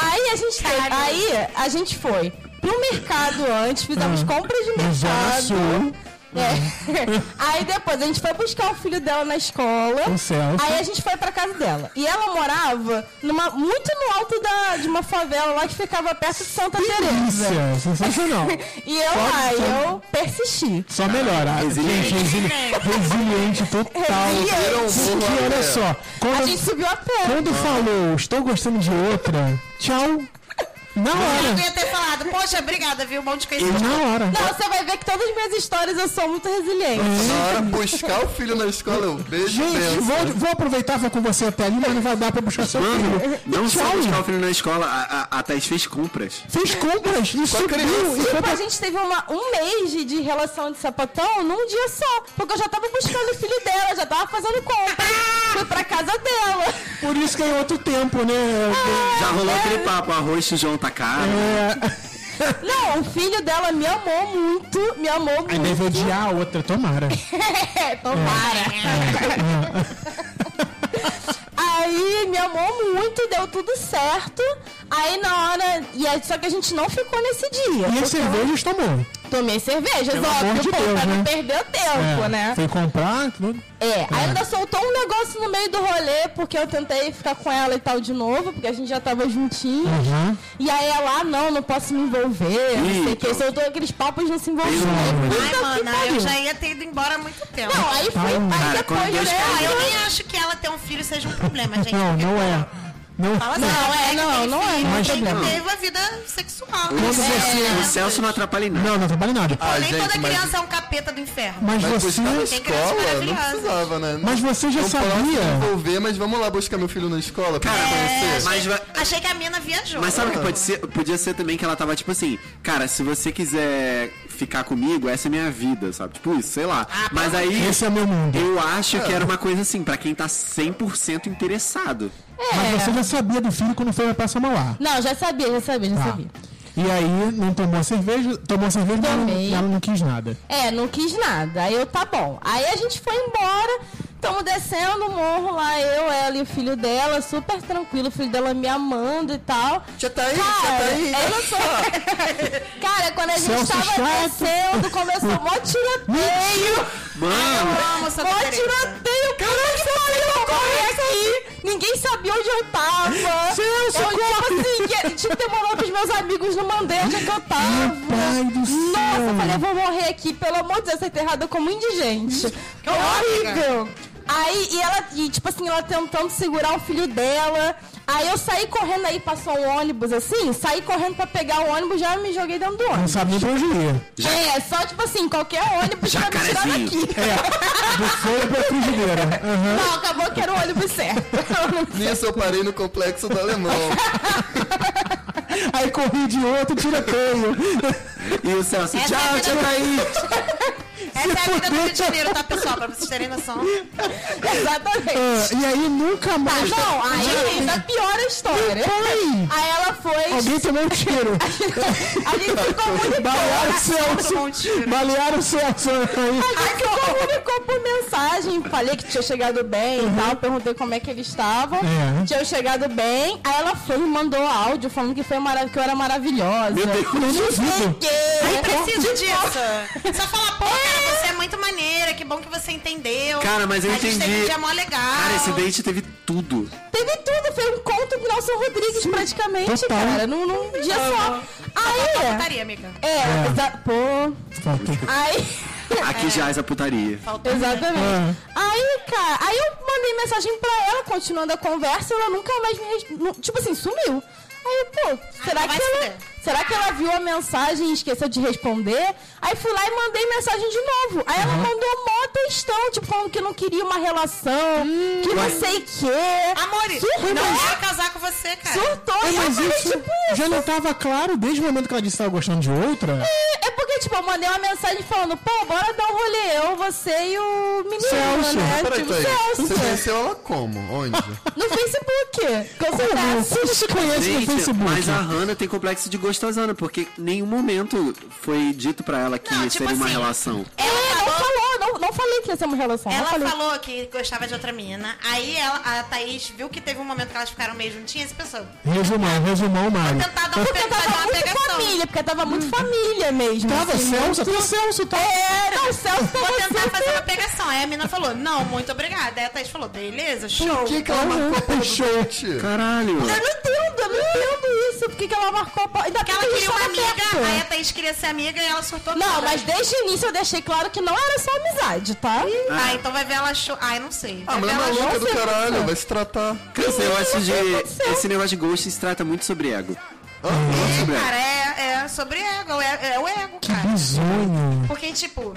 [SPEAKER 7] Aí a gente
[SPEAKER 6] Caralho.
[SPEAKER 3] Ah.
[SPEAKER 7] aí a gente foi pro mercado antes, fizemos compras de
[SPEAKER 3] Zona
[SPEAKER 7] Ah, mercado.
[SPEAKER 3] Sul.
[SPEAKER 7] É. Aí depois a gente foi buscar o filho dela na escola.
[SPEAKER 3] O Celso.
[SPEAKER 7] Aí a gente foi pra casa dela. E ela morava numa, muito no alto da, de uma favela lá que ficava perto de Santa Teresa.
[SPEAKER 3] Delícia, é sensacional.
[SPEAKER 7] E eu lá, e eu persisti.
[SPEAKER 3] Só melhora.
[SPEAKER 4] Resiliente.
[SPEAKER 3] Gente, resili- resiliente total.
[SPEAKER 5] um
[SPEAKER 7] Resiliente.
[SPEAKER 3] Porque olha só,
[SPEAKER 7] A
[SPEAKER 3] quando,
[SPEAKER 7] gente subiu a pé.
[SPEAKER 3] quando falou estou gostando de outra, tchau. Na
[SPEAKER 6] Eu
[SPEAKER 3] hora.
[SPEAKER 6] ia ter falado, poxa, obrigada, viu? Um monte de coisa.
[SPEAKER 3] Na hora.
[SPEAKER 7] Não, você vai ver que todas as minhas histórias eu sou muito resiliente.
[SPEAKER 5] Na hora buscar o filho na escola, eu beijo
[SPEAKER 3] Gente,
[SPEAKER 5] benção.
[SPEAKER 3] vou, vou aproveitar, vou com você até ali, mas não vai dar pra buscar seu filho.
[SPEAKER 4] Mano, não só
[SPEAKER 3] Tchau.
[SPEAKER 4] buscar o filho na escola, a, a, a Thaís fez compras.
[SPEAKER 3] Fez compras e subiu. E foi
[SPEAKER 7] Tipo,
[SPEAKER 3] pra...
[SPEAKER 7] a gente teve uma- um mês de, de relação de sapatão num dia só. Porque eu já tava buscando o filho dela, já tava fazendo compra. Fui pra casa dela.
[SPEAKER 3] Por isso que é outro tempo, né?
[SPEAKER 4] Já rolou aquele papo, arroz João tá caro.
[SPEAKER 3] É.
[SPEAKER 7] Não, o filho dela me amou muito, me amou muito. Então,
[SPEAKER 3] Aí deve odiar a outra, tomara.
[SPEAKER 7] Tomara. Aí me amou muito, deu tudo certo. Aí na hora. E aí, só que a gente não ficou nesse
[SPEAKER 3] E
[SPEAKER 7] dia. porque
[SPEAKER 3] as cervejas tomou.
[SPEAKER 7] eu Tomei cervejas,
[SPEAKER 3] Pelo amor
[SPEAKER 7] óbvio,
[SPEAKER 3] de
[SPEAKER 7] pô,
[SPEAKER 3] Deus,
[SPEAKER 7] pra
[SPEAKER 3] né?
[SPEAKER 7] não perder o tempo,
[SPEAKER 3] É,
[SPEAKER 7] né?
[SPEAKER 3] Foi comprar, tudo.
[SPEAKER 7] É, aí ainda soltou um negócio no meio do rolê, porque eu tentei ficar com ela e tal de novo, porque a gente já tava juntinho.
[SPEAKER 3] Uhum.
[SPEAKER 7] E aí ela, ah, não, não posso me envolver, não sei o que.
[SPEAKER 4] Eita.
[SPEAKER 7] Soltou aqueles papos de não se envolver.
[SPEAKER 4] Pelo amor de
[SPEAKER 7] Puta
[SPEAKER 6] Ai,
[SPEAKER 7] que
[SPEAKER 6] mana,
[SPEAKER 7] pariu.
[SPEAKER 6] eu já ia ter ido embora há muito tempo.
[SPEAKER 7] Não, aí foi. Aí
[SPEAKER 4] Cara,
[SPEAKER 7] depois
[SPEAKER 4] quando Deus
[SPEAKER 7] né,
[SPEAKER 4] quer,
[SPEAKER 6] Ah,
[SPEAKER 7] aí
[SPEAKER 6] eu nem acho que ela ter um filho seja um problema, gente.
[SPEAKER 3] Não, não é. Não,
[SPEAKER 6] Fala
[SPEAKER 3] não.
[SPEAKER 6] assim, não, é,
[SPEAKER 7] não,
[SPEAKER 6] que
[SPEAKER 7] não é,
[SPEAKER 6] tem
[SPEAKER 7] não
[SPEAKER 6] filho, tem
[SPEAKER 7] é problema.
[SPEAKER 6] que ter uma vida sexual. É, né?
[SPEAKER 4] O,
[SPEAKER 3] você-
[SPEAKER 4] o Celso não atrapalha em nada.
[SPEAKER 3] É. Não, não trabalha em nada.
[SPEAKER 5] Ah,
[SPEAKER 6] Nem
[SPEAKER 5] gente,
[SPEAKER 6] toda
[SPEAKER 5] mas-
[SPEAKER 6] criança é um capeta do inferno.
[SPEAKER 3] Mas
[SPEAKER 5] Mas é
[SPEAKER 3] você.
[SPEAKER 5] buscar na
[SPEAKER 6] Tem crianças
[SPEAKER 5] escola não
[SPEAKER 6] maravilhosas.
[SPEAKER 5] precisava, né?
[SPEAKER 3] Mas você já
[SPEAKER 5] não posso
[SPEAKER 3] sabia.
[SPEAKER 5] me envolver, mas vamos lá buscar meu filho na escola pra
[SPEAKER 4] Cara,
[SPEAKER 5] me
[SPEAKER 4] É,
[SPEAKER 5] conhecer.
[SPEAKER 4] mas, va-
[SPEAKER 6] Achei que a mina viajou.
[SPEAKER 4] mas sabe o que pode ser? Podia ser também que ela tava tipo assim, cara, se você quiser ficar comigo, essa é minha vida, sabe? Tipo isso, sei lá. Mas aí.
[SPEAKER 3] Esse é meu mundo.
[SPEAKER 4] Eu acho que era uma coisa assim, pra quem tá 100% interessado.
[SPEAKER 3] Mas você já sabia do filho quando foi pra Samoá.
[SPEAKER 7] É. Não, já sabia, já sabia, já
[SPEAKER 3] Tá.
[SPEAKER 7] sabia.
[SPEAKER 3] E aí não tomou a cerveja, tomou a cerveja, mas não-
[SPEAKER 7] Tomei.
[SPEAKER 3] ela não quis nada.
[SPEAKER 7] É, não quis nada. Aí eu, tá bom. Aí a gente foi embora, tamo descendo o morro lá, eu, ela e o filho dela, super tranquilo, o filho dela me amando e tal.
[SPEAKER 5] Já tá aí, já tá
[SPEAKER 7] Cara, é
[SPEAKER 5] aí.
[SPEAKER 7] eu não sou. Cara, quando a gente
[SPEAKER 3] Celso
[SPEAKER 7] tava
[SPEAKER 3] chato.
[SPEAKER 7] descendo, começou um mó tiroteio.
[SPEAKER 4] Mano,
[SPEAKER 6] Vamos, Santa
[SPEAKER 3] tá
[SPEAKER 7] Mó
[SPEAKER 6] Teresa.
[SPEAKER 7] tiroteio, cara, que pariu, eu
[SPEAKER 3] né?
[SPEAKER 7] corri aqui. Ninguém sabia onde eu tava.
[SPEAKER 3] Celso,
[SPEAKER 7] eu,
[SPEAKER 3] corre.
[SPEAKER 7] tipo assim, que, tipo, demorou pros meus amigos não mandei onde é que eu tava.
[SPEAKER 3] Meu pai do céu.
[SPEAKER 7] Nossa, eu falei, eu vou morrer aqui, pelo amor de Deus, ser enterrada como indigente. Que horrível! Aí, e ela, e, tipo assim, ela tentando segurar o filho dela. Aí eu saí correndo aí, passou um ônibus assim, saí correndo pra pegar o ônibus, já me joguei dentro do
[SPEAKER 3] Não
[SPEAKER 7] ônibus.
[SPEAKER 3] sabe nem pra onde ia.
[SPEAKER 7] É, só tipo assim, qualquer ônibus pra me tirar
[SPEAKER 4] Jacarezinho.
[SPEAKER 7] daqui.
[SPEAKER 3] Do fogo pra frigideira. Aham.
[SPEAKER 7] Não, acabou que era o ônibus certo.
[SPEAKER 5] Nisso eu parei no complexo do alemão.
[SPEAKER 3] Aí corri de outro tiroteio.
[SPEAKER 4] e o Celso,
[SPEAKER 6] Essa é a
[SPEAKER 4] tchau,
[SPEAKER 6] vida
[SPEAKER 4] tchau,
[SPEAKER 6] do-
[SPEAKER 4] Thaís.
[SPEAKER 6] Essa é a vida do Rio de Janeiro, tá, pessoal? Pra vocês terem noção.
[SPEAKER 7] Exatamente.
[SPEAKER 3] Ah, e aí nunca
[SPEAKER 7] Tá,
[SPEAKER 3] mais.
[SPEAKER 7] não, aí ainda pior a história.
[SPEAKER 3] Foi!
[SPEAKER 7] Aí ela foi.
[SPEAKER 3] Alguém tomou um tiro.
[SPEAKER 7] A gente ficou muito
[SPEAKER 3] Balearam o
[SPEAKER 6] tomou um
[SPEAKER 3] Celso.
[SPEAKER 6] tiro.
[SPEAKER 3] Balearam o Celso. Aí.
[SPEAKER 7] A gente se comunicou por mensagem, falei que tinha chegado bem e tal, perguntei como é que eles estavam,
[SPEAKER 3] É.
[SPEAKER 7] tinham chegado bem, aí ela foi e me mandou áudio falando que, foi mara- que eu era maravilhosa. Meu
[SPEAKER 4] Deus.
[SPEAKER 3] Não duvido.
[SPEAKER 6] Nem preciso disso. Só falar, pô, cara, você é muito maneira, que bom que você entendeu.
[SPEAKER 4] Cara, mas eu
[SPEAKER 6] a A gente teve
[SPEAKER 4] entendi.
[SPEAKER 6] um dia mó legal.
[SPEAKER 4] Cara, esse date teve tudo.
[SPEAKER 7] Teve tudo, foi um conto do Nelson Rodrigues praticamente,
[SPEAKER 3] total.
[SPEAKER 7] cara, num, num dia só. Aí,
[SPEAKER 6] Putaria, amiga.
[SPEAKER 7] é, exa- pô, aí...
[SPEAKER 4] Aqui já jaz a putaria.
[SPEAKER 7] Exatamente.
[SPEAKER 3] Ah.
[SPEAKER 7] Aí, cara, aí eu mandei mensagem pra ela, continuando a conversa, ela nunca mais me respondeu. Tipo assim, sumiu. Aí, eu, pô, será
[SPEAKER 6] não vai
[SPEAKER 7] que
[SPEAKER 6] se
[SPEAKER 7] ela.
[SPEAKER 6] fuder.
[SPEAKER 7] Será que ela viu a mensagem e esqueceu de responder? Aí fui lá e mandei mensagem de novo. Aí ela mandou mó textão, tipo, falando que não queria uma relação,
[SPEAKER 3] Hum.
[SPEAKER 7] que não sei o quê.
[SPEAKER 6] Amores,
[SPEAKER 7] surtou,
[SPEAKER 6] não vou casar com você, cara.
[SPEAKER 7] surtou.
[SPEAKER 3] É,
[SPEAKER 7] E eu
[SPEAKER 3] mas
[SPEAKER 7] falei,
[SPEAKER 3] isso
[SPEAKER 7] tipo,
[SPEAKER 3] já não tava claro desde o momento que ela disse que tava gostando de outra.
[SPEAKER 7] É porque, tipo, eu mandei uma mensagem falando, pô, bora dar um rolê, eu, você e o menino,
[SPEAKER 3] Celso.
[SPEAKER 7] né?
[SPEAKER 5] Peraí,
[SPEAKER 7] tipo,
[SPEAKER 5] Thaís. Você
[SPEAKER 7] Celso.
[SPEAKER 5] conheceu ela como? Onde?
[SPEAKER 7] No Facebook.
[SPEAKER 3] Como?
[SPEAKER 7] Confesso.
[SPEAKER 3] Você se conhece no
[SPEAKER 4] Gente,
[SPEAKER 3] Facebook?
[SPEAKER 4] mas a Hannah tem complexo de gostosana, porque em nenhum momento foi dito pra ela que
[SPEAKER 6] Não, tipo
[SPEAKER 4] seria uma
[SPEAKER 6] assim,
[SPEAKER 4] relação.
[SPEAKER 7] É, não falou, não, não falei que estabelecemos relação. Eu
[SPEAKER 6] Ela
[SPEAKER 7] falei,
[SPEAKER 6] falou que gostava de outra menina. Aí ela- a Thaís viu que teve um momento que elas ficaram meio juntinhas e pensou:
[SPEAKER 3] Resumão, resumão, Mário.
[SPEAKER 6] tentar dar uma,
[SPEAKER 7] Porque
[SPEAKER 6] pe-
[SPEAKER 7] tava
[SPEAKER 6] fazer uma
[SPEAKER 7] muito
[SPEAKER 6] pegação.
[SPEAKER 7] família, porque tava muito família mesmo.
[SPEAKER 3] Hum. Tava
[SPEAKER 7] assim,
[SPEAKER 3] Celso,
[SPEAKER 7] muito-
[SPEAKER 3] até Celso tá.
[SPEAKER 7] Era, o Celso tava
[SPEAKER 6] Vou tentar
[SPEAKER 7] super-
[SPEAKER 6] fazer uma pegação. Aí a menina falou: Não, muito obrigada. Aí a Thaís falou: Beleza, show.
[SPEAKER 5] Por é que, que
[SPEAKER 6] Uhum.
[SPEAKER 5] ela marcou pelo chute?
[SPEAKER 4] Caralho.
[SPEAKER 7] Eu não entendo, eu não entendo isso. Por que que ela marcou a pau? Ainda
[SPEAKER 6] Porque
[SPEAKER 7] bem
[SPEAKER 6] ela
[SPEAKER 7] que a gente
[SPEAKER 6] queria uma
[SPEAKER 7] tava perto.
[SPEAKER 6] amiga, aí a Thaís queria ser amiga e ela surtou
[SPEAKER 7] Não,
[SPEAKER 6] toda.
[SPEAKER 7] mas desde o início eu deixei claro que não era só amizade, tá?
[SPEAKER 6] Ah, então vai ver ela show. Ai, não sei.
[SPEAKER 5] Ah,
[SPEAKER 6] Vai
[SPEAKER 5] mas
[SPEAKER 6] ver
[SPEAKER 5] é
[SPEAKER 6] ela show.
[SPEAKER 5] maluca do
[SPEAKER 7] sei
[SPEAKER 5] caralho,
[SPEAKER 7] como.
[SPEAKER 5] vai se tratar.
[SPEAKER 4] Cara, eu acho de.
[SPEAKER 7] aconteceu.
[SPEAKER 4] Esse negócio de ghost se trata muito sobre ego. Muito sobre ego.
[SPEAKER 6] Cara, é, é sobre ego, é, é o ego, cara.
[SPEAKER 3] Bizonho.
[SPEAKER 6] Porque, tipo,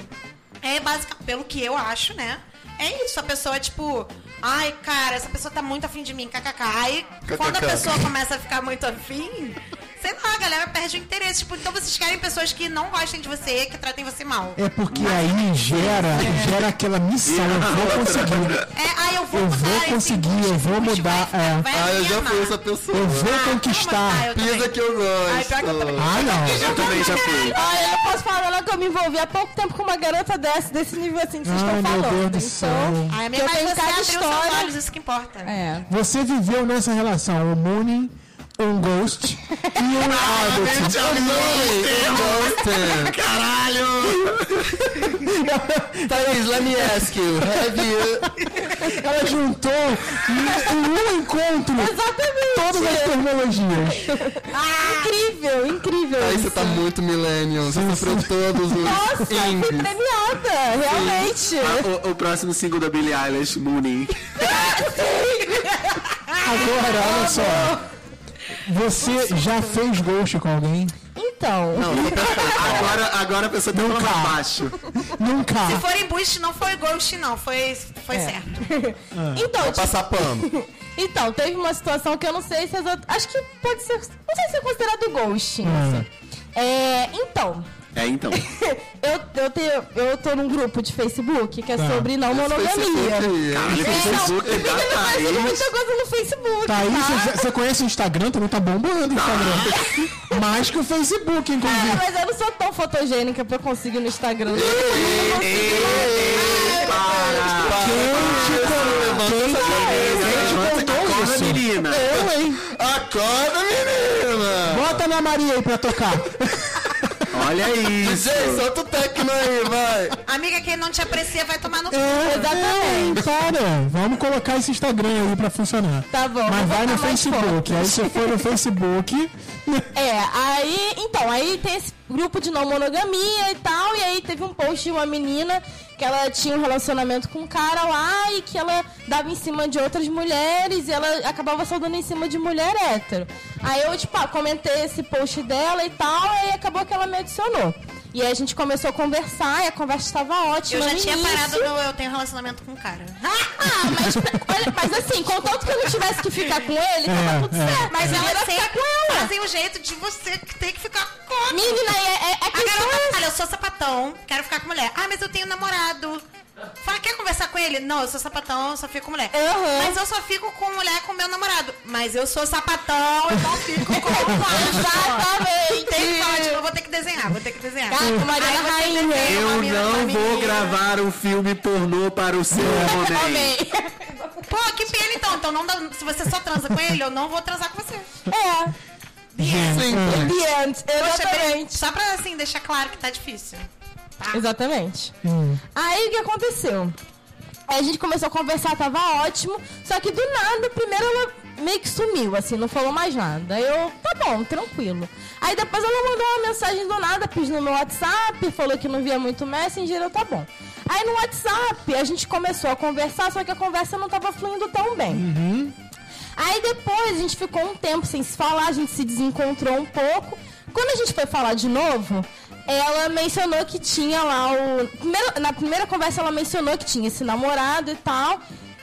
[SPEAKER 6] é basicamente, pelo que eu acho, né? É isso, a pessoa, tipo, ai, cara, essa pessoa tá muito afim de mim, kkk. Aí, quando a
[SPEAKER 5] KKK.
[SPEAKER 6] pessoa começa a ficar muito afim, sei lá, a galera perde o interesse. Tipo, então vocês querem pessoas que não gostem de você, que tratem você mal.
[SPEAKER 3] É porque aí gera, gera aquela missão. Eu vou conseguir.
[SPEAKER 6] É, ai, eu vou
[SPEAKER 3] Eu
[SPEAKER 6] mudar.
[SPEAKER 3] vou
[SPEAKER 6] esse
[SPEAKER 3] conseguir,
[SPEAKER 6] bicho,
[SPEAKER 3] eu vou
[SPEAKER 6] esse bicho
[SPEAKER 3] mudar,
[SPEAKER 6] vai-
[SPEAKER 3] é.
[SPEAKER 6] vai
[SPEAKER 5] Ah, eu
[SPEAKER 6] me
[SPEAKER 5] já
[SPEAKER 6] amar.
[SPEAKER 5] fui essa pessoa.
[SPEAKER 3] Eu vou
[SPEAKER 6] Ah,
[SPEAKER 3] conquistar.
[SPEAKER 6] eu também.
[SPEAKER 5] Pisa que eu
[SPEAKER 6] Ai, pior que eu também.
[SPEAKER 5] gosto.
[SPEAKER 3] Ah, não.
[SPEAKER 4] Eu também já fui.
[SPEAKER 7] Olha, eu posso falar lá que eu me envolvi há pouco tempo com uma garota dessa, desse nível assim que vocês
[SPEAKER 3] Ai,
[SPEAKER 7] estão
[SPEAKER 3] meu
[SPEAKER 7] falando.
[SPEAKER 3] Deus do céu.
[SPEAKER 7] então,
[SPEAKER 6] Ai,
[SPEAKER 7] eu
[SPEAKER 6] mas
[SPEAKER 7] tenho
[SPEAKER 6] você
[SPEAKER 7] cada
[SPEAKER 6] abriu
[SPEAKER 7] história.
[SPEAKER 6] seus olhos, isso que importa.
[SPEAKER 7] É.
[SPEAKER 3] Você viveu nessa relação, o Mooning, um Ghost e um Adult.
[SPEAKER 5] Ghosted.
[SPEAKER 4] Caralho!
[SPEAKER 5] Thaís, let me ask you. Have you...
[SPEAKER 3] Ela juntou em um encontro
[SPEAKER 7] Exatamente.
[SPEAKER 3] todas as tecnologias.
[SPEAKER 7] Incrível, incrível.
[SPEAKER 5] Aí
[SPEAKER 7] isso.
[SPEAKER 5] você tá muito millennium. Você sofreu todos os
[SPEAKER 7] Nossa, eu fui
[SPEAKER 5] índices.
[SPEAKER 7] premiada, realmente.
[SPEAKER 4] Ah, o, o próximo single da Billie Eilish, Mooning.
[SPEAKER 3] Agora,
[SPEAKER 4] Ah,
[SPEAKER 3] olha só. Você já fez Ghost com alguém?
[SPEAKER 7] Então,
[SPEAKER 4] Agora, agora a pessoa tá falando baixo.
[SPEAKER 6] Se
[SPEAKER 3] Nunca.
[SPEAKER 6] for embuste, não foi ghost, não. Foi, foi certo.
[SPEAKER 7] então,
[SPEAKER 5] Vou passar pano.
[SPEAKER 7] Então, teve uma situação que eu não sei se as outras. Acho que pode ser. Não sei se é considerado ghosting.
[SPEAKER 3] Hum.
[SPEAKER 7] É, então,
[SPEAKER 4] É, então.
[SPEAKER 7] eu, eu, te, eu tô num grupo de Facebook que é
[SPEAKER 3] Tá.
[SPEAKER 7] sobre não
[SPEAKER 5] Facebook
[SPEAKER 7] monogamia.
[SPEAKER 5] aí, hein?
[SPEAKER 4] Caralho,
[SPEAKER 7] Então,
[SPEAKER 4] Facebook tá,
[SPEAKER 7] menina,
[SPEAKER 4] da
[SPEAKER 7] eu faço
[SPEAKER 4] Thaís.
[SPEAKER 7] muita coisa no Facebook.
[SPEAKER 3] Tá aí,
[SPEAKER 7] tá?
[SPEAKER 3] você- você conhece o Instagram? Também tá bombando o Instagram. Mais que o Facebook,
[SPEAKER 7] Ah,
[SPEAKER 3] inclusive.
[SPEAKER 7] mas eu não sou tão fotogênica pra eu conseguir no Instagram.
[SPEAKER 3] um Quem te contou
[SPEAKER 4] Acorda,
[SPEAKER 3] isso?
[SPEAKER 4] tá menina.
[SPEAKER 3] Eu, hein?
[SPEAKER 5] Acorda, menina!
[SPEAKER 3] Bota a Ana Maria aí pra tocar.
[SPEAKER 4] Olha isso.
[SPEAKER 5] DJ, solta o tecno aí, vai!
[SPEAKER 6] Amiga, quem não te aprecia vai tomar no cu.
[SPEAKER 3] Exatamente. Para. Vamos colocar esse Instagram aí pra funcionar.
[SPEAKER 7] Tá bom, vou
[SPEAKER 3] Mas vai
[SPEAKER 7] botar
[SPEAKER 3] no
[SPEAKER 7] mais
[SPEAKER 3] Facebook. Aí você foi no Facebook.
[SPEAKER 7] É, aí, então, aí tem esse grupo de não monogamia e tal, e aí teve um post de uma menina que ela tinha um relacionamento com um cara lá e que ela dava em cima de outras mulheres e ela acabava só dando em cima de mulher hétero. Aí eu, tipo, ah, comentei esse post dela e tal, e aí acabou que ela me adicionou. E aí a gente começou a conversar e a conversa estava
[SPEAKER 6] Eu
[SPEAKER 7] ótima.
[SPEAKER 6] já
[SPEAKER 7] no
[SPEAKER 6] tinha
[SPEAKER 7] início.
[SPEAKER 6] parado no eu tenho relacionamento com o cara.
[SPEAKER 7] Ah, mas, olha, mas assim, contanto que eu não tivesse que ficar com ele, tava
[SPEAKER 3] É,
[SPEAKER 7] tudo
[SPEAKER 3] é.
[SPEAKER 7] certo. Mas
[SPEAKER 6] Mas
[SPEAKER 7] ela
[SPEAKER 6] elas
[SPEAKER 7] ia ficar com ela.
[SPEAKER 6] fazem o jeito de você que tem que ficar com
[SPEAKER 7] Menina, é, é, é
[SPEAKER 6] A
[SPEAKER 7] que
[SPEAKER 6] garota fala, tá eu sou sapatão, quero ficar com mulher. Ah, mas eu tenho namorado. Fala, quer conversar com ele? Não, eu sou sapatão, eu só fico com mulher.
[SPEAKER 7] Aham.
[SPEAKER 6] Mas eu só fico com mulher com meu namorado. Mas eu sou sapatão, eu não fico com
[SPEAKER 7] é Exatamente.
[SPEAKER 6] Tem código, eu vou ter que desenhar, vou ter que desenhar.
[SPEAKER 7] Caraca, Mariana
[SPEAKER 6] Aí você
[SPEAKER 7] Rainha.
[SPEAKER 6] desenha uma
[SPEAKER 4] Eu
[SPEAKER 6] mina com uma
[SPEAKER 4] não vou
[SPEAKER 6] menina.
[SPEAKER 4] gravar um filme pornô para o
[SPEAKER 5] É.
[SPEAKER 4] seu é homem.
[SPEAKER 7] Amei.
[SPEAKER 6] Pô, que pena então. Então não dá- se você só transa com ele, eu não vou transar com você.
[SPEAKER 7] É,
[SPEAKER 4] assim,
[SPEAKER 5] Simples.
[SPEAKER 7] the end.
[SPEAKER 6] Poxa, bem,
[SPEAKER 7] Exatamente.
[SPEAKER 6] só pra assim deixar claro que tá difícil.
[SPEAKER 7] Exatamente. Aí o que aconteceu? Aí a gente começou a conversar, tava ótimo. Só que do nada, primeiro ela meio que sumiu, assim, não falou mais nada. Aí Eu, tá bom, tranquilo. Aí depois ela mandou uma mensagem do nada, pediu no meu WhatsApp, falou que não via muito Messenger, eu, tá bom. Aí no WhatsApp a gente começou a conversar, só que a conversa não tava fluindo tão bem. Aí depois a gente ficou um tempo sem se falar, a gente se desencontrou um pouco. Quando a gente foi falar de novo, ela mencionou que tinha lá o. primeiro- na primeira conversa ela mencionou que tinha esse namorado e tal.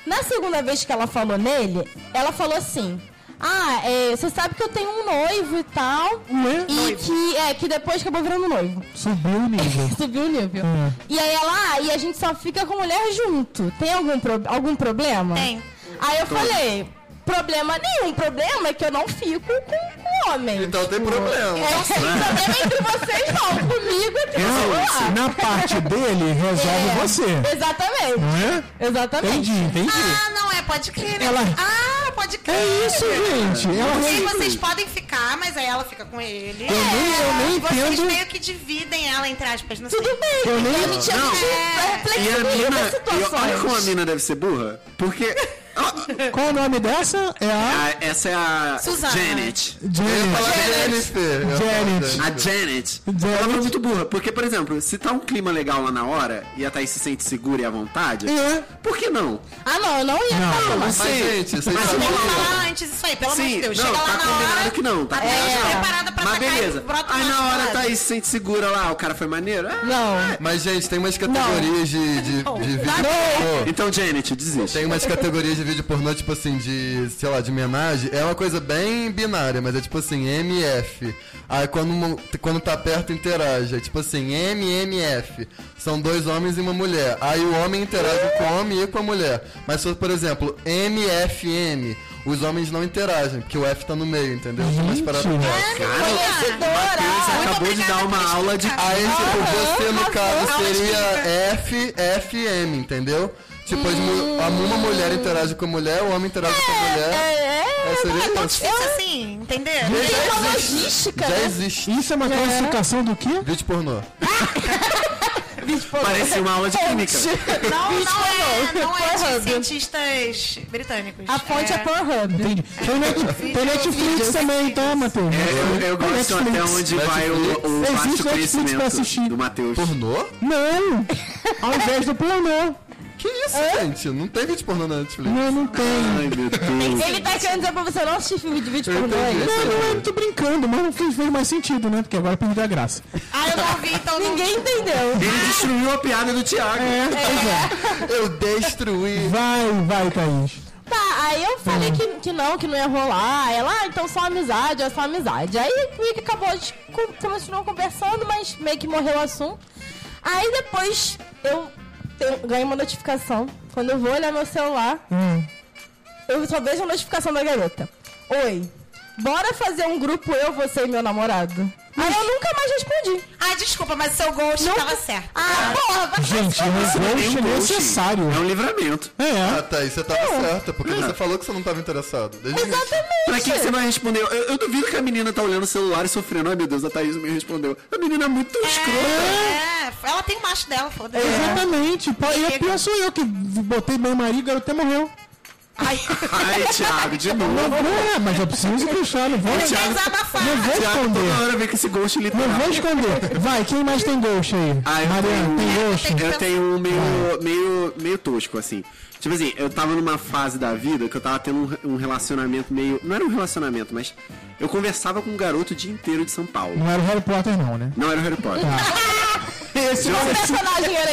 [SPEAKER 7] Na segunda vez que ela falou nele, ela falou assim. Ah, é, você sabe que eu tenho um noivo e tal.
[SPEAKER 3] Ué?
[SPEAKER 7] E que, é, que depois acabou virando noivo.
[SPEAKER 3] Subiu o nível.
[SPEAKER 7] Subiu o nível.
[SPEAKER 3] Hum.
[SPEAKER 7] E aí ela, ah, e a gente só fica com mulher junto. Tem algum, pro- algum problema?
[SPEAKER 6] Tem.
[SPEAKER 7] Aí eu falei, problema nenhum. Problema é que eu não fico com, com homem.
[SPEAKER 5] Então tem problema.
[SPEAKER 7] É, o problema entre vocês não, comigo é
[SPEAKER 3] Resolve-se.
[SPEAKER 7] lá.
[SPEAKER 3] Na parte dele, resolve
[SPEAKER 7] É,
[SPEAKER 3] você.
[SPEAKER 7] Exatamente,
[SPEAKER 3] Não é?
[SPEAKER 7] exatamente.
[SPEAKER 3] Entendi, entendi.
[SPEAKER 6] Ah, não é, pode crer, né?
[SPEAKER 3] Ela-
[SPEAKER 6] Ah, pode crer.
[SPEAKER 3] É isso, gente. Ela
[SPEAKER 6] E aí
[SPEAKER 3] resolve.
[SPEAKER 6] vocês podem ficar, mas aí ela fica com ele. É,
[SPEAKER 3] Eu nem- eu nem
[SPEAKER 6] vocês
[SPEAKER 3] entendo-
[SPEAKER 6] meio que dividem ela, entre aspas, não sei.
[SPEAKER 7] Tudo bem,
[SPEAKER 3] Eu
[SPEAKER 7] porque
[SPEAKER 3] nem-
[SPEAKER 7] a gente
[SPEAKER 4] Não.
[SPEAKER 7] é
[SPEAKER 4] E a
[SPEAKER 7] reflexivo
[SPEAKER 4] mina.
[SPEAKER 7] nas
[SPEAKER 4] E olha como a
[SPEAKER 7] situações.
[SPEAKER 4] mina deve ser burra. Porque.
[SPEAKER 3] Qual o nome dessa? É a
[SPEAKER 4] Ah, essa é a.
[SPEAKER 6] Suzana.
[SPEAKER 4] Janet.
[SPEAKER 5] Eu ia falar
[SPEAKER 3] Janet.
[SPEAKER 5] Jennifer. Eu ia falar
[SPEAKER 3] Janet.
[SPEAKER 5] Jennifer.
[SPEAKER 4] A Janet,
[SPEAKER 3] Janet.
[SPEAKER 4] ela foi muito burra. Porque, por exemplo, se tá um clima legal lá na hora e a Thaís se sente segura e à vontade,
[SPEAKER 3] É.
[SPEAKER 4] por que não?
[SPEAKER 7] Ah, não, eu não ia
[SPEAKER 3] Não.
[SPEAKER 7] falar.
[SPEAKER 5] Mas, gente, vocês
[SPEAKER 4] Mas
[SPEAKER 5] sabem-
[SPEAKER 6] Tem que falar antes isso aí, pelo amor de
[SPEAKER 4] Sim,
[SPEAKER 6] Deus.
[SPEAKER 4] não,
[SPEAKER 6] Chega
[SPEAKER 4] tá
[SPEAKER 6] lá na
[SPEAKER 4] combinado
[SPEAKER 6] hora.
[SPEAKER 4] que não, tá
[SPEAKER 6] a
[SPEAKER 4] combinado
[SPEAKER 6] Thaís
[SPEAKER 4] que não.
[SPEAKER 6] preparada pra
[SPEAKER 4] Mas
[SPEAKER 6] atacar e
[SPEAKER 4] beleza.
[SPEAKER 6] brota
[SPEAKER 4] Aí
[SPEAKER 6] uma
[SPEAKER 4] na hora a
[SPEAKER 6] espada.
[SPEAKER 4] Thaís se sente segura lá, o cara foi maneiro. Ah,
[SPEAKER 7] Não.
[SPEAKER 5] Mas, gente, tem umas categorias de, de, de vídeo pornô.
[SPEAKER 4] Então, Janet, desiste.
[SPEAKER 5] Tem umas categorias de vídeo pornô, tipo assim, de, sei lá, de homenagem. É uma coisa bem binária, mas é tipo assim, MF. Aí quando, mo- quando tá perto, interage. É tipo assim, MMF. São dois homens e uma mulher. Aí o homem interage com o homem e com a mulher. Mas se for, por exemplo, MFM, os homens não interagem, porque o F tá no meio, entendeu? São umas paradas
[SPEAKER 3] Gente.
[SPEAKER 5] dessas.
[SPEAKER 4] Você
[SPEAKER 7] Conhecedora.
[SPEAKER 4] acabou de dar uma aula de.
[SPEAKER 5] Aí, tipo, você no caso
[SPEAKER 6] Calma,
[SPEAKER 5] seria FFM, entendeu? Tipo, as mu- a- uma mulher interage com a mulher, o homem interage com a mulher.
[SPEAKER 7] É,
[SPEAKER 5] É,
[SPEAKER 7] é.
[SPEAKER 5] seria
[SPEAKER 6] Tão
[SPEAKER 5] isso.
[SPEAKER 6] difícil assim, entendeu?
[SPEAKER 7] Tem uma
[SPEAKER 5] Já existe.
[SPEAKER 7] logística,
[SPEAKER 5] Já
[SPEAKER 7] né?
[SPEAKER 5] existe.
[SPEAKER 3] Isso é uma classificação do quê?
[SPEAKER 5] Vídeo pornô.
[SPEAKER 4] Parece uma aula de
[SPEAKER 3] É,
[SPEAKER 4] química.
[SPEAKER 6] é, Não, não é, não é de
[SPEAKER 7] Pornhub.
[SPEAKER 6] cientistas britânicos.
[SPEAKER 7] A fonte é Pornhub.
[SPEAKER 3] Entendi. Tem, Net- tem Netflix também, então, Matheus.
[SPEAKER 4] É, Eu, eu gosto até
[SPEAKER 3] Netflix.
[SPEAKER 4] onde vai o, o
[SPEAKER 3] Existe
[SPEAKER 4] baixo
[SPEAKER 3] Netflix pra assistir.
[SPEAKER 4] conhecimento do Matheus.
[SPEAKER 5] Pornô?
[SPEAKER 3] Não! Ao invés do pornô.
[SPEAKER 5] Que isso, gente? Não tem vídeo pornô na Netflix.
[SPEAKER 3] Não, não tem.
[SPEAKER 4] Ai, meu Deus.
[SPEAKER 7] Ele tá querendo dizer pra você não assistir filme de vídeo
[SPEAKER 5] Eu
[SPEAKER 7] pornô.
[SPEAKER 5] entendi.
[SPEAKER 7] hein?
[SPEAKER 3] Não, não, eu tô brincando, mas não fez fez mais sentido, né? Porque agora perdeu a graça.
[SPEAKER 6] Ah, eu não vi, então não-
[SPEAKER 7] Ninguém entendeu.
[SPEAKER 4] Ele destruiu a piada do Thiago.
[SPEAKER 3] É, pois
[SPEAKER 5] Eu destruí.
[SPEAKER 3] é. Vai, vai, Thaís.
[SPEAKER 7] Tá, aí eu falei que, que não, que não ia rolar. Ela, ah, então só amizade, é só amizade. Aí meio que acabou, a gente co- continuou conversando, mas meio que morreu o assunto. Aí depois eu te- ganhei uma notificação. Quando eu vou olhar meu celular, eu só vejo a notificação da garota. Oi, bora fazer um grupo eu, você e meu namorado? Aí eu nunca mais respondi.
[SPEAKER 6] Ah, desculpa, mas seu ghost
[SPEAKER 7] Não-
[SPEAKER 6] tava certo.
[SPEAKER 7] Ah, porra, vai
[SPEAKER 3] Gente, é um
[SPEAKER 4] Tem
[SPEAKER 3] ghost
[SPEAKER 4] um ghost.
[SPEAKER 3] necessário.
[SPEAKER 4] É um livramento.
[SPEAKER 5] Ah,
[SPEAKER 3] É.
[SPEAKER 5] tá. E você tava certa, porque você falou que você não tava interessado. Desde o início.
[SPEAKER 7] Exatamente.
[SPEAKER 4] Pra quem você vai responder? Eu, eu duvido que a menina tá olhando o celular e sofrendo. Ai, meu Deus, a Thaís me respondeu. A menina é muito escrota.
[SPEAKER 6] É, ela tem o macho dela,
[SPEAKER 3] É.
[SPEAKER 6] foda-se.
[SPEAKER 3] Exatamente. Pô, E a pior sou eu que botei meu marido, o garoto até morreu.
[SPEAKER 6] Ai,
[SPEAKER 4] Ai, Thiago, de
[SPEAKER 3] Não,
[SPEAKER 4] novo.
[SPEAKER 3] não é, mas eu preciso deixar, não vou,
[SPEAKER 6] quer
[SPEAKER 3] não
[SPEAKER 6] desabafar.
[SPEAKER 3] vou
[SPEAKER 4] Thiago, toda
[SPEAKER 3] esconder.
[SPEAKER 4] hora vem com esse ghost literal.
[SPEAKER 3] Não vou esconder. Vai, quem mais tem ghost aí?
[SPEAKER 4] Ah, eu
[SPEAKER 3] Mariana,
[SPEAKER 4] tenho-
[SPEAKER 3] tem ghost?
[SPEAKER 6] Tem-
[SPEAKER 4] Eu tenho um meio, meio, meio tosco, assim. Tipo assim, eu tava numa fase da vida que eu tava tendo um re- um, relacionamento meio. Não era um relacionamento, mas. Eu conversava com um garoto o dia inteiro de São Paulo.
[SPEAKER 3] Não era o Harry Potter, não, né?
[SPEAKER 4] Não era o Harry Potter.
[SPEAKER 3] Esse,
[SPEAKER 7] Que Um
[SPEAKER 6] é
[SPEAKER 7] personagem era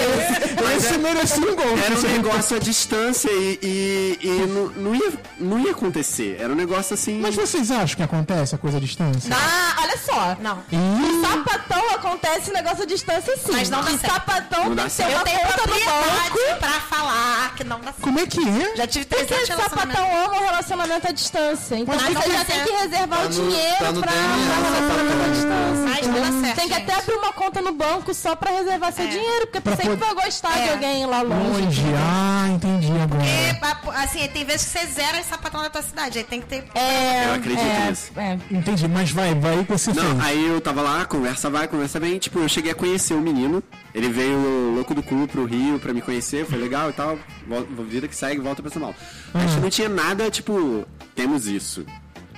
[SPEAKER 7] esse?
[SPEAKER 3] esse merecia um ghost.
[SPEAKER 4] é. Era um
[SPEAKER 3] esse
[SPEAKER 4] negócio à distância e, e, e não, não, ia, não ia acontecer. Era um negócio assim.
[SPEAKER 3] Mas vocês acham que acontece a coisa à distância?
[SPEAKER 7] Ah, olha só.
[SPEAKER 6] não.
[SPEAKER 3] Ih,
[SPEAKER 7] Sapatão acontece um negócio à distância sim.
[SPEAKER 6] Mas não dá
[SPEAKER 7] E
[SPEAKER 6] certo.
[SPEAKER 7] sapatão
[SPEAKER 4] Não
[SPEAKER 7] tem
[SPEAKER 4] dá
[SPEAKER 7] que ser
[SPEAKER 6] Eu
[SPEAKER 7] uma
[SPEAKER 6] tenho
[SPEAKER 7] conta no
[SPEAKER 6] propriedade
[SPEAKER 7] banco.
[SPEAKER 6] pra falar que não dá certo.
[SPEAKER 3] como é que é?
[SPEAKER 6] Já tive
[SPEAKER 7] Porque
[SPEAKER 6] 300 relacionamentos.
[SPEAKER 7] sapatão ama o relacionamento à distância. Então
[SPEAKER 6] Mas
[SPEAKER 7] você
[SPEAKER 6] não dá
[SPEAKER 7] já tem
[SPEAKER 6] certo.
[SPEAKER 7] que reservar
[SPEAKER 5] Tá no-
[SPEAKER 7] o dinheiro
[SPEAKER 5] tá no tá
[SPEAKER 7] pra
[SPEAKER 5] DNA.
[SPEAKER 7] pra relacionamento à distância.
[SPEAKER 6] Mas não dá certo,
[SPEAKER 7] assim? Tem que
[SPEAKER 6] gente.
[SPEAKER 7] até abrir uma conta no banco só pra reservar seu
[SPEAKER 6] É.
[SPEAKER 7] dinheiro, porque
[SPEAKER 3] Pra
[SPEAKER 7] você sempre
[SPEAKER 3] poder-
[SPEAKER 7] vai gostar de
[SPEAKER 6] É.
[SPEAKER 7] alguém lá longe.
[SPEAKER 3] Longe. Ah, entendi
[SPEAKER 6] É,
[SPEAKER 3] agora.
[SPEAKER 6] papo- assim, tem vezes que você zera esse sapatão da tua cidade, aí tem que ter.
[SPEAKER 7] É,
[SPEAKER 4] Eu acredito
[SPEAKER 7] é,
[SPEAKER 4] nisso.
[SPEAKER 7] é.
[SPEAKER 3] Entendi, mas vai, vai que você
[SPEAKER 4] Não,
[SPEAKER 3] fez.
[SPEAKER 4] aí eu tava lá, conversa vai, conversa vem. Tipo, eu cheguei a conhecer o menino. Ele veio louco do cu pro Rio pra me conhecer, foi legal e tal. Vol- vida que segue, volta pra São Paulo. A gente não tinha nada, tipo, temos isso.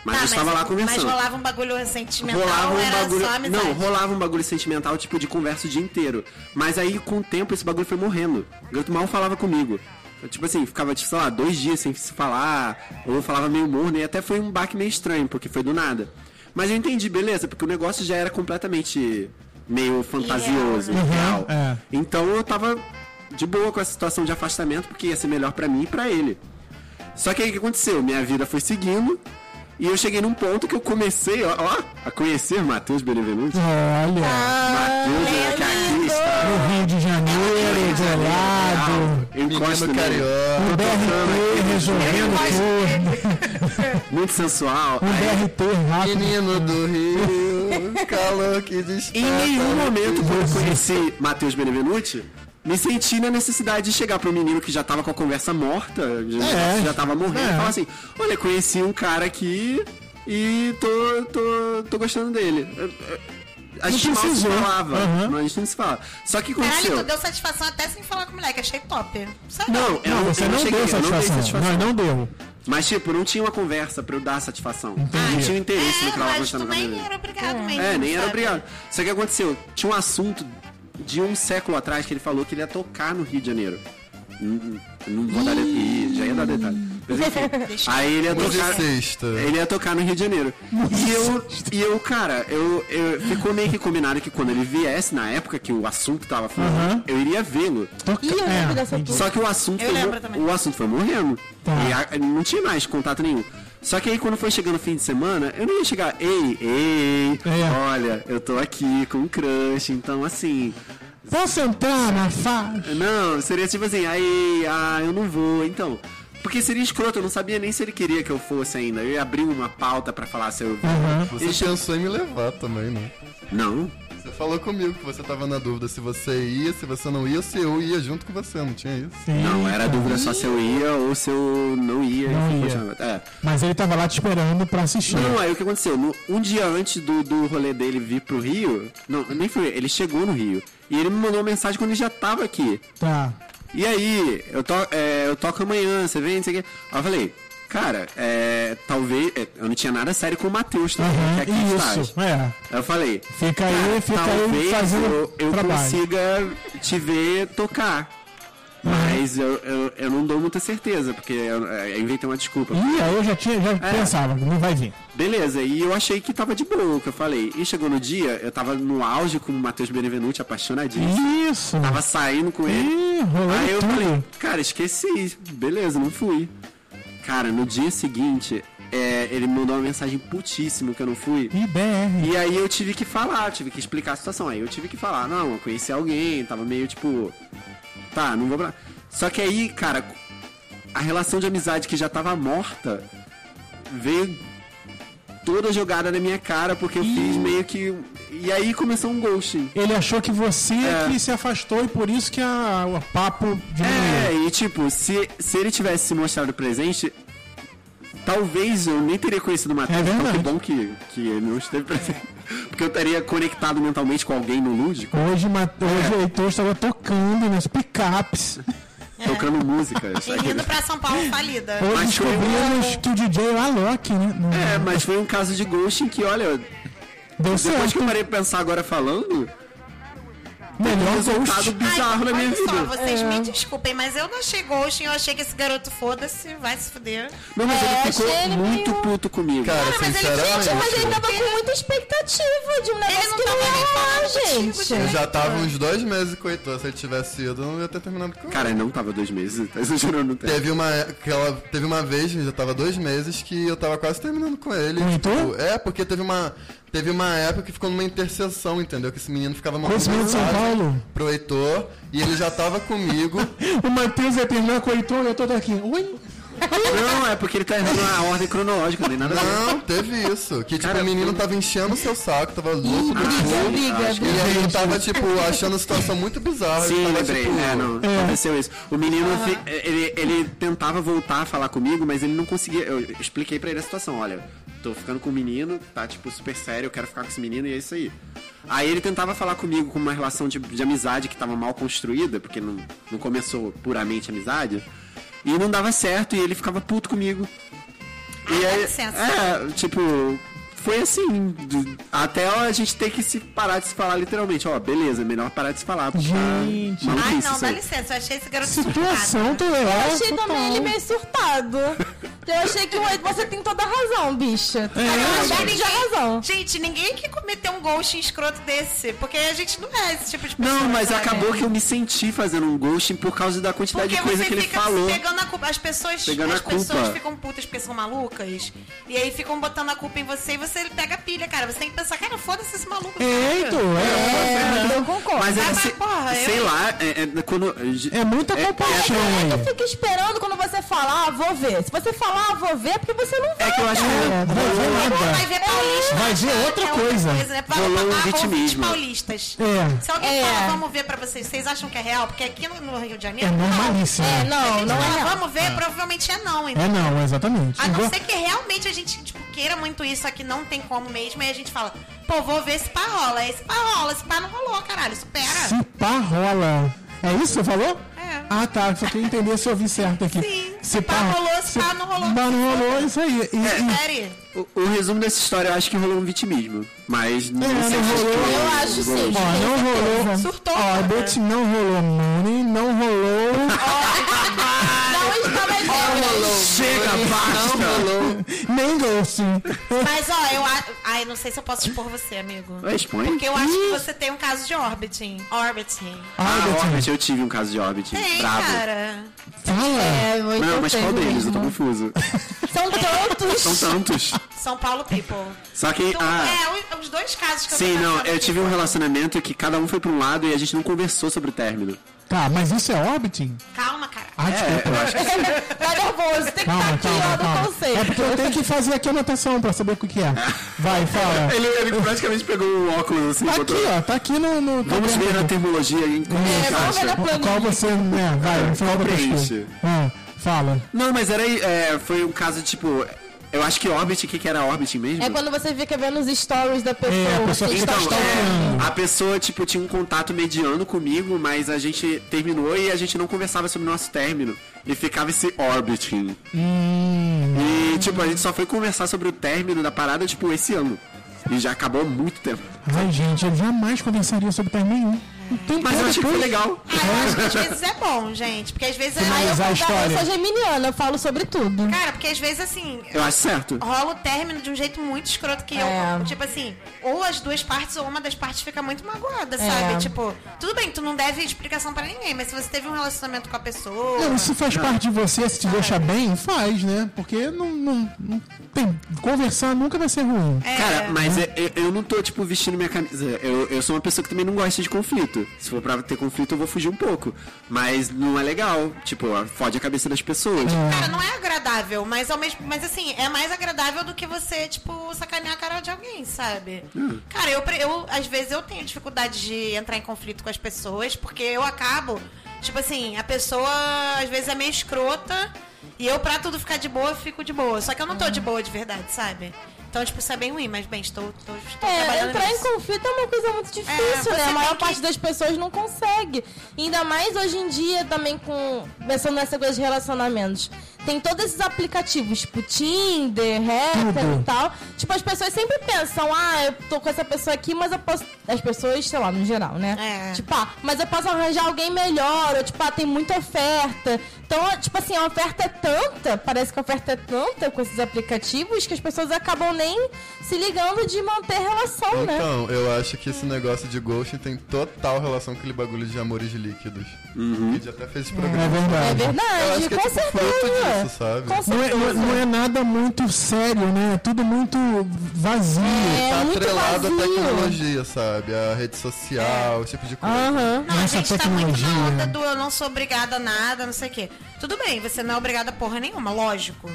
[SPEAKER 4] Mas eu estava lá conversando.
[SPEAKER 6] Tá, Mas rolava um bagulho sentimental,
[SPEAKER 4] Rolava um
[SPEAKER 6] era
[SPEAKER 4] bagulho.
[SPEAKER 6] só amizade.
[SPEAKER 4] Não, rolava um bagulho sentimental, tipo, de conversa o dia inteiro. Mas aí, com o tempo, esse bagulho foi morrendo. O garoto mal falava comigo. Eu, tipo assim, ficava, tipo, sei lá, dois dias sem se falar. Ou eu falava meio morno. E até foi um baque meio estranho, porque foi do nada. Mas eu entendi, beleza, porque o negócio já era completamente meio fantasioso,
[SPEAKER 3] Irreal, né?
[SPEAKER 4] irreal.
[SPEAKER 3] Uhum, é.
[SPEAKER 4] Então eu tava de boa com a situação de afastamento, porque ia ser melhor pra mim e pra ele. Só que aí o que aconteceu? Minha vida foi seguindo e eu cheguei num ponto que eu comecei, ó, ó, a conhecer Matheus Benevenuti.
[SPEAKER 3] Olha.
[SPEAKER 4] Matheus, que artista!
[SPEAKER 3] no Rio de Janeiro, isolado,
[SPEAKER 4] Eu encosto
[SPEAKER 5] Menino
[SPEAKER 4] nele.
[SPEAKER 5] carioca.
[SPEAKER 3] no BRT resolvendo tudo,
[SPEAKER 4] Muito sensual.
[SPEAKER 3] no
[SPEAKER 4] Aí,
[SPEAKER 3] BRT rápido.
[SPEAKER 5] Menino do Rio, calor que desperta.
[SPEAKER 4] em nenhum momento, quando eu
[SPEAKER 3] Jesus.
[SPEAKER 4] conheci Matheus Benevenuti, me senti na necessidade de chegar pro menino que já tava com a conversa morta, já,
[SPEAKER 3] É.
[SPEAKER 4] já tava morrendo,
[SPEAKER 3] É.
[SPEAKER 4] e falar assim: Olha, conheci um cara aqui e tô, tô, tô gostando dele. É, A gente mal se
[SPEAKER 3] precisou.
[SPEAKER 4] falava,
[SPEAKER 3] Aham.
[SPEAKER 4] mas a gente não se falava. Só que
[SPEAKER 6] Caralho, tu
[SPEAKER 4] um aconteceu.
[SPEAKER 6] deu satisfação até sem falar com o moleque. Achei top. Sério.
[SPEAKER 4] Não, eu
[SPEAKER 3] Não, você
[SPEAKER 4] eu
[SPEAKER 3] não deu
[SPEAKER 4] cheguei, eu não dei
[SPEAKER 3] satisfação.
[SPEAKER 4] satisfação.
[SPEAKER 3] Nós não deu.
[SPEAKER 4] Mas, tipo, não tinha uma conversa pra eu dar satisfação. Não tinha interesse no
[SPEAKER 6] É,
[SPEAKER 4] que ela tava
[SPEAKER 6] mas
[SPEAKER 4] gostando
[SPEAKER 6] tu
[SPEAKER 4] da minha
[SPEAKER 6] nem
[SPEAKER 4] vida.
[SPEAKER 6] era obrigado mesmo.
[SPEAKER 4] É, nem era
[SPEAKER 6] sabe?
[SPEAKER 4] obrigado. Só que aconteceu, tinha um assunto de um século atrás que ele falou que ele ia tocar no Rio de Janeiro. Hum, Não vou dar detalhe. Já ia dar detalhe. Mas enfim. Aí ele ia
[SPEAKER 5] Hoje é
[SPEAKER 4] tocar.
[SPEAKER 5] sexta.
[SPEAKER 4] Ele ia tocar no Rio de Janeiro. E eu, e eu, cara, eu, eu ficou meio que combinado que quando ele viesse, na época que o assunto tava falando,
[SPEAKER 3] Aham.
[SPEAKER 4] eu iria vê-lo.
[SPEAKER 7] Ih, eu lembro
[SPEAKER 3] É,
[SPEAKER 7] dessa
[SPEAKER 3] entendi.
[SPEAKER 7] porra.
[SPEAKER 4] Só que o assunto,
[SPEAKER 6] Eu
[SPEAKER 4] foi,
[SPEAKER 6] lembro
[SPEAKER 4] mo-
[SPEAKER 6] também.
[SPEAKER 4] o assunto foi morrendo.
[SPEAKER 3] Tá.
[SPEAKER 4] E a- não tinha mais contato nenhum. Só que aí quando foi chegando o fim de semana, eu não ia chegar, ei, ei,
[SPEAKER 3] É.
[SPEAKER 4] olha, eu tô aqui com um crush, então assim.
[SPEAKER 3] Posso entrar na faixa?
[SPEAKER 4] Não, seria tipo assim, aí, ah, eu não vou, então. Porque seria escroto, eu não sabia nem se ele queria que eu fosse ainda. Eu ia abrir uma pauta pra falar se eu.
[SPEAKER 3] Aham.
[SPEAKER 5] Você pensou em me levar também, né?
[SPEAKER 4] Não.
[SPEAKER 5] Você falou comigo que você tava na dúvida se você ia, se você não ia, ou se eu ia junto com você, não tinha isso?
[SPEAKER 4] Não, era dúvida só se eu ia ou se eu não ia.
[SPEAKER 3] Não
[SPEAKER 4] enfim,
[SPEAKER 3] ia.
[SPEAKER 4] continuava. É.
[SPEAKER 3] Mas ele tava lá te esperando pra assistir.
[SPEAKER 4] Não, aí o que aconteceu? No- um dia antes do, do rolê dele vir pro Rio, não, nem foi, ele chegou no Rio. E ele me mandou uma mensagem quando ele já tava aqui.
[SPEAKER 3] Tá.
[SPEAKER 4] E aí, eu, to, é, eu toco amanhã, você vem, não sei o quê. Aí eu falei, cara, é, talvez. é, eu não tinha nada sério com o Matheus, tá?
[SPEAKER 3] Aham,
[SPEAKER 4] que aqui
[SPEAKER 3] Isso,
[SPEAKER 4] estás.
[SPEAKER 3] é.
[SPEAKER 4] Aí eu falei,
[SPEAKER 3] Fica aí,
[SPEAKER 4] cara,
[SPEAKER 3] fica aí
[SPEAKER 4] talvez
[SPEAKER 3] fazendo
[SPEAKER 4] eu, eu
[SPEAKER 3] trabalho.
[SPEAKER 4] consiga te ver tocar. Mas eu, eu, eu não dou muita certeza, porque eu, eu inventei uma desculpa.
[SPEAKER 3] Ih, aí eu já tinha,
[SPEAKER 4] É.
[SPEAKER 3] já pensava, não vai vir.
[SPEAKER 4] Beleza, e eu achei que tava de boa, o que eu falei. E chegou no dia, eu tava no auge com o Matheus Benevenuti, apaixonadinho.
[SPEAKER 3] Isso.
[SPEAKER 4] Tava saindo com ele.
[SPEAKER 3] Ih, rolou
[SPEAKER 4] Aí eu
[SPEAKER 3] tudo.
[SPEAKER 4] falei, cara, esqueci. Beleza, não fui. Cara, no dia seguinte, é, ele me mandou uma mensagem putíssima que eu não fui.
[SPEAKER 3] E BR.
[SPEAKER 4] E aí eu tive que falar, tive que explicar a situação. Aí eu tive que falar, não, eu conheci alguém, tava meio tipo. Tá, não vou pra. Só que aí, cara, a relação de amizade que já tava morta veio toda jogada na minha cara, porque eu fiz meio que. um, E aí começou um ghosting.
[SPEAKER 3] Ele achou que você
[SPEAKER 4] É.
[SPEAKER 3] que se afastou e por isso que a, o papo diminuiu.
[SPEAKER 4] É, e tipo, se, se ele tivesse se mostrado presente, talvez eu nem teria conhecido o Matheus.
[SPEAKER 3] É
[SPEAKER 4] então
[SPEAKER 3] verdade.
[SPEAKER 4] que bom que, que ele não esteve presente. Porque eu estaria conectado mentalmente com alguém no lúdico.
[SPEAKER 3] Hoje, Ma- hoje o Heitor estava tocando nos picapes.
[SPEAKER 4] tocando músicas.
[SPEAKER 6] E indo pra São Paulo falida.
[SPEAKER 3] Hoje
[SPEAKER 4] Mas um,
[SPEAKER 3] descobrimos que o DJ é o Alok, né? Não-
[SPEAKER 4] É, mas foi um caso de ghosting que, olha,
[SPEAKER 3] Deu
[SPEAKER 4] depois que
[SPEAKER 3] certo.
[SPEAKER 4] eu parei pra pensar agora falando,
[SPEAKER 3] Melhor ghost.
[SPEAKER 4] resultado bizarro na minha
[SPEAKER 6] olha só,
[SPEAKER 4] vida. É.
[SPEAKER 6] vocês me desculpem, mas eu não achei ghosting, eu achei que esse garoto foda-se, vai se fuder.
[SPEAKER 4] Não, mas
[SPEAKER 7] É,
[SPEAKER 4] ele ficou
[SPEAKER 7] achei ele
[SPEAKER 4] muito
[SPEAKER 7] meio-
[SPEAKER 4] puto comigo.
[SPEAKER 3] Ah,
[SPEAKER 5] Cara,
[SPEAKER 6] Cara, mas ele-
[SPEAKER 5] sinceramente,
[SPEAKER 6] gente,
[SPEAKER 7] Mas ele tava com muita expectativa de um negócio
[SPEAKER 6] não
[SPEAKER 7] que não
[SPEAKER 6] tava
[SPEAKER 7] ia
[SPEAKER 6] nem
[SPEAKER 7] rolar,
[SPEAKER 6] falando contigo,
[SPEAKER 7] gente.
[SPEAKER 5] eu já tava uns dois meses com o Heitor. Se ele tivesse ido, eu não ia ter terminado com ele.
[SPEAKER 4] Cara, não tava dois meses, tá exagerando o tempo.
[SPEAKER 5] Teve uma, aquela, teve uma vez, já tava dois meses, que eu tava quase terminando com ele.
[SPEAKER 3] Com o
[SPEAKER 5] Tipo,
[SPEAKER 3] Heitor?
[SPEAKER 5] é, porque teve uma, teve uma época que ficou numa interseção, entendeu? Que esse menino ficava mandando
[SPEAKER 3] esse menino de São
[SPEAKER 5] mensagem
[SPEAKER 3] Paulo.
[SPEAKER 5] pro Heitor, e ele já tava comigo.
[SPEAKER 3] O Matheus vai terminar com o Heitor e eu tô daqui. Oi?
[SPEAKER 4] Não, é porque ele tá errando a ordem cronológica, não tem nada a ver.
[SPEAKER 5] Não, teve isso. Que, tipo,
[SPEAKER 4] Cara,
[SPEAKER 5] o menino
[SPEAKER 4] eu-
[SPEAKER 5] tava enchendo o seu saco, tava louco do
[SPEAKER 7] Briga,
[SPEAKER 5] cu.
[SPEAKER 7] briga,
[SPEAKER 6] é
[SPEAKER 4] acho
[SPEAKER 5] E
[SPEAKER 7] briga.
[SPEAKER 5] aí eu tava, tipo, achando a situação muito bizarra.
[SPEAKER 4] Sim,
[SPEAKER 5] eu tava,
[SPEAKER 4] lembrei.
[SPEAKER 5] tipo,
[SPEAKER 4] É, não, aconteceu isso. O menino, fi- ele, ele tentava voltar a falar comigo, mas ele não conseguia. Eu expliquei pra ele a situação. Olha, tô ficando com o menino, tá, tipo, super sério, eu quero ficar com esse menino e é isso aí. Aí ele tentava falar comigo com uma relação de, de amizade que tava mal construída, porque não, não começou puramente amizade. E não dava certo e ele ficava puto comigo. E
[SPEAKER 6] Ah, dá
[SPEAKER 4] aí,
[SPEAKER 6] licença.
[SPEAKER 4] é, tipo, foi assim, do- até a gente ter que se parar de se falar literalmente, ó, beleza, melhor parar de se falar. porque tá
[SPEAKER 3] Gente.
[SPEAKER 4] maluquice
[SPEAKER 6] Ai,
[SPEAKER 4] isso
[SPEAKER 6] não, dá
[SPEAKER 4] aí.
[SPEAKER 6] licença, eu achei esse garoto
[SPEAKER 3] Situação
[SPEAKER 6] surtado.
[SPEAKER 3] tolerável.
[SPEAKER 7] Eu achei também ele meio surtado. Eu achei que ué, você tem toda a razão, bicha.
[SPEAKER 6] É.
[SPEAKER 7] Tu
[SPEAKER 4] né?
[SPEAKER 7] tá com de razão.
[SPEAKER 6] Gente, ninguém que cometeu um ghosting escroto desse. Porque a gente não é esse tipo de pessoa.
[SPEAKER 4] Não, mas
[SPEAKER 6] sabe?
[SPEAKER 4] acabou que eu me senti fazendo um ghosting por causa da quantidade
[SPEAKER 6] Porque
[SPEAKER 4] de coisa
[SPEAKER 6] você
[SPEAKER 4] que ele
[SPEAKER 6] fica
[SPEAKER 4] falou.
[SPEAKER 6] pegando a culpa. As pessoas,
[SPEAKER 4] Pegando
[SPEAKER 6] as
[SPEAKER 4] a culpa.
[SPEAKER 6] pessoas ficam putas porque são malucas. E aí ficam botando a culpa em você e você pega a pilha, cara. Você tem que pensar, cara, foda-se esse maluco. cara.
[SPEAKER 4] então,
[SPEAKER 3] Eita, é.
[SPEAKER 7] É, eu concordo.
[SPEAKER 4] Mas
[SPEAKER 6] Ah,
[SPEAKER 4] é,
[SPEAKER 6] mas,
[SPEAKER 4] se-
[SPEAKER 6] porra, eu-
[SPEAKER 4] sei lá, é, é quando.
[SPEAKER 3] É muita compaixão
[SPEAKER 7] É que
[SPEAKER 3] aí.
[SPEAKER 7] tu fica esperando quando você falar, ah, vou ver. Se você falar, ah, vou ver, é porque você não vê.
[SPEAKER 4] É que um- eu acho
[SPEAKER 3] É,
[SPEAKER 4] que
[SPEAKER 3] vai ver
[SPEAKER 6] Vai
[SPEAKER 3] nada.
[SPEAKER 6] ver é paulista.
[SPEAKER 3] Vai ver
[SPEAKER 6] cara,
[SPEAKER 3] outra
[SPEAKER 6] é
[SPEAKER 3] coisa.
[SPEAKER 6] né? Vai
[SPEAKER 4] Rolou um
[SPEAKER 6] pagar ouvintes
[SPEAKER 4] vitimismo.
[SPEAKER 6] paulistas.
[SPEAKER 3] É.
[SPEAKER 6] Se alguém
[SPEAKER 7] É.
[SPEAKER 6] fala, vamos ver pra vocês, vocês acham que é real? Porque aqui no, no Rio de
[SPEAKER 3] É né?
[SPEAKER 6] Janeiro. não.
[SPEAKER 3] normalíssimo.
[SPEAKER 7] É, não,
[SPEAKER 6] Gente,
[SPEAKER 7] não é
[SPEAKER 6] fala,
[SPEAKER 7] real.
[SPEAKER 6] Vamos ver, provavelmente é não, então.
[SPEAKER 3] É não, exatamente.
[SPEAKER 6] A não
[SPEAKER 3] Igual-
[SPEAKER 6] ser que realmente a gente, tipo, queira muito isso, só que não tem como mesmo, aí a gente fala, pô, vou ver se pá rola. Esse pá rola, esse pá não rolou, caralho, supera.
[SPEAKER 3] Se pá rola. É isso que você falou?
[SPEAKER 6] É.
[SPEAKER 3] Ah, tá. Só queria entender se eu ouvi certo aqui.
[SPEAKER 6] Sim. Se pá rolou, se pá não rolou. É.
[SPEAKER 3] Pá não rolou, é isso aí. E, e-
[SPEAKER 6] Sério?
[SPEAKER 4] o, o resumo dessa história eu acho que rolou um vitimismo. Mas não
[SPEAKER 3] É,
[SPEAKER 4] sei
[SPEAKER 3] não
[SPEAKER 4] se
[SPEAKER 3] rolou.
[SPEAKER 7] Eu acho sim.
[SPEAKER 3] Ó, não rolou.
[SPEAKER 6] Surtou,
[SPEAKER 3] É. Ó,
[SPEAKER 6] né?
[SPEAKER 3] Beth não rolou money, não rolou.
[SPEAKER 7] Não está mais vendo.
[SPEAKER 4] Chega, basta!
[SPEAKER 3] nem ghosting.
[SPEAKER 6] Mas, ó, eu a... Ai, não sei se eu posso expor você, amigo.
[SPEAKER 4] Expõe.
[SPEAKER 6] Porque eu acho que você tem um caso de orbiting. Orbiting.
[SPEAKER 3] Ai,
[SPEAKER 4] Ah,
[SPEAKER 3] Beth,
[SPEAKER 4] Orbit, eu tive um caso de Orbit.
[SPEAKER 6] Tem,
[SPEAKER 4] Bravo.
[SPEAKER 6] cara.
[SPEAKER 3] fala.
[SPEAKER 7] É, muito
[SPEAKER 4] Não, mas qual
[SPEAKER 7] feio
[SPEAKER 4] deles? Eu tô
[SPEAKER 7] mesmo.
[SPEAKER 4] confuso.
[SPEAKER 7] São tantos.
[SPEAKER 4] São tantos.
[SPEAKER 6] São Paulo People.
[SPEAKER 4] Só que.
[SPEAKER 6] Tu-
[SPEAKER 4] Ah,
[SPEAKER 6] É, o- os dois casos que eu
[SPEAKER 4] sim,
[SPEAKER 6] tô
[SPEAKER 4] não.
[SPEAKER 6] passando
[SPEAKER 4] Eu
[SPEAKER 6] aqui.
[SPEAKER 4] tive um relacionamento que cada um foi pra um lado e a gente não conversou sobre o término. É,
[SPEAKER 3] Tá, mas isso é orbiting?
[SPEAKER 6] Calma, cara.
[SPEAKER 3] Ah, desculpa.
[SPEAKER 4] eu acho que.
[SPEAKER 7] Tá nervoso, tem que estar
[SPEAKER 3] Calma,
[SPEAKER 7] aqui, ó,
[SPEAKER 3] calma,
[SPEAKER 7] no
[SPEAKER 3] calma. É porque
[SPEAKER 7] conceito.
[SPEAKER 3] eu tenho que fazer aqui a anotação pra saber o que que é. Vai, fala.
[SPEAKER 4] Ele, ele praticamente pegou o óculos assim.
[SPEAKER 3] Tá
[SPEAKER 4] botou-
[SPEAKER 3] aqui, ó. Tá aqui no... no tá
[SPEAKER 4] Vamos
[SPEAKER 3] aberto.
[SPEAKER 4] ver a terminologia em como
[SPEAKER 7] É, vamos ver na
[SPEAKER 4] encaixa.
[SPEAKER 7] planilha.
[SPEAKER 3] Qual você... Né, vai, no final da
[SPEAKER 4] Compreende.
[SPEAKER 3] pesquisa. Ah, fala.
[SPEAKER 4] Não, mas era. É, foi um caso tipo. Eu acho que Orbit, o que, que era Orbit mesmo?
[SPEAKER 7] É quando você fica vendo os stories da pessoa.
[SPEAKER 3] É, a pessoa
[SPEAKER 7] que
[SPEAKER 4] Então,
[SPEAKER 7] está
[SPEAKER 4] é, a pessoa, tipo, tinha um contato mediano comigo, mas a gente terminou e a gente não conversava sobre o nosso término. E ficava esse orbiting. E, tipo, a gente só foi conversar sobre o término da parada, tipo, esse ano. E já acabou há muito tempo.
[SPEAKER 3] Ai, gente, eu jamais conversaria sobre término nenhum. Não tem
[SPEAKER 4] Mas eu
[SPEAKER 3] como
[SPEAKER 4] achei que foi
[SPEAKER 3] depois.
[SPEAKER 4] legal.
[SPEAKER 6] Ah, eu acho que às vezes é bom, gente. Porque às vezes é.
[SPEAKER 3] Finalizar a
[SPEAKER 7] Tá, Eu
[SPEAKER 3] história.
[SPEAKER 7] sou geminiana, eu falo sobre tudo.
[SPEAKER 6] Cara, porque às vezes assim.
[SPEAKER 4] Eu acho certo.
[SPEAKER 6] Rola o término de um jeito muito escroto que
[SPEAKER 7] É.
[SPEAKER 6] eu, tipo assim, ou as duas partes ou uma das partes fica muito magoada,
[SPEAKER 7] É.
[SPEAKER 6] sabe? Tipo, tudo bem, tu não deve explicação pra ninguém, mas se você teve um relacionamento com a pessoa.
[SPEAKER 3] Não, isso faz parte de você, se te deixa bem, faz, né? Porque não, não, não tem. Conversar nunca vai ser ruim.
[SPEAKER 6] é,
[SPEAKER 4] Cara, mas é- é- eu, não tô, tipo, vestindo minha camisa. Eu, eu sou uma pessoa que também não gosta de conflito. Se for pra ter conflito, eu vou fugir um pouco. Mas não é legal. Tipo, fode a cabeça das pessoas.
[SPEAKER 6] Cara, não é agradável, mas ao mesmo. Mas assim, é mais agradável do que você, tipo, sacanear a cara de alguém, sabe? Cara, eu, pre- eu às vezes eu tenho dificuldade de entrar em conflito com as pessoas, porque eu acabo, tipo assim, a pessoa às vezes é meio escrota e eu, pra tudo ficar de boa, eu fico de boa. Só que eu não tô de boa de verdade, sabe? Então, tipo, isso é bem ruim, mas bem, estou, estou, estou
[SPEAKER 7] É,
[SPEAKER 6] trabalhando
[SPEAKER 7] entrar em
[SPEAKER 6] nisso.
[SPEAKER 7] conflito é uma coisa muito
[SPEAKER 6] É, você
[SPEAKER 7] difícil, né? A
[SPEAKER 6] tem
[SPEAKER 7] maior
[SPEAKER 6] que-
[SPEAKER 7] parte das pessoas não consegue. Ainda mais hoje em dia, também com. Pensando nessa coisa de relacionamentos. Tem todos esses aplicativos, tipo Tinder, Hacker e tal. Tipo, as pessoas sempre pensam, ah, eu tô com essa pessoa aqui, mas eu posso. As pessoas, sei lá, no geral, né?
[SPEAKER 6] É.
[SPEAKER 7] Tipo, ah, mas eu posso arranjar alguém melhor, ou tipo, ah, tem muita oferta. Então, tipo assim, a oferta é tanta, parece que a oferta é tanta com esses aplicativos que as pessoas acabam nem se ligando de manter relação, né?
[SPEAKER 5] Então, eu acho que esse negócio de Ghost tem total relação com aquele bagulho de amores líquidos. Uhum. A gente até fez esse
[SPEAKER 3] É
[SPEAKER 5] programa.
[SPEAKER 7] É
[SPEAKER 3] verdade.
[SPEAKER 5] Eu
[SPEAKER 7] verdade,
[SPEAKER 5] acho que é
[SPEAKER 7] com
[SPEAKER 5] tipo fruto
[SPEAKER 7] certeza.
[SPEAKER 5] disso, sabe?
[SPEAKER 7] Com
[SPEAKER 3] Não é,
[SPEAKER 7] certeza.
[SPEAKER 3] não é- não é nada muito sério, né? É tudo muito vazio.
[SPEAKER 7] É
[SPEAKER 5] tá
[SPEAKER 7] muito
[SPEAKER 5] atrelado
[SPEAKER 7] vazio. É.
[SPEAKER 5] à tecnologia, sabe? A rede social, esse tipo de coisa.
[SPEAKER 7] Aham.
[SPEAKER 6] Não, a
[SPEAKER 3] Nossa,
[SPEAKER 6] gente tá muito na
[SPEAKER 3] tecnologia.
[SPEAKER 7] né?
[SPEAKER 6] onda do eu não sou obrigada a nada, não sei o quê. Tudo bem, você não é obrigada a porra nenhuma, lógico.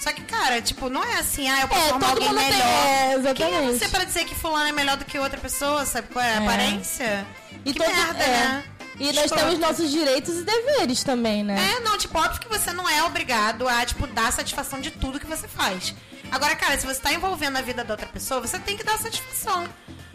[SPEAKER 6] Só que, cara, tipo, não é assim, ah, eu posso
[SPEAKER 7] É,
[SPEAKER 6] formar
[SPEAKER 7] todo
[SPEAKER 6] alguém
[SPEAKER 7] mundo tem-
[SPEAKER 6] melhor.
[SPEAKER 7] é,
[SPEAKER 6] Quem é
[SPEAKER 7] exatamente.
[SPEAKER 6] você pra dizer que fulano é melhor do que outra pessoa, sabe qual é? a Aparência?
[SPEAKER 7] E
[SPEAKER 6] que
[SPEAKER 7] todo-
[SPEAKER 6] merda,
[SPEAKER 7] é.
[SPEAKER 6] né?
[SPEAKER 7] E nós
[SPEAKER 6] Escroto.
[SPEAKER 7] temos nossos direitos e deveres também, né?
[SPEAKER 6] É, não, tipo, óbvio que você não é obrigado a, tipo, dar satisfação de tudo que você faz. Agora, cara, se você tá envolvendo a vida da outra pessoa, você tem que dar satisfação.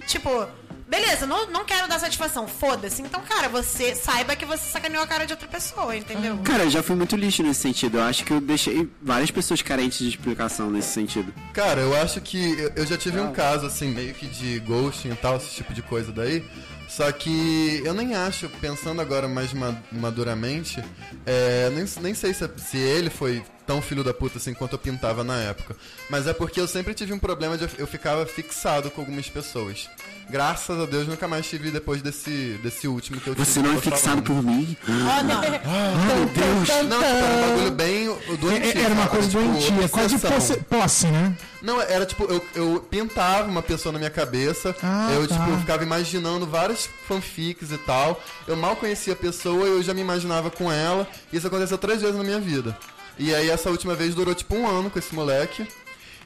[SPEAKER 6] Tipo, beleza, não, não quero dar satisfação, foda-se. Então, cara, você saiba que você sacaneou a cara de outra pessoa, entendeu?
[SPEAKER 4] Cara, eu já fui muito lixo nesse sentido. Eu acho que eu deixei várias pessoas carentes de explicação nesse sentido.
[SPEAKER 5] Cara, eu acho que eu- eu já tive um caso, assim, meio que de ghosting e tal, esse tipo de coisa daí. Só que eu nem acho, pensando agora mais ma- maduramente, é, nem, nem sei é, se, se ele foi tão filho da puta assim quanto eu pintava na época. Mas é porque eu sempre tive um problema de eu- eu ficava fixado com algumas pessoas. Graças a Deus nunca mais tive depois desse, desse último que eu tive.
[SPEAKER 4] Você não
[SPEAKER 5] que
[SPEAKER 4] é
[SPEAKER 5] eu tô
[SPEAKER 4] fixado por
[SPEAKER 5] falando.
[SPEAKER 4] mim?
[SPEAKER 7] Meu Deus!
[SPEAKER 5] Ah, Não, tipo, era um bagulho bem doentio.
[SPEAKER 3] É- Era uma
[SPEAKER 5] sabe?
[SPEAKER 3] coisa
[SPEAKER 5] Tipo,
[SPEAKER 3] doentia, quase
[SPEAKER 5] obsessão.
[SPEAKER 3] posse, posse, né?
[SPEAKER 5] Não, era tipo, eu, eu pintava uma pessoa na minha cabeça,
[SPEAKER 3] Ah,
[SPEAKER 5] eu
[SPEAKER 3] tá.
[SPEAKER 5] tipo, ficava imaginando várias fanfics e tal. Eu mal conhecia a pessoa eu já me imaginava com ela. Isso aconteceu três vezes na minha vida. E aí essa última vez durou tipo um ano com esse moleque.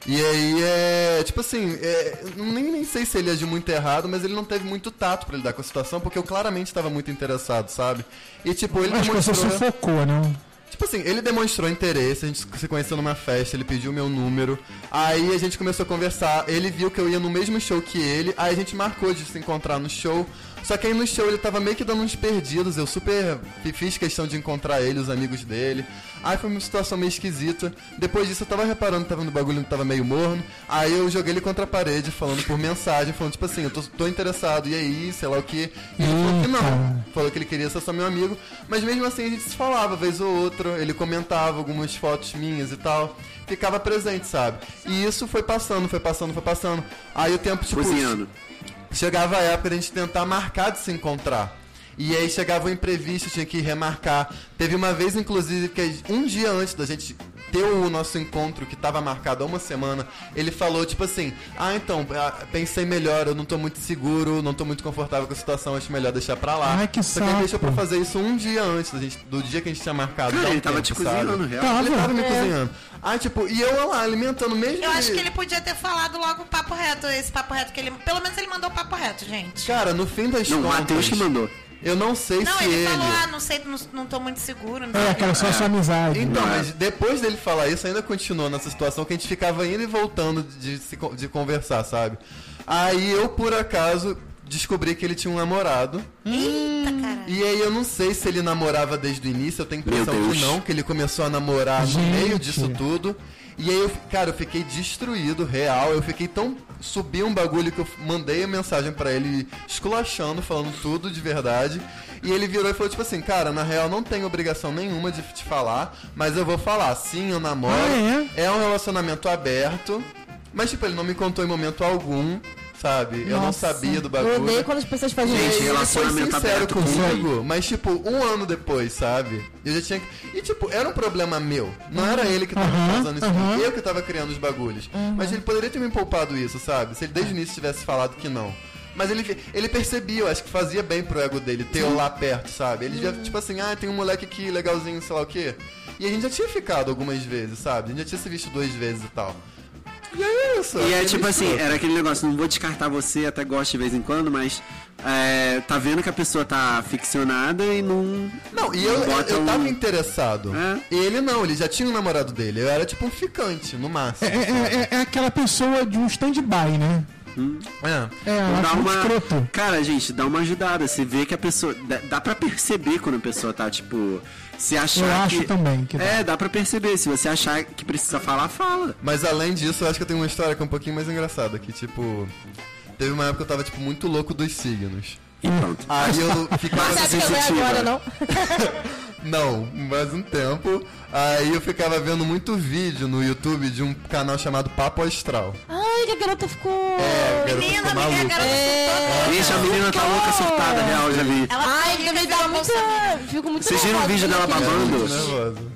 [SPEAKER 5] E aí é. Tipo assim, é, eu nem, nem sei se ele agiu muito errado, mas ele não teve muito tato pra lidar com a situação, porque eu claramente estava muito interessado, sabe? E tipo, ele
[SPEAKER 3] Acho que você
[SPEAKER 5] demonstrou-
[SPEAKER 3] sufocou, né?
[SPEAKER 5] Tipo assim, ele demonstrou interesse, a gente se conheceu numa festa, ele pediu meu número. Aí a gente começou a conversar, ele viu que eu ia no mesmo show que ele, aí a gente marcou de se encontrar no show. Só que aí no show ele tava meio que dando uns perdidos, eu super fiz questão de encontrar ele, os amigos dele. Aí foi uma situação meio esquisita. Depois disso eu tava reparando que tava no bagulho que tava meio morno. Aí eu joguei ele contra a parede, falando por mensagem, falando tipo assim, eu tô, tô interessado, e aí, sei lá o que. E ele falou que não.
[SPEAKER 3] Eita.
[SPEAKER 5] Falou que ele queria ser só meu amigo, mas mesmo assim a gente se falava vez ou outra, ele comentava algumas fotos minhas e tal, ficava presente, sabe? E isso foi passando, foi passando, foi passando. Aí o tempo, tipo,
[SPEAKER 4] Cozinhando.
[SPEAKER 5] chegava a época de a gente tentar marcar de se encontrar. E aí chegava o imprevisto, tinha que remarcar. Teve uma vez, inclusive, que a- um dia antes da gente ter o nosso encontro, que tava marcado há uma semana, ele falou, tipo assim, ah, então, ah, pensei melhor, eu não tô muito seguro, não tô muito confortável com a situação, acho melhor deixar pra lá.
[SPEAKER 3] Ai, que
[SPEAKER 5] Só que ele
[SPEAKER 3] saco.
[SPEAKER 5] deixou pra fazer isso um dia antes da gente- do dia que a gente tinha marcado.
[SPEAKER 4] Cara,
[SPEAKER 5] dá um
[SPEAKER 4] ele tava
[SPEAKER 5] tempo,
[SPEAKER 4] te
[SPEAKER 5] sabe?
[SPEAKER 4] cozinhando, real.
[SPEAKER 3] Tava.
[SPEAKER 5] Ele tava me cozinhando. Ah, tipo, e eu lá, alimentando mesmo.
[SPEAKER 6] É. Eu acho
[SPEAKER 5] ele-
[SPEAKER 6] que ele podia ter falado logo o papo reto, esse papo reto que ele. Pelo menos ele mandou o papo reto, gente.
[SPEAKER 5] Cara, no fim das
[SPEAKER 4] Não, o
[SPEAKER 5] contas,
[SPEAKER 4] Matheus que mandou.
[SPEAKER 5] Eu não sei
[SPEAKER 6] Não,
[SPEAKER 5] se
[SPEAKER 6] ele,
[SPEAKER 5] ele.
[SPEAKER 6] falou, ah, não sei, não, não tô muito seguro. Não
[SPEAKER 3] É,
[SPEAKER 6] sei.
[SPEAKER 3] aquela só sua amizade.
[SPEAKER 5] Então, mas depois dele falar isso, ainda continuou nessa situação que a gente ficava indo e voltando de, se con- de conversar, sabe? Aí eu, por acaso, descobri que ele tinha um namorado.
[SPEAKER 6] Eita, cara.
[SPEAKER 5] E aí eu não sei se ele namorava desde o início, eu tenho a impressão
[SPEAKER 4] Meu
[SPEAKER 5] que
[SPEAKER 4] Deus.
[SPEAKER 5] não, que ele começou a namorar no
[SPEAKER 3] Gente.
[SPEAKER 5] meio disso tudo. E aí, eu, fi- cara, eu fiquei destruído, real. Eu fiquei tão. Subi um bagulho que eu f- mandei a mensagem pra ele, esculachando, falando tudo de verdade. E ele virou e falou, tipo assim, cara, na real não tenho obrigação nenhuma de te falar, mas eu vou falar, sim, eu namoro.
[SPEAKER 3] Ah,
[SPEAKER 5] é? um relacionamento aberto. Mas, tipo, ele não me contou em momento algum, sabe? eu não
[SPEAKER 7] Nossa,
[SPEAKER 5] sabia do bagulho.
[SPEAKER 7] Eu odeio quando as pessoas fazem
[SPEAKER 4] Gente,
[SPEAKER 7] isso.
[SPEAKER 5] Ele
[SPEAKER 4] relacionamento
[SPEAKER 5] foi sincero
[SPEAKER 4] aberto
[SPEAKER 5] comigo, mas tipo, um ano depois, sabe? Eu já tinha. que- E tipo, era um problema meu. Não era ele que tava causando isso,
[SPEAKER 3] aham.
[SPEAKER 5] eu que tava criando os bagulhos.
[SPEAKER 4] Uhum.
[SPEAKER 5] Mas ele poderia ter me poupado isso, sabe? Se ele
[SPEAKER 4] É.
[SPEAKER 5] desde o início tivesse falado que não. Mas ele, ele percebia, eu acho que fazia bem pro ego dele ter eu lá perto, sabe? Ele já,
[SPEAKER 4] Uhum.
[SPEAKER 5] tipo assim, ah, tem um moleque aqui legalzinho, sei lá o quê. E a gente já tinha ficado algumas vezes, sabe? A gente já tinha se visto duas vezes e tal. E é isso.
[SPEAKER 4] E é
[SPEAKER 5] aquele
[SPEAKER 4] tipo assim,
[SPEAKER 5] escroto.
[SPEAKER 4] era aquele negócio, não vou descartar você, até gosto de vez em quando, mas é, tá vendo que a pessoa tá ficcionada e não.
[SPEAKER 5] Não, e eu, eu,
[SPEAKER 4] bota
[SPEAKER 5] eu tava
[SPEAKER 4] um-
[SPEAKER 5] interessado.
[SPEAKER 4] É.
[SPEAKER 5] Ele não, ele já tinha um namorado dele. Eu era tipo um ficante, no máximo.
[SPEAKER 3] É, é- é- é aquela pessoa de um stand-by, né?
[SPEAKER 5] É.
[SPEAKER 3] É, eu
[SPEAKER 4] Dá
[SPEAKER 3] acho muito
[SPEAKER 4] uma...
[SPEAKER 3] escroto.
[SPEAKER 4] Cara, gente, dá uma ajudada. Você vê que a pessoa. Dá, dá pra perceber quando a pessoa tá, tipo. Se achar.
[SPEAKER 3] Eu acho
[SPEAKER 4] que...
[SPEAKER 3] também que dá.
[SPEAKER 4] É, dá pra perceber. Se você achar que precisa falar, fala.
[SPEAKER 5] Mas além disso, eu acho que eu tenho uma história que é um pouquinho mais engraçada. Que tipo. Teve uma época que eu tava, tipo, muito louco dos signos.
[SPEAKER 4] E
[SPEAKER 3] É.
[SPEAKER 4] pronto.
[SPEAKER 5] Aí eu
[SPEAKER 7] Não
[SPEAKER 5] ficava.
[SPEAKER 7] sabe que não é
[SPEAKER 4] sensitiva.
[SPEAKER 7] agora, não.
[SPEAKER 5] Não, mais um tempo. Aí eu ficava vendo muito vídeo no YouTube de um canal chamado Papo Astral.
[SPEAKER 7] Ai, que a garota ficou...
[SPEAKER 5] É, garoto,
[SPEAKER 6] Menina, menina,
[SPEAKER 5] ficou maluco.
[SPEAKER 6] garota surtou.
[SPEAKER 4] Gente, a menina tá louca surtada, real, já vi.
[SPEAKER 6] Ela tá
[SPEAKER 7] Ai, eu também tava muito...
[SPEAKER 6] bolsa.
[SPEAKER 7] Fico muito
[SPEAKER 4] Vocês viram o
[SPEAKER 7] nervosa
[SPEAKER 4] vídeo
[SPEAKER 7] quando
[SPEAKER 4] dela
[SPEAKER 6] né?
[SPEAKER 7] eu quero-
[SPEAKER 5] Muito
[SPEAKER 4] babando?
[SPEAKER 5] nervoso.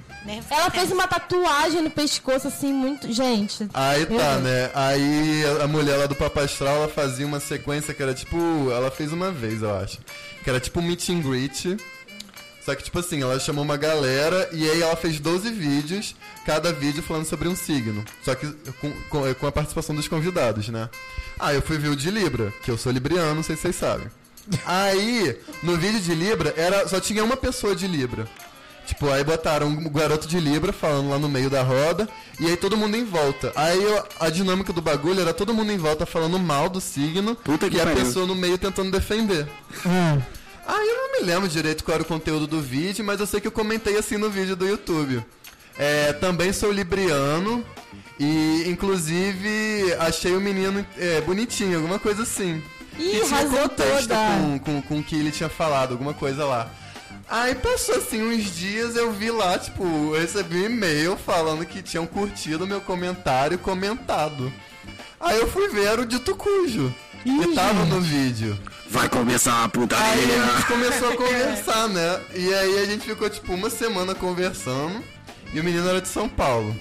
[SPEAKER 7] Ela fez uma tatuagem no pescoço, assim, muito... Gente...
[SPEAKER 5] Aí
[SPEAKER 7] Meu
[SPEAKER 5] tá,
[SPEAKER 7] Deus.
[SPEAKER 5] né? Aí a- a mulher lá do Papa Astral, ela fazia uma sequência que era tipo. Ela fez uma vez, eu acho. Que era tipo um meet and greet. Só que, tipo assim, ela chamou uma galera e aí ela fez 12 vídeos, cada vídeo falando sobre um signo. Só que com, com- com a participação dos convidados, né? Ah, eu fui ver o de Libra, que eu sou libriano, não sei se vocês sabem. Aí, no vídeo de Libra, era, só tinha uma pessoa de Libra. Tipo, aí botaram um garoto de Libra falando lá no meio da roda, e aí todo mundo em volta. Aí eu- a dinâmica do bagulho era todo mundo em volta falando mal do signo
[SPEAKER 4] Puta que
[SPEAKER 5] e a
[SPEAKER 4] pariu.
[SPEAKER 5] pessoa no meio tentando defender.
[SPEAKER 3] Hum.
[SPEAKER 5] Ah, eu não me lembro direito qual era o conteúdo do vídeo, mas eu sei que eu comentei assim no vídeo do YouTube. É, também sou libriano e, inclusive, achei o menino é, bonitinho, alguma coisa assim.
[SPEAKER 7] Ih,
[SPEAKER 5] E tinha
[SPEAKER 7] arrasou
[SPEAKER 5] contexto
[SPEAKER 7] toda.
[SPEAKER 5] Com, com, com o que ele tinha falado, alguma coisa lá. Aí passou assim uns dias, eu vi lá, tipo, eu recebi um e-mail falando que tinham curtido meu comentário comentado. Aí eu fui ver, era o Dito Cujo.
[SPEAKER 3] Ih,
[SPEAKER 5] que tava no vídeo.
[SPEAKER 4] Vai começar a
[SPEAKER 5] Aí
[SPEAKER 4] putaria.
[SPEAKER 5] a gente
[SPEAKER 7] É.
[SPEAKER 5] começou a conversar, né? E aí a gente ficou tipo uma semana conversando e o menino era de São Paulo.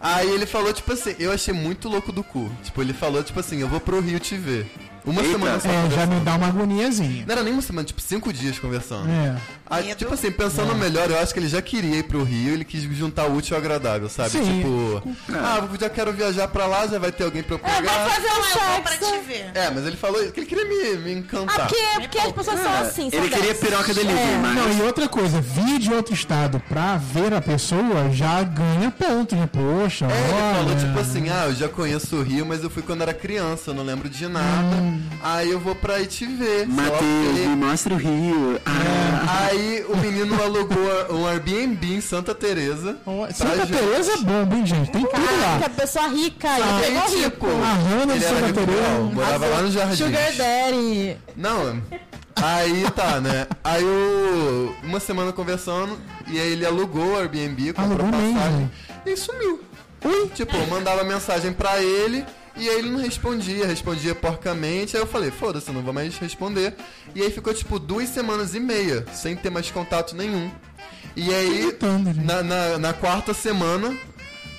[SPEAKER 5] Aí ele falou, tipo assim, eu achei muito louco do cu. Tipo, ele falou, tipo assim, eu vou pro Rio te ver. Uma
[SPEAKER 4] Eita.
[SPEAKER 5] semana só
[SPEAKER 3] É, já
[SPEAKER 5] conversando.
[SPEAKER 3] me dá uma agoniazinha.
[SPEAKER 5] Não era nem uma semana, tipo, cinco dias conversando.
[SPEAKER 3] É.
[SPEAKER 5] Aí,
[SPEAKER 6] Medo.
[SPEAKER 5] tipo assim, pensando
[SPEAKER 7] É.
[SPEAKER 5] melhor, eu acho que ele já queria ir pro Rio, ele quis juntar o útil ao agradável, sabe?
[SPEAKER 3] Sim.
[SPEAKER 5] Tipo, ah, eu já quero viajar pra lá, já vai ter alguém pra eu
[SPEAKER 7] É, vai
[SPEAKER 5] pegar.
[SPEAKER 7] fazer
[SPEAKER 6] Não,
[SPEAKER 7] um
[SPEAKER 6] eu vou pra te
[SPEAKER 7] sexo.
[SPEAKER 6] ver.
[SPEAKER 5] É, mas ele falou que ele queria me, me encantar.
[SPEAKER 7] Ah, porque, porque as pessoas são assim, É. são
[SPEAKER 4] É. Ele queria
[SPEAKER 7] dessas.
[SPEAKER 4] piroca delivery,
[SPEAKER 6] É.
[SPEAKER 4] mas.
[SPEAKER 3] Não, e outra coisa, vir de outro estado pra ver a pessoa já ganha ponto, né? Poxa,
[SPEAKER 5] É, ele
[SPEAKER 3] olha. né?
[SPEAKER 5] falou tipo assim, ah, eu já conheço o Rio, mas eu fui quando era criança, eu não lembro de nada.
[SPEAKER 3] Hum.
[SPEAKER 5] Aí eu vou pra aí te ver. sei lá o
[SPEAKER 4] Matheus,
[SPEAKER 5] quê.
[SPEAKER 4] me mostra o Rio. Ah,
[SPEAKER 5] Aí o menino alugou a- um Airbnb em Santa Teresa.
[SPEAKER 3] Ó,
[SPEAKER 5] tipo, pra
[SPEAKER 3] Santa
[SPEAKER 5] gente.
[SPEAKER 3] Teresa é bomba, hein, gente? Tem tudo
[SPEAKER 7] Caraca,
[SPEAKER 3] lá.
[SPEAKER 7] pessoa rica aí,
[SPEAKER 5] Aí,
[SPEAKER 7] pegou rico.
[SPEAKER 5] tipo,
[SPEAKER 3] A Hannah de
[SPEAKER 5] ele era
[SPEAKER 3] Santa
[SPEAKER 5] rico,
[SPEAKER 3] Teresa. é
[SPEAKER 5] não, morava lá no jardim.
[SPEAKER 7] Sugar um Daddy.
[SPEAKER 5] Não, aí tá, né? Aí eu. Uma semana conversando, e aí ele alugou o Airbnb, comprou
[SPEAKER 3] Alugou mesmo?
[SPEAKER 5] passagem e sumiu. Ui, tipo, eu mandava mensagem pra ele e aí ele não respondia, respondia porcamente. Aí eu falei, foda-se, eu não vou mais responder. E aí ficou tipo duas semanas e meia, sem ter mais contato nenhum. E aí,
[SPEAKER 3] irritando, gente.
[SPEAKER 5] na, na, na quarta semana,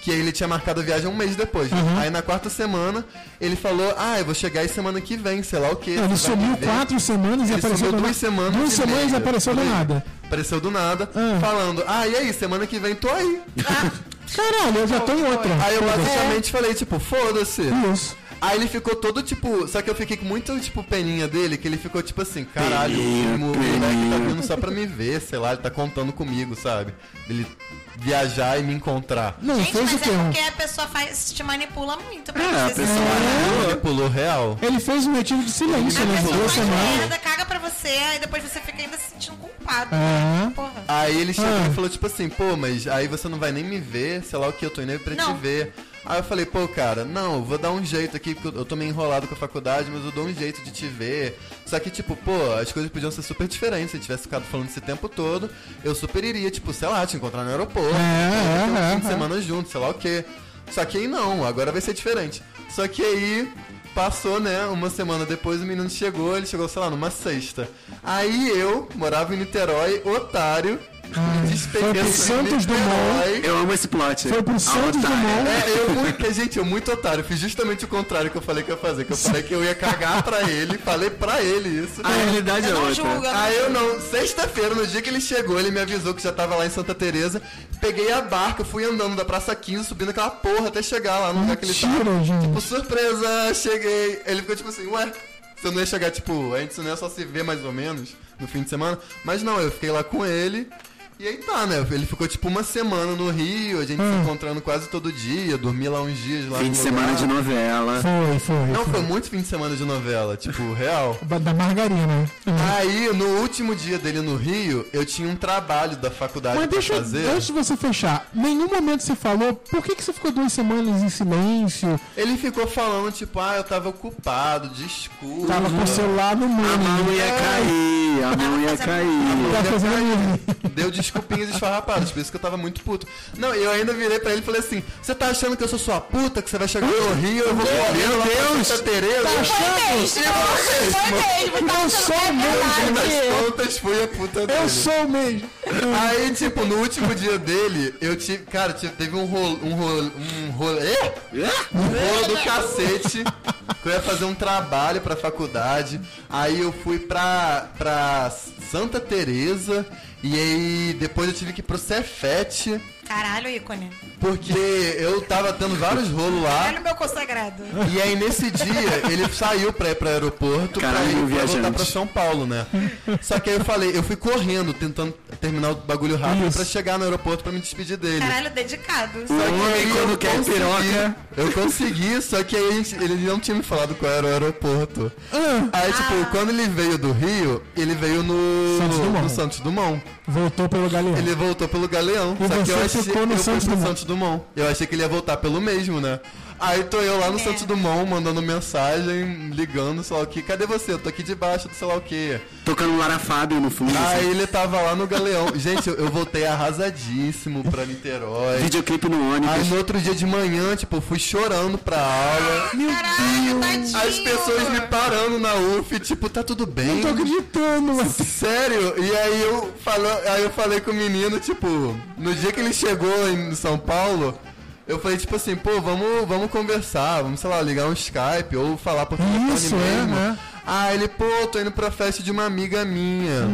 [SPEAKER 5] que ele tinha marcado a viagem um mês depois. né?
[SPEAKER 3] Uhum.
[SPEAKER 5] Aí na quarta semana, ele falou, ah, eu vou chegar aí semana que vem, sei lá o quê.
[SPEAKER 3] Ele
[SPEAKER 5] você vai me
[SPEAKER 3] sumiu
[SPEAKER 5] ver."
[SPEAKER 3] quatro semanas e
[SPEAKER 5] Ele
[SPEAKER 3] apareceu
[SPEAKER 5] sumiu
[SPEAKER 3] do na-
[SPEAKER 5] duas semanas.
[SPEAKER 3] Duas
[SPEAKER 5] e
[SPEAKER 3] semanas e
[SPEAKER 5] meia. né?
[SPEAKER 3] apareceu do
[SPEAKER 5] Por aí.
[SPEAKER 3] nada.
[SPEAKER 5] Apareceu do nada,
[SPEAKER 3] Ah. Então,
[SPEAKER 5] falando, ah, e aí, semana que vem tô aí.
[SPEAKER 3] Caralho, eu já tô em outra.
[SPEAKER 5] Aí eu basicamente falei, tipo, foda-se.
[SPEAKER 3] Isso.
[SPEAKER 5] Aí ele ficou todo tipo. Só que eu fiquei com muito, tipo, peninha dele, que ele ficou tipo assim, caralho,
[SPEAKER 4] Peninha,
[SPEAKER 5] o moleque tá vindo só pra me ver, sei lá, ele tá contando comigo, sabe? Ele viajar e me encontrar.
[SPEAKER 3] Não,
[SPEAKER 6] Gente,
[SPEAKER 3] fez o
[SPEAKER 6] mas
[SPEAKER 3] quê?
[SPEAKER 6] é porque a pessoa faz, te manipula muito pra
[SPEAKER 4] É, a
[SPEAKER 6] você.
[SPEAKER 4] pessoa-
[SPEAKER 5] Ele pulou real.
[SPEAKER 3] Ele fez um retiro de silêncio,
[SPEAKER 6] A
[SPEAKER 3] né?
[SPEAKER 6] pessoa
[SPEAKER 3] Duas
[SPEAKER 6] faz
[SPEAKER 3] semanas.
[SPEAKER 6] merda, caga pra você, aí depois você fica ainda se sentindo culpado.
[SPEAKER 3] É.
[SPEAKER 6] Porra.
[SPEAKER 5] Aí ele chegou
[SPEAKER 3] Ah.
[SPEAKER 5] e falou, tipo assim, pô, mas aí você não vai nem me ver, sei lá o que, eu tô indo aí pra
[SPEAKER 6] Não.
[SPEAKER 5] te ver. Aí eu falei, pô, cara, não, eu vou dar um jeito aqui, porque eu- eu tô meio enrolado com a faculdade, mas eu dou um jeito de te ver. Só que, tipo, pô, as coisas podiam ser super diferentes. Se eu tivesse ficado falando esse tempo todo, eu super iria, tipo, sei lá, te encontrar no aeroporto,
[SPEAKER 3] É,
[SPEAKER 5] ter um
[SPEAKER 3] é,
[SPEAKER 5] fim de
[SPEAKER 3] é.
[SPEAKER 5] semana junto, sei lá o que. Só que aí não, agora vai ser diferente. Só que aí passou, né? Uma semana depois o menino chegou, ele chegou, sei lá, numa sexta. Aí eu morava em Niterói, otário, me
[SPEAKER 3] foi pro
[SPEAKER 5] despedindo
[SPEAKER 3] Santos Dumont.
[SPEAKER 4] eu amo esse plot.
[SPEAKER 3] Foi pro
[SPEAKER 4] A
[SPEAKER 3] Santos
[SPEAKER 4] otária.
[SPEAKER 3] Dumont.
[SPEAKER 5] É, eu muito, gente, eu muito otário, fiz justamente o contrário que eu falei que eu ia fazer, que eu falei que eu ia cagar pra ele, falei pra ele isso.
[SPEAKER 4] A realidade é
[SPEAKER 6] Eu não
[SPEAKER 4] outra.
[SPEAKER 6] julgo.
[SPEAKER 5] Aí eu não, sexta-feira, no dia que ele chegou, ele me avisou que já tava lá em Santa Teresa. Peguei a barca, fui andando da Praça 15, subindo aquela porra até chegar lá no lugar que ele
[SPEAKER 3] Mentira,
[SPEAKER 5] tava.
[SPEAKER 3] gente.
[SPEAKER 5] Tipo, surpresa, cheguei. Ele ficou tipo assim, ué, você não ia chegar, tipo, a gente não ia só se ver mais ou menos no fim de semana. Mas não, eu fiquei lá com ele. E aí tá, né? Ele ficou tipo uma semana no Rio, a gente
[SPEAKER 3] Hum.
[SPEAKER 5] se encontrando quase todo dia, dormi lá uns dias lá
[SPEAKER 4] Fim
[SPEAKER 5] no
[SPEAKER 4] de semana
[SPEAKER 5] lugar.
[SPEAKER 4] de novela.
[SPEAKER 3] Foi, foi.
[SPEAKER 5] Não, foi muito fim de semana de novela, tipo, real.
[SPEAKER 3] Ba- Da margarina.
[SPEAKER 5] Aí, no último dia dele no Rio, eu tinha um trabalho da faculdade
[SPEAKER 3] Mas
[SPEAKER 5] pra
[SPEAKER 3] deixa, eu-
[SPEAKER 5] fazer.
[SPEAKER 3] antes de você fechar, nenhum momento você falou por que, que você ficou duas semanas em silêncio,
[SPEAKER 5] Ele ficou falando, tipo, ah, eu tava ocupado, desculpa.
[SPEAKER 3] tava com o celular no
[SPEAKER 4] A
[SPEAKER 3] mano,
[SPEAKER 4] mão ia cair, a mão ia
[SPEAKER 6] é
[SPEAKER 4] cair.
[SPEAKER 3] tava fazendo
[SPEAKER 5] Deu desculpinhas esfarrapadas, por isso que eu tava muito puto. Não, eu ainda virei pra ele e falei assim, você tá achando que eu sou sua puta, que você vai chegar no Rio, eu vou correndo lá pra Santa Teresa? Tá
[SPEAKER 7] Foi mesmo, foi mesmo. Tá
[SPEAKER 3] Eu
[SPEAKER 7] sendo
[SPEAKER 3] sou
[SPEAKER 7] bem
[SPEAKER 3] mesmo,
[SPEAKER 7] verdade.
[SPEAKER 5] Nas contas, fui a puta dele.
[SPEAKER 3] Eu sou mesmo.
[SPEAKER 5] Aí, tipo, no último dia dele, eu tive. Cara, tive- teve um rolo. Um rolo. Um rolo. Ê? Um rolo do cacete. Que eu ia fazer um trabalho pra faculdade. Aí eu fui pra, pra Santa Teresa. E aí depois eu tive que ir pro Cefete.
[SPEAKER 6] Caralho, ícone.
[SPEAKER 5] Porque eu tava tendo vários rolos lá.
[SPEAKER 6] Olha o meu consagrado.
[SPEAKER 5] E aí nesse dia ele saiu pra ir pro aeroporto
[SPEAKER 4] Caralho,
[SPEAKER 5] pra, ir, pra
[SPEAKER 4] viajante.
[SPEAKER 5] voltar pra São Paulo, né? Só que aí eu falei, eu fui correndo, tentando terminar o bagulho rápido
[SPEAKER 3] Isso.
[SPEAKER 5] pra chegar no aeroporto pra me despedir dele.
[SPEAKER 6] Caralho, dedicado.
[SPEAKER 5] Só que
[SPEAKER 4] Homem
[SPEAKER 5] aí
[SPEAKER 4] quando
[SPEAKER 5] eu
[SPEAKER 4] quer
[SPEAKER 5] consegui,
[SPEAKER 4] piroca.
[SPEAKER 5] Eu consegui, só que aí a gente- ele não tinha me falado qual era o aeroporto.
[SPEAKER 3] Ah,
[SPEAKER 5] Aí, tipo, quando ele veio do Rio, ele veio no
[SPEAKER 3] Santos Dumont.
[SPEAKER 5] no Santos Dumont.
[SPEAKER 3] voltou pelo galeão.
[SPEAKER 5] Ele voltou pelo Galeão.
[SPEAKER 3] E
[SPEAKER 5] só que eu
[SPEAKER 3] você
[SPEAKER 5] achei
[SPEAKER 3] ficou no
[SPEAKER 5] eu fui
[SPEAKER 3] Santos
[SPEAKER 5] pro
[SPEAKER 3] Dumont.
[SPEAKER 5] Santos Dumont. Eu achei que ele ia voltar pelo mesmo, né? Aí tô eu lá no Santos Dumont mandando mensagem, ligando, sei lá o que. Cadê você? Eu tô aqui debaixo do sei lá o que.
[SPEAKER 4] Tocando Lara Fábio no fundo.
[SPEAKER 5] Aí
[SPEAKER 4] assim.
[SPEAKER 5] ele tava lá no Galeão. Gente, eu, eu voltei arrasadíssimo pra Niterói.
[SPEAKER 4] Videoclipe no
[SPEAKER 5] Aí
[SPEAKER 4] ônibus.
[SPEAKER 5] no outro dia de manhã, tipo, eu fui chorando pra aula.
[SPEAKER 6] Caralho, tadinho.
[SPEAKER 5] As pessoas me parando na UF, tipo, tá tudo bem.
[SPEAKER 3] Tô acreditando, mas
[SPEAKER 5] Sério? E aí eu, falo, aí eu falei com o menino, tipo, no dia que ele chegou em São Paulo, eu falei, tipo assim, pô, vamos, vamos conversar, vamos, sei lá, ligar um Skype ou falar por telefone
[SPEAKER 3] Isso, é,
[SPEAKER 5] mesmo.
[SPEAKER 3] né?
[SPEAKER 5] Ah, ele, pô, tô indo pra festa de uma amiga minha.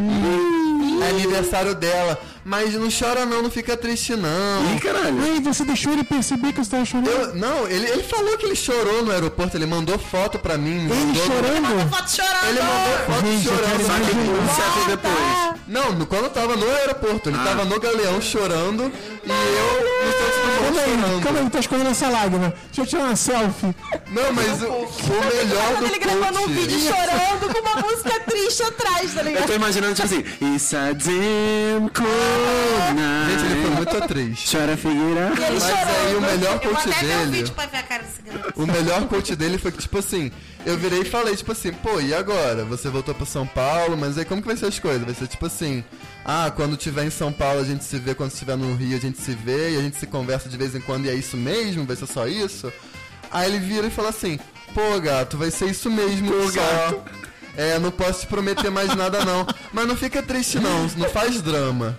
[SPEAKER 5] É aniversário dela. Mas não chora não, não fica triste não.
[SPEAKER 4] Ih, caralho.
[SPEAKER 3] Ai, você deixou ele perceber que eu estava chorando.
[SPEAKER 5] Eu- não, ele, ele falou que ele chorou no aeroporto, ele mandou foto pra mim.
[SPEAKER 3] Ele
[SPEAKER 5] mandou-
[SPEAKER 3] chorando?
[SPEAKER 6] Foto chorando.
[SPEAKER 5] Ele mandou foto
[SPEAKER 3] Gente, eu quero
[SPEAKER 5] chorando.
[SPEAKER 4] Só que um século depois.
[SPEAKER 5] Não, no- quando eu tava no aeroporto, ele
[SPEAKER 4] Ah.
[SPEAKER 5] tava no galeão chorando e eu no Santos Dumont
[SPEAKER 3] Calma aí,
[SPEAKER 5] chorando.
[SPEAKER 3] calma aí, tá escondendo essa lágrima. Deixa eu tirar uma selfie.
[SPEAKER 5] Não, mas o, o melhor
[SPEAKER 7] Ele gravando um
[SPEAKER 5] do
[SPEAKER 7] vídeo
[SPEAKER 5] coach.
[SPEAKER 7] chorando com uma música triste atrás, tá
[SPEAKER 4] Eu
[SPEAKER 7] ligado?
[SPEAKER 4] tô imaginando, tipo assim, It's a damn cold
[SPEAKER 5] Gente, ele foi
[SPEAKER 4] night.
[SPEAKER 5] muito triste.
[SPEAKER 4] Chora, Figueira.
[SPEAKER 7] E ele
[SPEAKER 5] Mas
[SPEAKER 7] chorando.
[SPEAKER 5] aí o melhor
[SPEAKER 6] Eu vou
[SPEAKER 5] coach
[SPEAKER 6] até ver um
[SPEAKER 5] dele.
[SPEAKER 6] vídeo pra ver a cara desse garoto.
[SPEAKER 5] O melhor coach dele foi que, tipo assim, eu virei e falei, tipo assim, pô, e agora? Você voltou pra São Paulo, mas aí como que vai ser as coisas? Vai ser tipo assim, ah, quando tiver em São Paulo a gente se vê, quando estiver no Rio a gente se vê, e a gente se conversa de vez em quando, e é isso mesmo? Vai ser só isso? Aí ele vira e fala assim, pô, gato, vai ser isso mesmo, pô, gato. É, não posso te prometer mais nada não. Mas não fica triste não, não faz drama.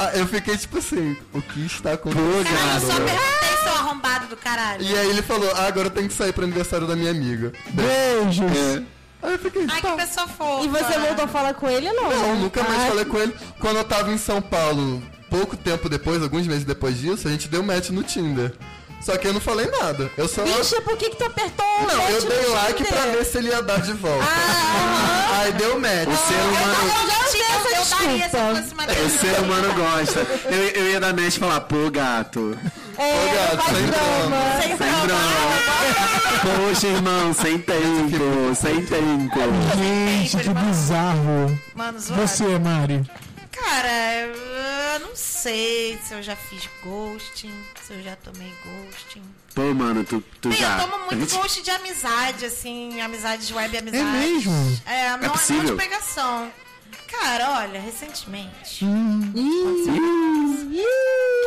[SPEAKER 5] Ah, eu fiquei tipo assim, o que está acontecendo?
[SPEAKER 6] Caralho, eu só perguntei seu arrombado do caralho.
[SPEAKER 5] E aí ele falou, ah, agora eu tenho que sair pro aniversário da minha amiga.
[SPEAKER 3] Beijos.
[SPEAKER 4] É,
[SPEAKER 5] Aí eu fiquei,
[SPEAKER 6] Ai,
[SPEAKER 5] tá.
[SPEAKER 6] que pessoa fofa.
[SPEAKER 7] E você voltou a falar com ele, não? Ah,
[SPEAKER 5] Não, nunca mais
[SPEAKER 7] Ai,
[SPEAKER 5] falei com ele. Quando eu tava em São Paulo, pouco tempo depois, alguns meses depois disso, a gente deu match no Tinder. Só que eu não falei nada. Eu só.
[SPEAKER 7] Bicha, por que que tu apertou o
[SPEAKER 5] não, eu
[SPEAKER 7] match no
[SPEAKER 5] dei like
[SPEAKER 7] Tinder? Ah.
[SPEAKER 5] pra ver se ele ia dar de volta. Aí deu match.
[SPEAKER 4] O ser humano.
[SPEAKER 7] Eu já usei
[SPEAKER 6] Eu, eu
[SPEAKER 7] essa
[SPEAKER 6] daria se eu fosse
[SPEAKER 7] desculpa.
[SPEAKER 6] uma
[SPEAKER 4] O
[SPEAKER 6] criança.
[SPEAKER 4] ser humano gosta. Eu, eu ia dar match e falar, pô, gato.
[SPEAKER 5] Ô,
[SPEAKER 7] É,
[SPEAKER 5] gato,
[SPEAKER 7] não faz
[SPEAKER 5] sem
[SPEAKER 7] drama.
[SPEAKER 5] drama.
[SPEAKER 6] Sem
[SPEAKER 4] Sem
[SPEAKER 6] drama.
[SPEAKER 4] drama. Poxa, irmão, sem tempo, sem tempo.
[SPEAKER 3] Gente, que bizarro.
[SPEAKER 6] Mano, zoado.
[SPEAKER 3] Você, Mari.
[SPEAKER 6] Cara, eu não sei se eu já fiz ghosting, se eu já tomei ghosting.
[SPEAKER 4] Pô, mano, tu, tu
[SPEAKER 6] Bem,
[SPEAKER 4] já.
[SPEAKER 6] eu tomo muito ghost de amizade, assim, amizade de web amizade.
[SPEAKER 3] É mesmo?
[SPEAKER 6] É, não, não de
[SPEAKER 4] possível?
[SPEAKER 6] pegação. Cara, olha, recentemente.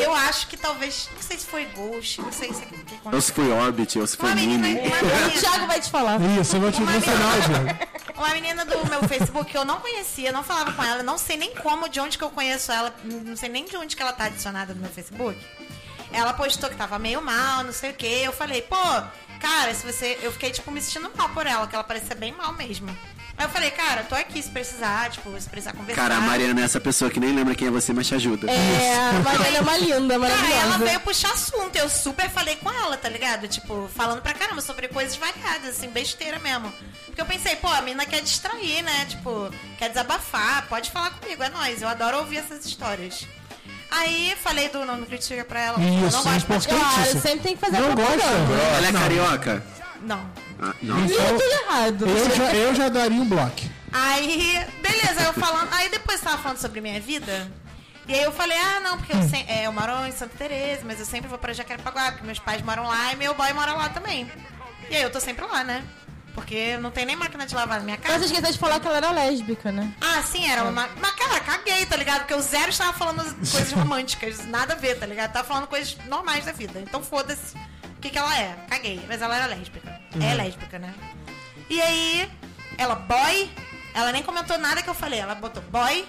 [SPEAKER 6] Eu acho que talvez. Não sei se foi ghost, não sei se. o que
[SPEAKER 4] Ou
[SPEAKER 6] aconteceu.
[SPEAKER 4] se foi Orbit, ou se foi
[SPEAKER 6] Uma menina.
[SPEAKER 4] Mini.
[SPEAKER 6] Uma
[SPEAKER 7] O Thiago
[SPEAKER 6] menina,
[SPEAKER 7] vai te falar.
[SPEAKER 3] Isso, eu vou te
[SPEAKER 6] Uma
[SPEAKER 3] ver sinal, Thiago.
[SPEAKER 6] uma menina do meu Facebook que eu não conhecia, não falava com ela, não sei nem como, de onde que eu conheço ela, não sei nem de onde que ela tá adicionada no meu Facebook. Ela postou que tava meio mal, não sei o que. Eu falei, pô, cara, se você. Eu fiquei, tipo, me sentindo mal por ela, que ela parecia bem mal mesmo. Aí eu falei, cara, tô aqui se precisar, tipo, se precisar conversar.
[SPEAKER 4] Cara, a Mariana é essa pessoa que nem lembra quem é você, mas te ajuda.
[SPEAKER 7] É, mas ela é uma linda,
[SPEAKER 6] Cara, ela
[SPEAKER 7] maravilhosa.
[SPEAKER 6] veio puxar assunto. Eu super falei com ela, tá ligado? Tipo, falando pra caramba sobre coisas variadas, assim, besteira mesmo. Porque eu pensei, pô, a mina quer distrair, né? Tipo, quer desabafar, pode falar comigo, é nóis. Eu adoro ouvir essas histórias. Aí falei do nome critica pra ela. eu
[SPEAKER 3] Isso,
[SPEAKER 6] não
[SPEAKER 3] é
[SPEAKER 6] gosto de
[SPEAKER 3] importante.
[SPEAKER 7] Claro,
[SPEAKER 3] isso.
[SPEAKER 7] sempre tem que fazer
[SPEAKER 3] Não
[SPEAKER 7] propaganda.
[SPEAKER 3] gosta?
[SPEAKER 4] Ela é carioca?
[SPEAKER 6] Não.
[SPEAKER 4] Ah, não.
[SPEAKER 7] Ih,
[SPEAKER 3] Então,
[SPEAKER 7] tudo errado.
[SPEAKER 3] eu, já, eu já daria um bloco.
[SPEAKER 6] Aí, beleza, eu falando. Aí depois tava falando sobre minha vida. E aí eu falei, ah, não, porque eu, sem, é, eu moro em Santa Teresa, mas eu sempre vou pra Jacarepaguá, porque meus pais moram lá e meu boy mora lá também. E aí eu tô sempre lá, né? Porque não tem nem máquina de lavar na minha
[SPEAKER 7] Mas eu
[SPEAKER 6] casa.
[SPEAKER 7] esqueci de falar que ela era lésbica, né?
[SPEAKER 6] Ah, sim, era uma. Mas, cara, caguei, tá ligado? Porque o Zero estava falando coisas românticas, nada a ver, tá ligado? Tava falando coisas normais da vida. Então foda-se o que, que ela é. Caguei. Mas ela era lésbica. É lésbica, né? E aí, ela, boy. Ela nem comentou nada que eu falei. Ela botou boy.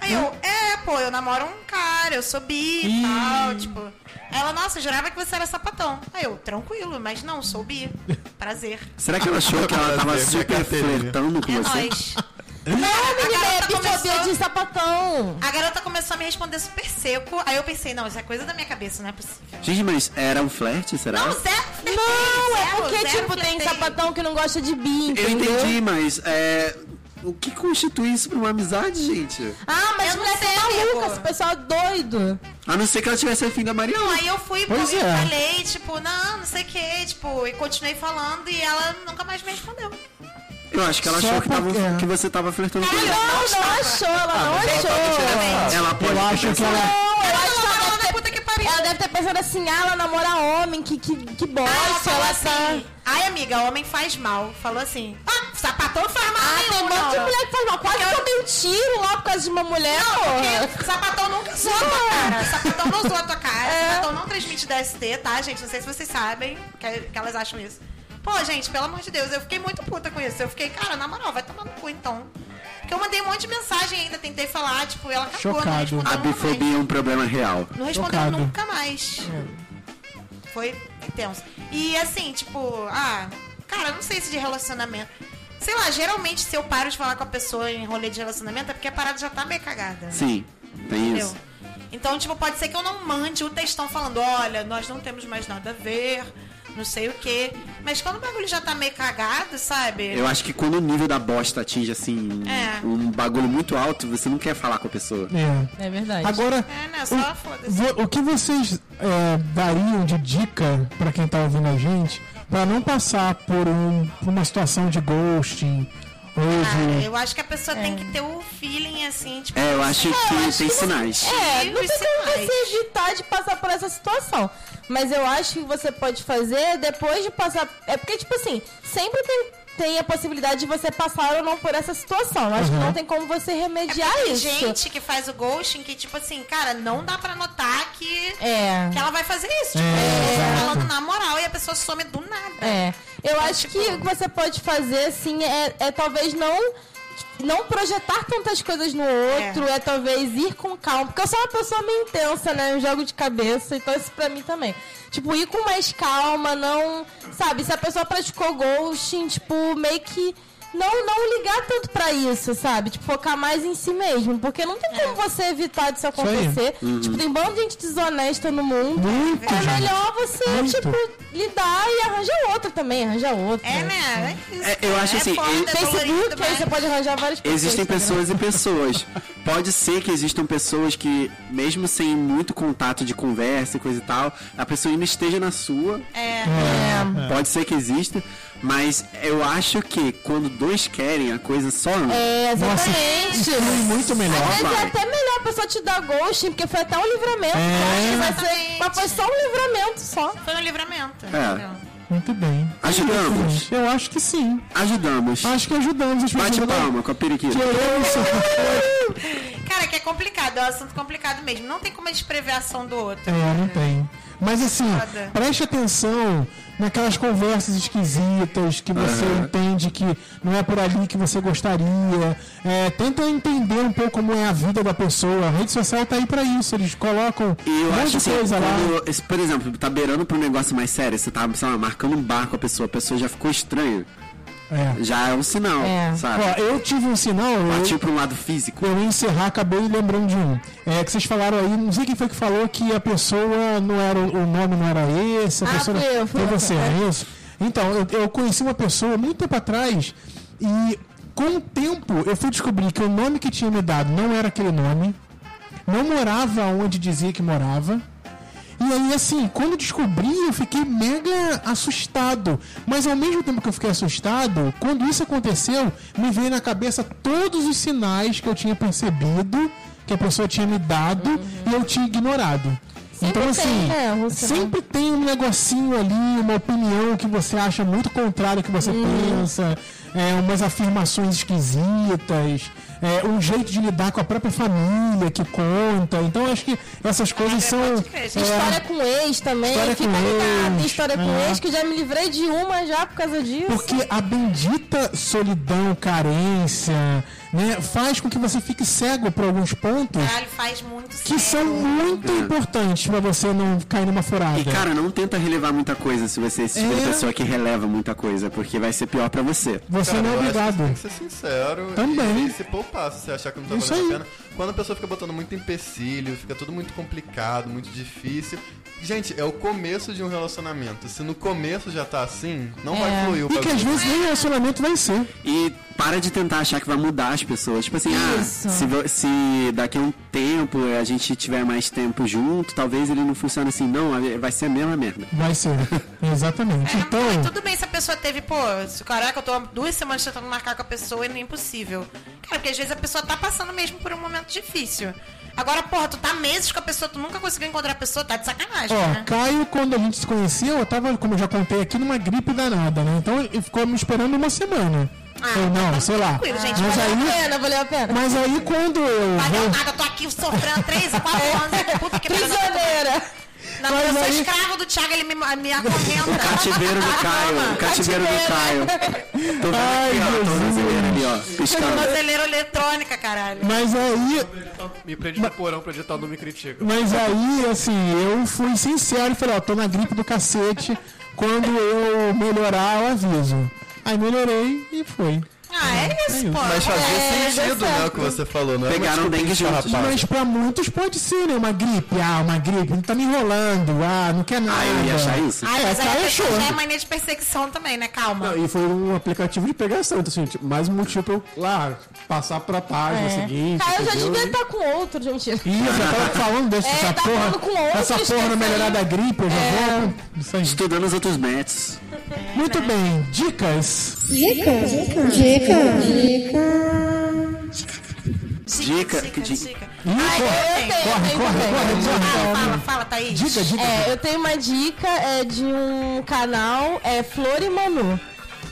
[SPEAKER 6] Aí eu, é, pô, eu namoro um cara, eu sou bi e tal, tipo. Ela, nossa, eu jurava que você era sapatão. Aí eu, tranquilo, mas não, sou bi. Prazer.
[SPEAKER 4] Será que ela achou que ela tava
[SPEAKER 5] Prazer,
[SPEAKER 4] super
[SPEAKER 5] Caterina.
[SPEAKER 4] flertando com
[SPEAKER 6] É
[SPEAKER 4] você?
[SPEAKER 6] nóis.
[SPEAKER 7] Não, menina, é
[SPEAKER 6] garota
[SPEAKER 7] bifobia
[SPEAKER 6] começou-
[SPEAKER 7] de sapatão.
[SPEAKER 6] A garota começou a me responder super seco. Aí eu pensei, não, isso é coisa da minha cabeça, não é
[SPEAKER 3] Tá.
[SPEAKER 6] possível.
[SPEAKER 4] Gente, mas era um flerte, será?
[SPEAKER 6] Não, zero. flertei,
[SPEAKER 7] Não, é
[SPEAKER 6] zero,
[SPEAKER 7] porque,
[SPEAKER 6] zero
[SPEAKER 7] tipo, tem
[SPEAKER 6] flertei.
[SPEAKER 7] sapatão que não gosta de bi,
[SPEAKER 4] Eu
[SPEAKER 7] entendeu?
[SPEAKER 4] entendi, mas é. O que constitui isso pra uma amizade, gente?
[SPEAKER 7] Ah, mas
[SPEAKER 6] Eu não
[SPEAKER 7] mulher
[SPEAKER 6] sei,
[SPEAKER 7] é maluca,
[SPEAKER 6] amigo.
[SPEAKER 7] esse pessoal é doido.
[SPEAKER 4] A não ser que ela tivesse afim da
[SPEAKER 6] Não,
[SPEAKER 4] Mariana.
[SPEAKER 6] aí eu fui
[SPEAKER 3] Pois
[SPEAKER 6] eu
[SPEAKER 3] é.
[SPEAKER 6] falei, tipo, não, não sei o que, tipo, e continuei falando e ela nunca mais me respondeu.
[SPEAKER 4] Eu acho que ela
[SPEAKER 3] Só
[SPEAKER 4] achou que, tava-
[SPEAKER 3] porque-
[SPEAKER 4] que você tava flertando com
[SPEAKER 7] Não,
[SPEAKER 4] ela.
[SPEAKER 7] não achou, ela não achou.
[SPEAKER 5] Ah, Ela tá tava
[SPEAKER 4] Ela pode
[SPEAKER 3] Eu
[SPEAKER 4] ter
[SPEAKER 3] acho que
[SPEAKER 4] pensado.
[SPEAKER 3] ela.
[SPEAKER 7] Não, eu
[SPEAKER 6] Ela
[SPEAKER 7] acho que
[SPEAKER 6] tava
[SPEAKER 7] ela
[SPEAKER 6] lá na puta que pariu.
[SPEAKER 7] ela deve ter pensado assim, ah, ela namora homem, que, que, que bosta,
[SPEAKER 6] Ah, ela falou
[SPEAKER 7] ela tá...
[SPEAKER 6] assim. Ai, amiga, homem faz mal. Falou assim. Ah, sapatão faz mal
[SPEAKER 7] Ah, tem um
[SPEAKER 6] nenhum,
[SPEAKER 7] monte de
[SPEAKER 6] não.
[SPEAKER 7] mulher que faz mal. Quase tomei um tiro lá por causa de uma mulher, porra.
[SPEAKER 6] Porque sapatão nunca zoou a tua cara. Sapatão não zoou a tua cara. Sapatão não transmite DST, tá, gente? Não sei se vocês sabem que, que elas acham isso. Pô, gente, pelo amor de Deus, eu fiquei muito puta com isso. Eu fiquei, cara, na moral, vai tomar no cu então. Porque eu mandei um monte de mensagem ainda, tentei falar, tipo, e ela acabou,
[SPEAKER 3] Chocado.
[SPEAKER 6] não respondeu
[SPEAKER 4] A
[SPEAKER 6] nunca mais.
[SPEAKER 4] bifobia é um problema real.
[SPEAKER 6] Não respondeu
[SPEAKER 3] Chocado.
[SPEAKER 6] nunca mais. Foi intenso. E assim, tipo, ah, cara, não sei se de relacionamento. Sei lá, geralmente se eu paro de falar com a pessoa em rolê de relacionamento é porque a parada já tá meio cagada.
[SPEAKER 4] Sim, tem
[SPEAKER 6] Entendeu?
[SPEAKER 4] isso.
[SPEAKER 6] Então, tipo, pode ser que eu não mande o textão falando, olha, nós não temos mais nada a ver, não sei o quê. Mas quando o bagulho já tá meio cagado, sabe?
[SPEAKER 4] Eu acho que quando o nível da bosta atinge, assim,
[SPEAKER 6] É.
[SPEAKER 4] um bagulho muito alto, você não quer falar com a pessoa.
[SPEAKER 3] É.
[SPEAKER 7] É verdade.
[SPEAKER 3] Agora,
[SPEAKER 6] É, né? Só foda-se.
[SPEAKER 3] vo- o que vocês é, dariam de dica pra quem tá ouvindo a gente pra não passar por, um, por uma situação de ghosting ou
[SPEAKER 6] Cara,
[SPEAKER 3] de.
[SPEAKER 6] Ah, eu acho que a
[SPEAKER 7] É.
[SPEAKER 6] pessoa tem que ter o feeling, assim, tipo...
[SPEAKER 4] É, eu acho que tem sinais.
[SPEAKER 7] É,
[SPEAKER 6] e
[SPEAKER 7] não
[SPEAKER 6] os
[SPEAKER 7] tem como
[SPEAKER 6] sinais.
[SPEAKER 7] você evitar de passar por essa situação. Mas eu acho que você pode fazer depois de passar. É porque, tipo assim, sempre tem, tem a possibilidade de você passar ou não por essa situação. Eu Acho
[SPEAKER 4] Uhum.
[SPEAKER 7] que não tem como você
[SPEAKER 6] É
[SPEAKER 7] remediar
[SPEAKER 6] porque tem
[SPEAKER 7] isso.
[SPEAKER 6] gente que faz o ghosting que, tipo assim, cara, não dá pra notar que,
[SPEAKER 7] É.
[SPEAKER 6] que ela vai fazer isso. Tipo,
[SPEAKER 3] É,
[SPEAKER 6] ela tá
[SPEAKER 3] exato.
[SPEAKER 6] falando na moral e a pessoa some do nada.
[SPEAKER 7] É. Eu acho
[SPEAKER 6] tipo-
[SPEAKER 7] que o que você pode fazer, assim, é, é talvez não. Não projetar tantas coisas no outro, é. talvez ir com calma. Porque eu sou uma pessoa meio intensa, né? Eu jogo de cabeça, então isso pra mim também. Tipo, ir com mais calma, não. Sabe, se a pessoa praticou ghosting, tipo, meio que. Não, não ligar tanto pra isso, sabe? Tipo, focar mais em si mesmo. Porque não tem como você evitar disso
[SPEAKER 3] aí.
[SPEAKER 7] acontecer. Tipo, tem um bando de gente desonesta no mundo.
[SPEAKER 3] Muito,
[SPEAKER 7] É
[SPEAKER 3] gente.
[SPEAKER 7] melhor você,
[SPEAKER 3] Muito.
[SPEAKER 7] tipo, lidar e arranja outra também, arranja outra.
[SPEAKER 6] É, né? É isso,
[SPEAKER 4] É, eu acho
[SPEAKER 6] é
[SPEAKER 4] assim,
[SPEAKER 6] foda,
[SPEAKER 4] eu-
[SPEAKER 6] é dolorido,
[SPEAKER 7] Facebook, aí
[SPEAKER 6] mas-
[SPEAKER 7] você pode arranjar várias pessoas.
[SPEAKER 4] Existem
[SPEAKER 7] tá ligado?
[SPEAKER 4] pessoas e pessoas. Pode ser que existam pessoas que, mesmo sem muito contato de conversa e coisa e tal, a pessoa ainda esteja na sua.
[SPEAKER 6] É,
[SPEAKER 4] Pode ser que exista. Mas eu acho que quando dois querem, a coisa só anda.
[SPEAKER 7] É,
[SPEAKER 3] Nossa,
[SPEAKER 7] exatamente.
[SPEAKER 3] isso é muito melhor.
[SPEAKER 7] Às vezes é
[SPEAKER 4] vai.
[SPEAKER 7] até melhor a pessoa te dar ghosting, porque foi até um
[SPEAKER 3] É.
[SPEAKER 7] livramento. Eu acho que vai ser,
[SPEAKER 6] Exatamente.
[SPEAKER 7] mas foi só um livramento só.
[SPEAKER 6] foi um livramento.
[SPEAKER 4] É.
[SPEAKER 6] entendeu?
[SPEAKER 3] Muito bem.
[SPEAKER 4] Ajudamos.
[SPEAKER 3] Eu acho que sim.
[SPEAKER 4] Ajudamos.
[SPEAKER 3] Acho que ajudamos as
[SPEAKER 4] Bate
[SPEAKER 3] pessoas.
[SPEAKER 4] palma com a periquita.
[SPEAKER 3] Queremos saber.
[SPEAKER 6] Cara, que é complicado, é um assunto complicado mesmo. Não tem como a gente prever a ação do outro.
[SPEAKER 3] É, não tem. Mas assim,
[SPEAKER 6] Foda.
[SPEAKER 3] preste atenção naquelas conversas esquisitas que você entende que não é por ali que você gostaria. É, tenta entender um pouco como é a vida da pessoa. A rede social tá aí pra isso. Eles colocam
[SPEAKER 4] E eu
[SPEAKER 3] um monte
[SPEAKER 4] acho
[SPEAKER 3] de
[SPEAKER 4] assim,
[SPEAKER 3] coisa lá.
[SPEAKER 4] quando, esse- por exemplo, tá beirando pra um negócio mais sério, você tá, sei lá, marcando um bar com a pessoa, a pessoa já ficou estranha,
[SPEAKER 3] É.
[SPEAKER 4] já é um sinal,
[SPEAKER 7] É.
[SPEAKER 4] sabe?
[SPEAKER 3] Ó, eu tive um sinal. eu-
[SPEAKER 4] Partiu pra um lado físico.
[SPEAKER 3] Eu ia encerrar, acabei lembrando de um. É que vocês falaram aí, não sei quem foi que falou que a pessoa não era o nome não era esse, a
[SPEAKER 7] Ah,
[SPEAKER 3] pessoa
[SPEAKER 7] fui eu, fui
[SPEAKER 3] foi
[SPEAKER 7] eu.
[SPEAKER 3] você, não é isso? Então, eu, eu conheci uma pessoa muito tempo atrás e com o tempo eu fui descobrir que o nome que tinha me dado não era aquele nome, não morava onde dizia que morava. E aí, assim, quando eu descobri, eu fiquei mega assustado. Mas ao mesmo tempo que eu fiquei assustado, quando isso aconteceu, me veio na cabeça todos os sinais que eu tinha percebido, que a pessoa tinha me dado e eu tinha ignorado.
[SPEAKER 7] Uhum. Sempre
[SPEAKER 3] então,
[SPEAKER 7] tem,
[SPEAKER 3] assim,
[SPEAKER 7] né, um sinal.
[SPEAKER 3] sempre tem um negocinho ali, uma opinião que você acha muito contrária ao que você
[SPEAKER 6] Uhum.
[SPEAKER 3] pensa, é, umas afirmações esquisitas, é, um jeito de lidar com a própria família que conta. Então, eu acho que essas coisas são.
[SPEAKER 6] Ah, é pode crer, gente.
[SPEAKER 7] História com ex também,
[SPEAKER 3] É. História
[SPEAKER 7] fica
[SPEAKER 3] com
[SPEAKER 7] ligado.
[SPEAKER 3] ex,
[SPEAKER 7] História com
[SPEAKER 3] é.
[SPEAKER 7] ex, que eu já me livrei de uma já por causa
[SPEAKER 6] é
[SPEAKER 7] disso.
[SPEAKER 6] assim.
[SPEAKER 3] Porque a bendita solidão, carência, né, faz com que você fique cego por alguns pontos
[SPEAKER 6] Caralho, faz muito
[SPEAKER 3] que são muito importantes pra você não cair numa furada.
[SPEAKER 4] E cara, não tenta relevar muita coisa se você se for
[SPEAKER 3] É.
[SPEAKER 4] a pessoa que releva muita coisa, porque vai ser pior pra você.
[SPEAKER 3] você
[SPEAKER 5] Cara,
[SPEAKER 3] não é
[SPEAKER 5] eu acho que
[SPEAKER 3] obrigado.
[SPEAKER 5] Você tem que ser sincero
[SPEAKER 3] Também.
[SPEAKER 5] e, e se poupar se você achar que não tá
[SPEAKER 3] Isso
[SPEAKER 5] valendo
[SPEAKER 3] aí.
[SPEAKER 5] a pena. Quando a pessoa fica botando muito empecilho, fica tudo muito complicado, muito difícil. Gente, é o começo de um relacionamento. Se no começo já tá assim, não vai fluir o
[SPEAKER 3] E que É. às
[SPEAKER 5] bagulho.
[SPEAKER 3] vezes nem relacionamento vai ser.
[SPEAKER 4] E para de tentar achar que vai mudar as pessoas. Tipo assim,
[SPEAKER 7] Isso.
[SPEAKER 4] ah, se, vo- se daqui a um tempo a gente tiver mais tempo junto, talvez ele não funcione assim, não, vai ser a mesma merda.
[SPEAKER 3] Vai ser. Exatamente. Então,
[SPEAKER 6] Não, e tudo bem se a pessoa teve, pô, se- caraca, eu tô há duas semanas tentando marcar com a pessoa e não é impossível. Cara, porque às vezes a pessoa tá passando mesmo por um momento difícil. Agora, porra, tu tá meses com a pessoa, tu nunca conseguiu encontrar a pessoa, tá de sacanagem,
[SPEAKER 3] Ó,
[SPEAKER 6] né?
[SPEAKER 3] Caio, quando a gente se conheceu, eu tava, como eu já contei aqui, numa gripe danada, né? Então ele ficou me esperando uma semana.
[SPEAKER 6] Ah,
[SPEAKER 3] Ou não,
[SPEAKER 6] tá
[SPEAKER 3] sei lá.
[SPEAKER 6] tranquilo, gente,
[SPEAKER 3] mas,
[SPEAKER 6] valeu a
[SPEAKER 3] aí,
[SPEAKER 7] Pena, valeu a pena.
[SPEAKER 3] mas aí quando eu.
[SPEAKER 6] Valeu
[SPEAKER 3] vou-
[SPEAKER 6] nada, tô aqui sofrendo três, quatro anos. Puta que pariu.
[SPEAKER 7] Prisioneira.
[SPEAKER 6] Não,
[SPEAKER 3] é, Mas
[SPEAKER 6] eu sou
[SPEAKER 3] aí-
[SPEAKER 6] escravo do Thiago, ele me, me acorrenta.
[SPEAKER 4] O cativeiro do Caio.
[SPEAKER 6] um
[SPEAKER 4] O cativeiro do Caio. Tô vendo
[SPEAKER 3] Ai,
[SPEAKER 4] aqui, ó. Tô
[SPEAKER 3] Jesus.
[SPEAKER 4] brasileiro ali, ó. Piscando.
[SPEAKER 6] Brasileiro eletrônica, caralho.
[SPEAKER 3] Mas aí,
[SPEAKER 9] Me prende no porão pra editar o Não Me Critica.
[SPEAKER 3] Mas aí, assim, eu fui sincero e falei, ó, tô na gripe do cacete. Quando eu melhorar, eu aviso. Aí melhorei e foi.
[SPEAKER 6] Ah, é isso, pô.
[SPEAKER 5] Mas fazia
[SPEAKER 7] É,
[SPEAKER 5] sentido,
[SPEAKER 7] deu certo.
[SPEAKER 5] né, o que você falou, né?
[SPEAKER 4] Pegaram dengue juntos.
[SPEAKER 3] Mas pra muitos pode ser, né? Uma gripe. Ah, uma gripe. Não tá me enrolando. Ah, não quer nada.
[SPEAKER 4] Ah, eu ia achar isso.
[SPEAKER 3] Ah, é,
[SPEAKER 6] Mas aí a
[SPEAKER 3] tá
[SPEAKER 6] pessoa já é
[SPEAKER 3] achou.
[SPEAKER 6] mania de perseguição também, né? Calma.
[SPEAKER 9] Não, e foi um aplicativo de pegação, então, assim, tipo, mais um motivo pra eu, lá, passar pra página seguinte.
[SPEAKER 7] Caio É. Ah, já
[SPEAKER 9] entendeu?
[SPEAKER 7] devia estar com outro, gente.
[SPEAKER 3] Ih, eu já tava falando dessa
[SPEAKER 7] É,
[SPEAKER 3] essa
[SPEAKER 7] tá falando com
[SPEAKER 3] porra.
[SPEAKER 7] outros
[SPEAKER 3] Essa porra não
[SPEAKER 7] que É.
[SPEAKER 3] melhorar
[SPEAKER 7] saíram.
[SPEAKER 3] da gripe, eu já vou. Isso aí.
[SPEAKER 4] Estudando os outros métodos.
[SPEAKER 3] Muito bem,
[SPEAKER 7] é.
[SPEAKER 3] dicas.
[SPEAKER 4] Dica,
[SPEAKER 6] dica,
[SPEAKER 4] di-
[SPEAKER 6] dica.
[SPEAKER 3] Ih,
[SPEAKER 6] Ah, eu
[SPEAKER 7] Eu
[SPEAKER 6] tenho.
[SPEAKER 7] tenho, eu tenho
[SPEAKER 3] corre,
[SPEAKER 7] também.
[SPEAKER 3] corre,
[SPEAKER 7] Eu tenho
[SPEAKER 6] Ah,
[SPEAKER 7] também.
[SPEAKER 6] fala, fala, Thaís.
[SPEAKER 3] Dica, dica.
[SPEAKER 7] É, eu tenho uma dica é de um canal, é Flor e Manu.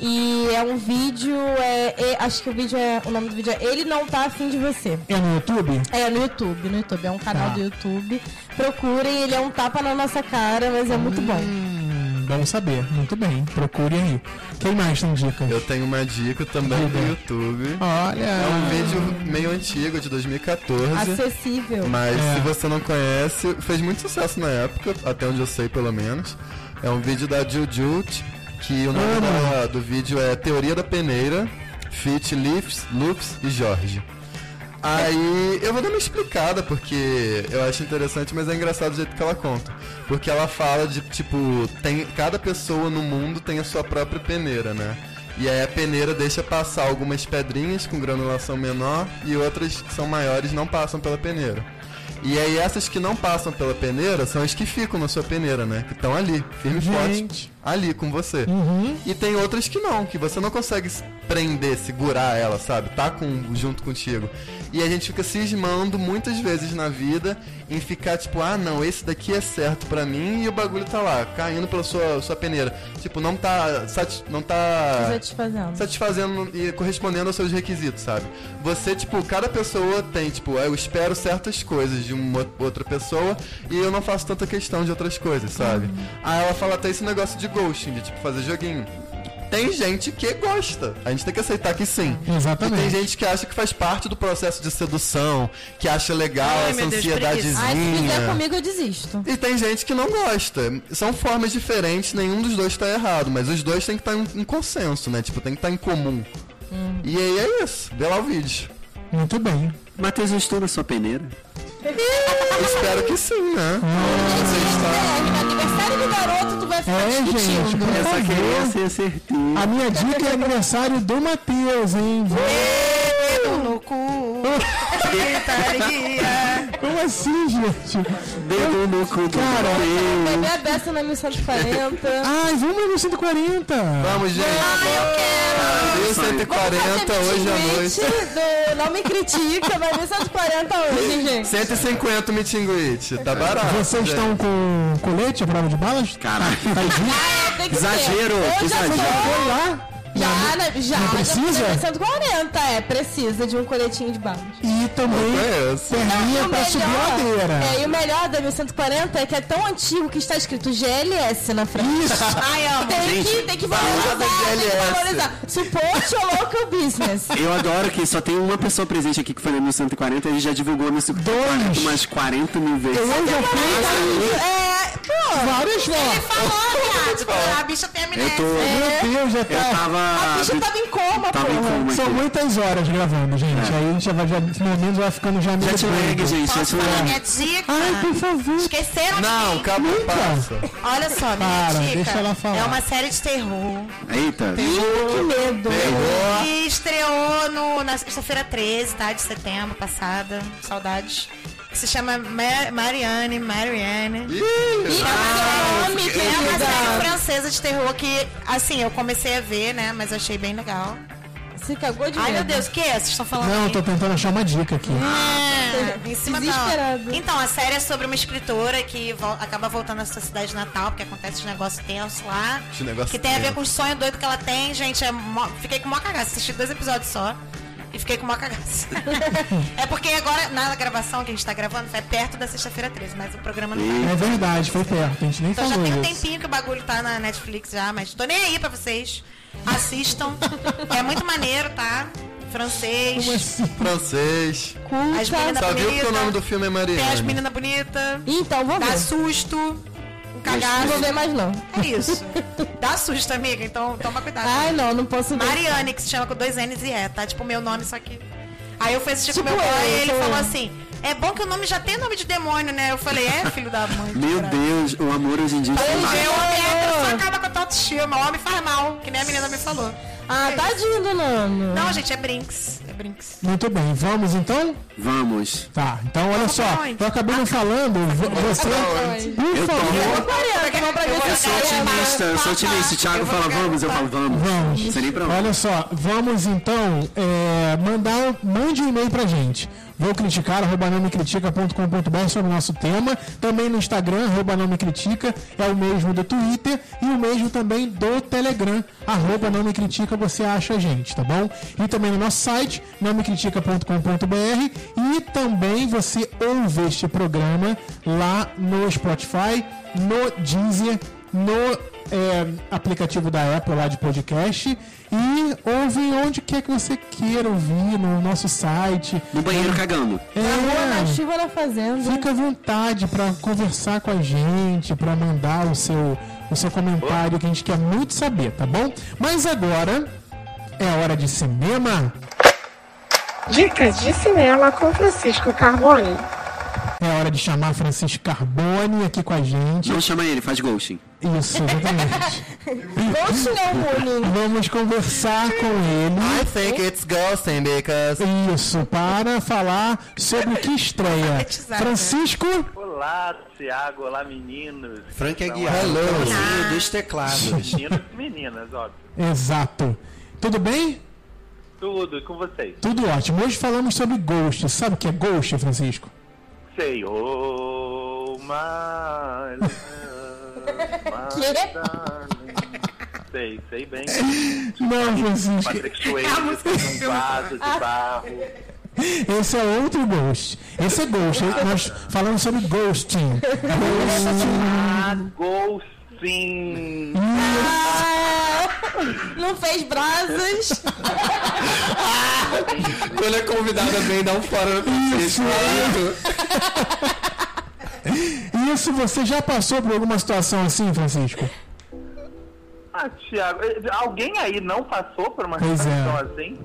[SPEAKER 7] E é um vídeo, é, e- acho que o vídeo é. O nome do vídeo é Ele Não Tá Afim de Você.
[SPEAKER 3] É no YouTube?
[SPEAKER 7] É no YouTube, no YouTube, é um canal
[SPEAKER 3] Tá.
[SPEAKER 7] do YouTube. Procurem, ele é um tapa na nossa cara, mas é muito bom.
[SPEAKER 3] Hum, vamos saber. Muito bem, procure aí. Quem mais tem dica?
[SPEAKER 5] Eu tenho uma dica também do YouTube. É um
[SPEAKER 3] Olha.
[SPEAKER 5] vídeo meio antigo, de 2014.
[SPEAKER 7] Acessível.
[SPEAKER 5] Mas
[SPEAKER 3] É.
[SPEAKER 5] se você não conhece, fez muito sucesso na época, até onde eu sei pelo menos. É um vídeo da Jujut, que o nome da- do vídeo é Teoria da Peneira, Fit, Lifts, Loops e Jorge. Aí eu vou dar uma explicada porque eu acho interessante, mas é engraçado o jeito que ela conta. Porque ela fala de tipo, tem cada pessoa no mundo tem a sua própria peneira, né? E aí a peneira deixa passar algumas pedrinhas com granulação menor e outras que são maiores não passam pela peneira. E aí essas que não passam pela peneira são as que ficam na sua peneira, né? Que estão ali, firme e forte,
[SPEAKER 3] Gente.
[SPEAKER 5] ali com você. E tem outras que não, que você não consegue se prender, segurar ela, sabe? Tá com, junto contigo. E a gente fica cismando muitas vezes na vida em ficar tipo, ah não, esse daqui é certo pra mim e o bagulho tá lá, caindo pela sua, sua peneira. Tipo, não tá. sati- não tá
[SPEAKER 7] Satisfazendo.
[SPEAKER 5] satisfazendo e correspondendo aos seus requisitos, sabe? Você, tipo, cada pessoa tem, tipo, eu espero certas coisas de uma outra pessoa e eu não faço tanta questão de outras coisas, sabe? Aí ela fala até esse negócio de ghosting, de, tipo, fazer joguinho. Tem gente que gosta. A gente tem que aceitar que sim.
[SPEAKER 3] Exatamente.
[SPEAKER 5] E tem gente que acha que faz parte do processo de sedução, que acha legal
[SPEAKER 6] Ai,
[SPEAKER 5] essa
[SPEAKER 6] meu Deus,
[SPEAKER 5] ansiedadezinha.
[SPEAKER 6] preguiça.
[SPEAKER 7] Ai, se fizer comigo, eu desisto.
[SPEAKER 5] E tem gente que não gosta. São formas diferentes, nenhum dos dois tá errado, mas os dois tem que estar em, em consenso, né? Tipo, tem que estar em comum.
[SPEAKER 6] Hum.
[SPEAKER 5] E aí é isso. Vê lá o vídeo.
[SPEAKER 3] Muito bem.
[SPEAKER 4] Matheus, eu estou na sua peneira.
[SPEAKER 5] Espero que sim, né?
[SPEAKER 7] É, aniversário do garoto, tu vai ficar
[SPEAKER 3] É, gente,
[SPEAKER 7] discutindo.
[SPEAKER 3] por
[SPEAKER 4] Eu só queria
[SPEAKER 3] favor.
[SPEAKER 4] ser certeiro.
[SPEAKER 3] A minha dica é aniversário do Matheus, hein?
[SPEAKER 6] Dedo no cu. Gritaria.
[SPEAKER 3] Como assim, gente?
[SPEAKER 4] Dedo no cu do
[SPEAKER 3] Cara,
[SPEAKER 4] Matheus.
[SPEAKER 7] Beber a beça na 1140.
[SPEAKER 3] Ai, vamos no 140.
[SPEAKER 5] Vamos, gente.
[SPEAKER 7] Ah,
[SPEAKER 5] Deu 140 hoje à noite.
[SPEAKER 7] Do não me critica, vai ver 140 hoje, hein, gente.
[SPEAKER 5] 150 meet and greet. Tá barato.
[SPEAKER 3] Vocês
[SPEAKER 5] gente.
[SPEAKER 3] estão com colete à prova de balas?
[SPEAKER 4] Caralho.
[SPEAKER 7] Ah, tem que
[SPEAKER 4] Exagero,
[SPEAKER 7] ter. Hoje
[SPEAKER 4] exagero.
[SPEAKER 7] Já, foi-
[SPEAKER 3] Foi lá.
[SPEAKER 7] já, né, já, já
[SPEAKER 3] precisa?
[SPEAKER 7] foi 140, é, precisa de um coletinho de balas.
[SPEAKER 3] E também
[SPEAKER 5] É isso.
[SPEAKER 3] perninha pra subir a ladeira.
[SPEAKER 7] é, e o melhor da 1140 é que é tão antigo que está escrito GLS na frente.
[SPEAKER 3] Isso.
[SPEAKER 6] Ai, amo.
[SPEAKER 7] Tem que, tem que valorizar, tem que
[SPEAKER 5] GLS.
[SPEAKER 7] valorizar. Support your local business.
[SPEAKER 4] Eu adoro que só tem uma pessoa presente aqui que foi na 1140 e já divulgou no seu
[SPEAKER 3] Dois.
[SPEAKER 4] umas 40 mil vezes.
[SPEAKER 3] Eu hoje eu fui
[SPEAKER 7] É, pô,
[SPEAKER 3] várias
[SPEAKER 6] Ele
[SPEAKER 3] vezes.
[SPEAKER 6] falou, viado. pô, A bicha tem amnésia.
[SPEAKER 4] Eu tô-
[SPEAKER 3] Meu Deus, já
[SPEAKER 4] Eu
[SPEAKER 3] tá.
[SPEAKER 4] tava.
[SPEAKER 7] a bicha tava em coma,
[SPEAKER 4] tava em
[SPEAKER 7] pô. Tá
[SPEAKER 4] coma
[SPEAKER 3] São
[SPEAKER 4] aqui.
[SPEAKER 3] muitas horas gravando, gente. Aí a gente já vai, já, pelo menos, vai ficando já meio
[SPEAKER 4] Jet lag,
[SPEAKER 3] doido.
[SPEAKER 4] gente. Jet
[SPEAKER 6] Posso falar minha
[SPEAKER 4] lag.
[SPEAKER 6] dica?
[SPEAKER 3] Ai, por favor.
[SPEAKER 6] Esqueceram de
[SPEAKER 5] Não,
[SPEAKER 6] mim.
[SPEAKER 5] calma, passa.
[SPEAKER 6] Olha só, minha
[SPEAKER 3] Para,
[SPEAKER 6] dica
[SPEAKER 3] deixa ela falar.
[SPEAKER 6] é uma série de terror
[SPEAKER 4] Eita.
[SPEAKER 7] Que medo.
[SPEAKER 6] que estreou no, na sexta-feira 13, tá? De setembro passada. Saudades. Que se chama Ma- Marianne, Marianne.
[SPEAKER 7] Ih, é um nome,
[SPEAKER 6] É uma
[SPEAKER 7] querida.
[SPEAKER 6] série francesa de terror que, assim, eu comecei a ver, né? Mas eu achei bem legal.
[SPEAKER 7] se cagou de
[SPEAKER 6] Ai, meu
[SPEAKER 7] medo.
[SPEAKER 6] Deus, o que é? Vocês estão falando
[SPEAKER 3] Não,
[SPEAKER 6] aí?
[SPEAKER 3] eu tô tentando achar uma dica aqui.
[SPEAKER 6] É, em cima da hora.
[SPEAKER 7] Desesperado.
[SPEAKER 6] Então, a série é sobre uma escritora que vol- acaba voltando à sua cidade natal, porque acontece um negócio tenso lá.
[SPEAKER 5] Esse negócio
[SPEAKER 6] que tem a ver
[SPEAKER 5] tenso.
[SPEAKER 6] com o sonho doido que ela tem, gente. é mó- Fiquei com uma cagaça. Assisti dois episódios só. E fiquei com uma cagaça. é porque agora, na gravação que a gente tá gravando, foi perto da sexta-feira 13, mas o programa não tá.
[SPEAKER 3] É verdade, foi perto, a gente nem
[SPEAKER 6] Então já
[SPEAKER 3] falou
[SPEAKER 6] tem um
[SPEAKER 3] isso.
[SPEAKER 6] tempinho que o bagulho tá na Netflix já, mas tô nem aí pra vocês. Assistam. é muito maneiro, tá? Francês.
[SPEAKER 3] Como assim?
[SPEAKER 5] Francês.
[SPEAKER 6] As
[SPEAKER 7] Culta.
[SPEAKER 6] meninas
[SPEAKER 5] Tá viu que
[SPEAKER 6] bonita.
[SPEAKER 5] o nome do filme é
[SPEAKER 6] Tem as
[SPEAKER 5] Mariana?
[SPEAKER 6] meninas bonitas.
[SPEAKER 7] Então, vamos
[SPEAKER 6] Dá
[SPEAKER 7] ver.
[SPEAKER 6] susto. Um
[SPEAKER 7] Ah, Não vou
[SPEAKER 6] cagaço.
[SPEAKER 7] ver mais não.
[SPEAKER 6] É isso. Dá susto, amiga. Então toma cuidado.
[SPEAKER 7] Ai, não, não posso ver.
[SPEAKER 6] Mariane, que se chama com dois N's e E, tá? Tipo meu nome, só que. Aí eu fui assistir
[SPEAKER 7] Tipo
[SPEAKER 6] com meu pai
[SPEAKER 7] eu,
[SPEAKER 6] e ele
[SPEAKER 7] sou
[SPEAKER 6] falou
[SPEAKER 7] eu.
[SPEAKER 6] assim: é bom que o nome já tem nome de demônio, né? Eu falei, é, filho da mãe.
[SPEAKER 4] Meu
[SPEAKER 6] caralho."
[SPEAKER 4] Deus, o amor hoje em dia
[SPEAKER 6] Meu
[SPEAKER 4] está
[SPEAKER 6] Deus, é, só acaba com a tua autoestima. O homem faz mal, que nem a menina me falou.
[SPEAKER 7] Ah,
[SPEAKER 6] É isso.
[SPEAKER 7] tadinho do
[SPEAKER 4] Ah.
[SPEAKER 7] Nano.
[SPEAKER 6] Não, gente, é Brinks. É Brinks.
[SPEAKER 3] Muito bem, vamos então?
[SPEAKER 4] Vamos.
[SPEAKER 3] Tá, então olha só,
[SPEAKER 6] pra onde?
[SPEAKER 3] eu acabei não falando, vo- você, por
[SPEAKER 4] Eu
[SPEAKER 3] favor,
[SPEAKER 4] tô-
[SPEAKER 7] Ô, Mariana,
[SPEAKER 6] Porque
[SPEAKER 7] vamos pra
[SPEAKER 6] eu
[SPEAKER 7] ver
[SPEAKER 6] vou
[SPEAKER 7] se
[SPEAKER 6] jogar
[SPEAKER 7] você
[SPEAKER 6] ela.
[SPEAKER 7] leva.
[SPEAKER 4] Otimista, eu sou otimista. O Thiago
[SPEAKER 6] Eu vou
[SPEAKER 4] fala,
[SPEAKER 6] ficar-
[SPEAKER 4] vamos, eu falo, vamos.
[SPEAKER 3] Vamos.
[SPEAKER 4] Não sei nem pra onde.
[SPEAKER 3] olha só, vamos então é, mandar, mande um e-mail pra gente. Vou criticar, arroba não me critica.com.br sobre o nosso tema. Também no Instagram, arroba não me critica, é o mesmo do Twitter e o mesmo também do Telegram, arroba não me critica, você acha a gente, tá bom? E também no nosso site, não me critica.com.br e também você ouve este programa lá no Spotify, no Deezer, no é, aplicativo da Apple lá de podcast e ouve onde quer que você queira ouvir, no nosso site.
[SPEAKER 4] No banheiro cagando.
[SPEAKER 7] Na rua, na
[SPEAKER 3] É,
[SPEAKER 7] chuva, na fazenda.
[SPEAKER 3] fica à vontade para conversar com a gente, para mandar o seu, o seu comentário que a gente quer muito saber, tá bom? Mas agora é hora de cinema.
[SPEAKER 10] Dicas de cinema com Francisco Carboni.
[SPEAKER 3] É hora de chamar Francisco Carboni aqui com a gente.
[SPEAKER 4] Não chama ele, faz ghosting.
[SPEAKER 3] Isso, exatamente.
[SPEAKER 7] Gosto não, Bruninho.
[SPEAKER 3] Vamos conversar com ele.
[SPEAKER 5] I think it's ghosting because...
[SPEAKER 3] Isso, para falar sobre o que estreia.
[SPEAKER 6] Alfabetizada.
[SPEAKER 3] Francisco,
[SPEAKER 11] Olá, Tiago. Olá, meninos.
[SPEAKER 4] Frank
[SPEAKER 11] Aguiar,
[SPEAKER 5] Hello.
[SPEAKER 4] Sim, dos teclados.
[SPEAKER 11] Meninos e meninas, óbvio.
[SPEAKER 3] exato. Tudo bem?
[SPEAKER 11] Tudo, e com vocês?
[SPEAKER 3] Tudo ótimo. Hoje falamos sobre Ghost. Sabe o que é Ghost, Francisco?
[SPEAKER 11] Sei, oh, my love, my darling. Sei, sei bem. é
[SPEAKER 3] Não, Francisco.
[SPEAKER 11] Patrick Swayze com um vaso de
[SPEAKER 3] Ah.
[SPEAKER 11] barro.
[SPEAKER 3] Esse é outro Ghost. Esse é Ghost. Nós falamos sobre Ghosting.
[SPEAKER 11] Ghosting.
[SPEAKER 7] Ah, Não fez brasas.
[SPEAKER 5] Quando é convidada bem, dá um fora no Francisco.
[SPEAKER 3] Isso, você já passou por alguma situação assim, Francisco?
[SPEAKER 11] Ah, Tiago, alguém aí não passou por uma
[SPEAKER 3] Pois é.
[SPEAKER 11] situação assim?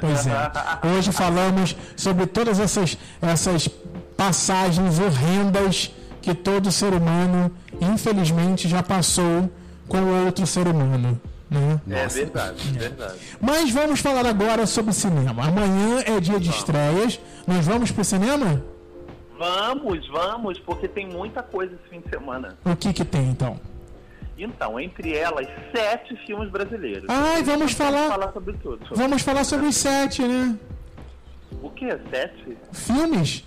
[SPEAKER 3] Pois é. Hoje falamos sobre todas essas, essas passagens horrendas que todo ser humano, infelizmente, já passou com outro ser humano. Né?
[SPEAKER 11] É verdade, verdade.
[SPEAKER 3] Mas vamos falar agora sobre cinema. Amanhã é dia de estreias. Nós vamos pro cinema?
[SPEAKER 11] Vamos, vamos, porque tem muita coisa esse fim de semana.
[SPEAKER 3] O que que tem então?
[SPEAKER 11] Então, entre elas, sete filmes brasileiros. Então,
[SPEAKER 3] Ai, vamos
[SPEAKER 11] Vamos
[SPEAKER 3] falar.
[SPEAKER 11] falar sobre tudo.
[SPEAKER 3] Vamos falar sobre os sete, né?
[SPEAKER 11] O que? Sete?
[SPEAKER 3] Filmes?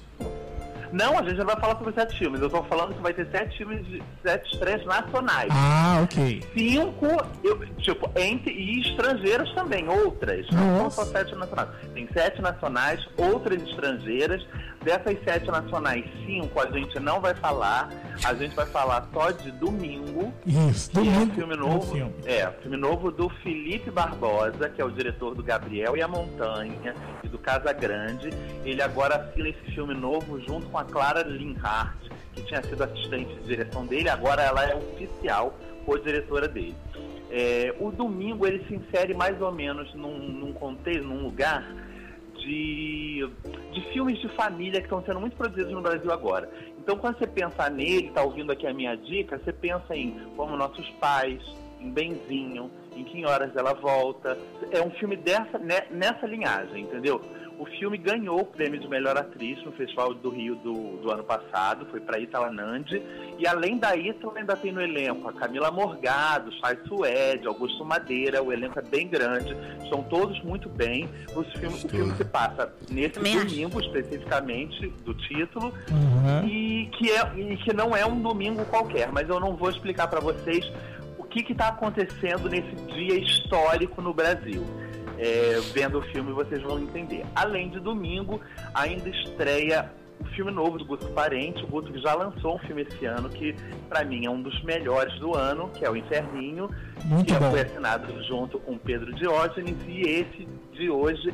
[SPEAKER 11] Não, a gente não vai falar sobre sete filmes. Eu tô falando que vai ter sete filmes, de- sete estreias nacionais.
[SPEAKER 3] Ah, ok.
[SPEAKER 11] Cinco, eu- tipo, entre, e estrangeiros também, outras. Não são só sete nacionais. Tem sete nacionais, outras estrangeiras. Dessas sete nacionais, cinco a gente não vai falar. A gente vai falar só de domingo.
[SPEAKER 3] Isso.
[SPEAKER 11] que é um
[SPEAKER 3] Domingo.
[SPEAKER 11] filme
[SPEAKER 3] Um
[SPEAKER 11] novo,
[SPEAKER 3] filme.
[SPEAKER 11] é, filme novo do Felipe Barbosa, que é o diretor do Gabriel e a Montanha e do Casa Grande. Ele agora assina esse filme novo junto com a Clara Linhart, que tinha sido assistente de direção dele, agora ela é oficial co-diretora dele. É, o domingo ele se insere mais ou menos num, num contexto, num lugar de, de filmes de família que estão sendo muito produzidos no Brasil agora. Então, quando você pensa nele, tá ouvindo aqui a minha dica, você pensa em Como Nossos Pais, em Benzinho, em Que Horas Ela Volta. É um filme dessa, né- nessa linhagem, entendeu? O filme ganhou o prêmio de melhor atriz no Festival do Rio do, do ano passado, foi para Itala Nandi. E além da Itala, ainda tem no elenco a Camila Morgado, Chay Suede, Augusto Madeira. O elenco é bem grande, são todos muito bem. Os filmes, o filme se passa nesse domingo, especificamente, do título, e que, é, e que não é um domingo qualquer, mas eu não vou explicar para vocês o que está acontecendo nesse dia histórico no Brasil. É, vendo o filme vocês vão entender. Além de domingo, ainda estreia o filme novo do Guto Parente, o Guto que já lançou um filme esse ano que para mim é um dos melhores do ano, que é o Inferninho,
[SPEAKER 3] Muito
[SPEAKER 11] que
[SPEAKER 3] bom.
[SPEAKER 11] é foi assinado junto com Pedro Diógenes e esse de hoje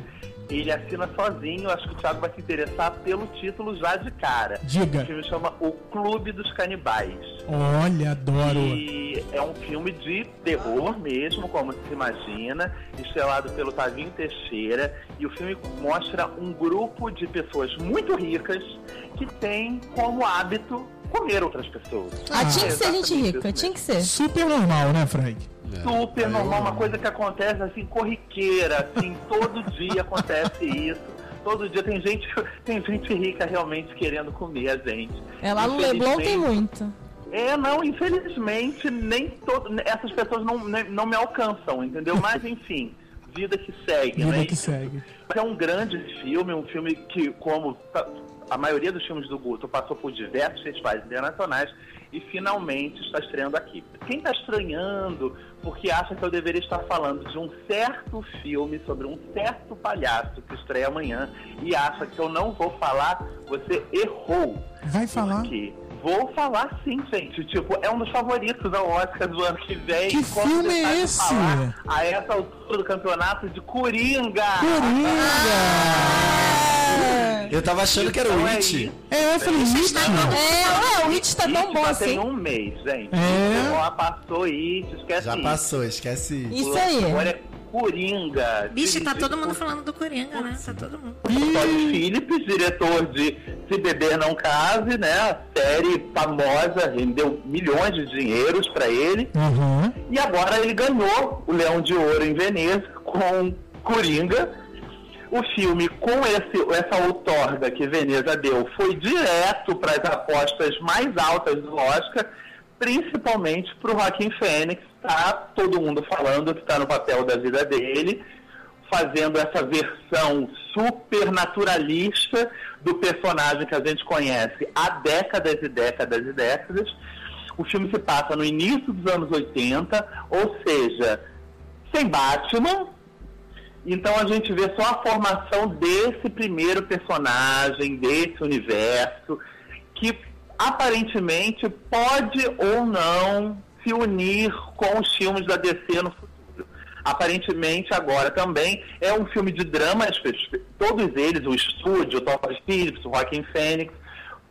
[SPEAKER 11] ele assina sozinho, acho que o Thiago vai se interessar pelo título já de cara.
[SPEAKER 3] Diga.
[SPEAKER 11] O filme chama O Clube dos Canibais.
[SPEAKER 3] Olha, adoro.
[SPEAKER 11] E é um filme de terror mesmo, como se imagina, estrelado pelo Tavinho Teixeira. E o filme mostra um grupo de pessoas muito ricas que tem como hábito comer outras pessoas. É
[SPEAKER 7] Ah, tinha que ser gente
[SPEAKER 11] Exatamente
[SPEAKER 7] rica,
[SPEAKER 11] isso
[SPEAKER 7] tinha que ser.
[SPEAKER 3] Super normal, né, Frank? É.
[SPEAKER 11] super normal, uma coisa que acontece assim, corriqueira, assim, todo dia acontece isso. Todo dia tem gente, tem gente rica realmente querendo comer a gente.
[SPEAKER 7] É lá no Leblon tem
[SPEAKER 11] Infelizmente,
[SPEAKER 7] muito.
[SPEAKER 11] é, não, infelizmente, nem todo, essas pessoas não, nem- não me alcançam, entendeu? Mas enfim, vida que segue, né?
[SPEAKER 3] Vida que segue.
[SPEAKER 11] É um grande filme, um filme que, como ta- a maioria dos filmes do Guto, passou por diversos festivais internacionais e finalmente está estreando aqui. Quem está estranhando porque acha que eu deveria estar falando de um certo filme sobre um certo palhaço que estreia amanhã e acha que eu não vou falar, você errou
[SPEAKER 3] Vai falar.
[SPEAKER 11] aqui. Vou falar sim, gente. Tipo, é um dos favoritos ao Oscar do ano que vem.
[SPEAKER 3] Que
[SPEAKER 11] Como
[SPEAKER 3] filme
[SPEAKER 11] você
[SPEAKER 3] é
[SPEAKER 11] sabe
[SPEAKER 3] esse?
[SPEAKER 11] falar A essa altura do campeonato de Coringa.
[SPEAKER 12] Eu tava achando que era o
[SPEAKER 11] Então é
[SPEAKER 12] It.
[SPEAKER 11] isso.
[SPEAKER 3] É, eu falei, It.
[SPEAKER 7] É, ué, o It tá
[SPEAKER 11] It
[SPEAKER 7] tão bom
[SPEAKER 11] já tem
[SPEAKER 7] assim.
[SPEAKER 11] um mês, gente.
[SPEAKER 12] É.
[SPEAKER 11] Já passou It, esquece
[SPEAKER 12] Já
[SPEAKER 11] It.
[SPEAKER 12] passou, esquece
[SPEAKER 7] Isso aí.
[SPEAKER 11] Agora é Coringa.
[SPEAKER 6] Bicho, tá
[SPEAKER 11] Dirigi-
[SPEAKER 6] todo mundo falando do Coringa, né? Tá todo mundo.
[SPEAKER 11] Todd Phillips, diretor de Se Beber Não Case, né? A série famosa, rendeu milhões de dinheiros pra ele.
[SPEAKER 3] Uhum.
[SPEAKER 11] E agora ele ganhou o Leão de Ouro em Veneza com Coringa. O filme, com esse- essa outorga que Veneza deu, foi direto para as apostas mais altas do Oscar, principalmente para o Joaquim Fênix. Tá todo mundo falando que está no papel da vida dele, fazendo essa versão super naturalista do personagem que a gente conhece há décadas e décadas e décadas. O filme se passa no início dos anos 80, ou seja, sem Batman. Então a gente vê só a formação desse primeiro personagem, desse universo, que aparentemente pode ou não se unir com os filmes da DC no futuro. Aparentemente agora também é um filme de drama, espe- todos eles, o estúdio, o Thomas Phillips, o Joaquin Phoenix,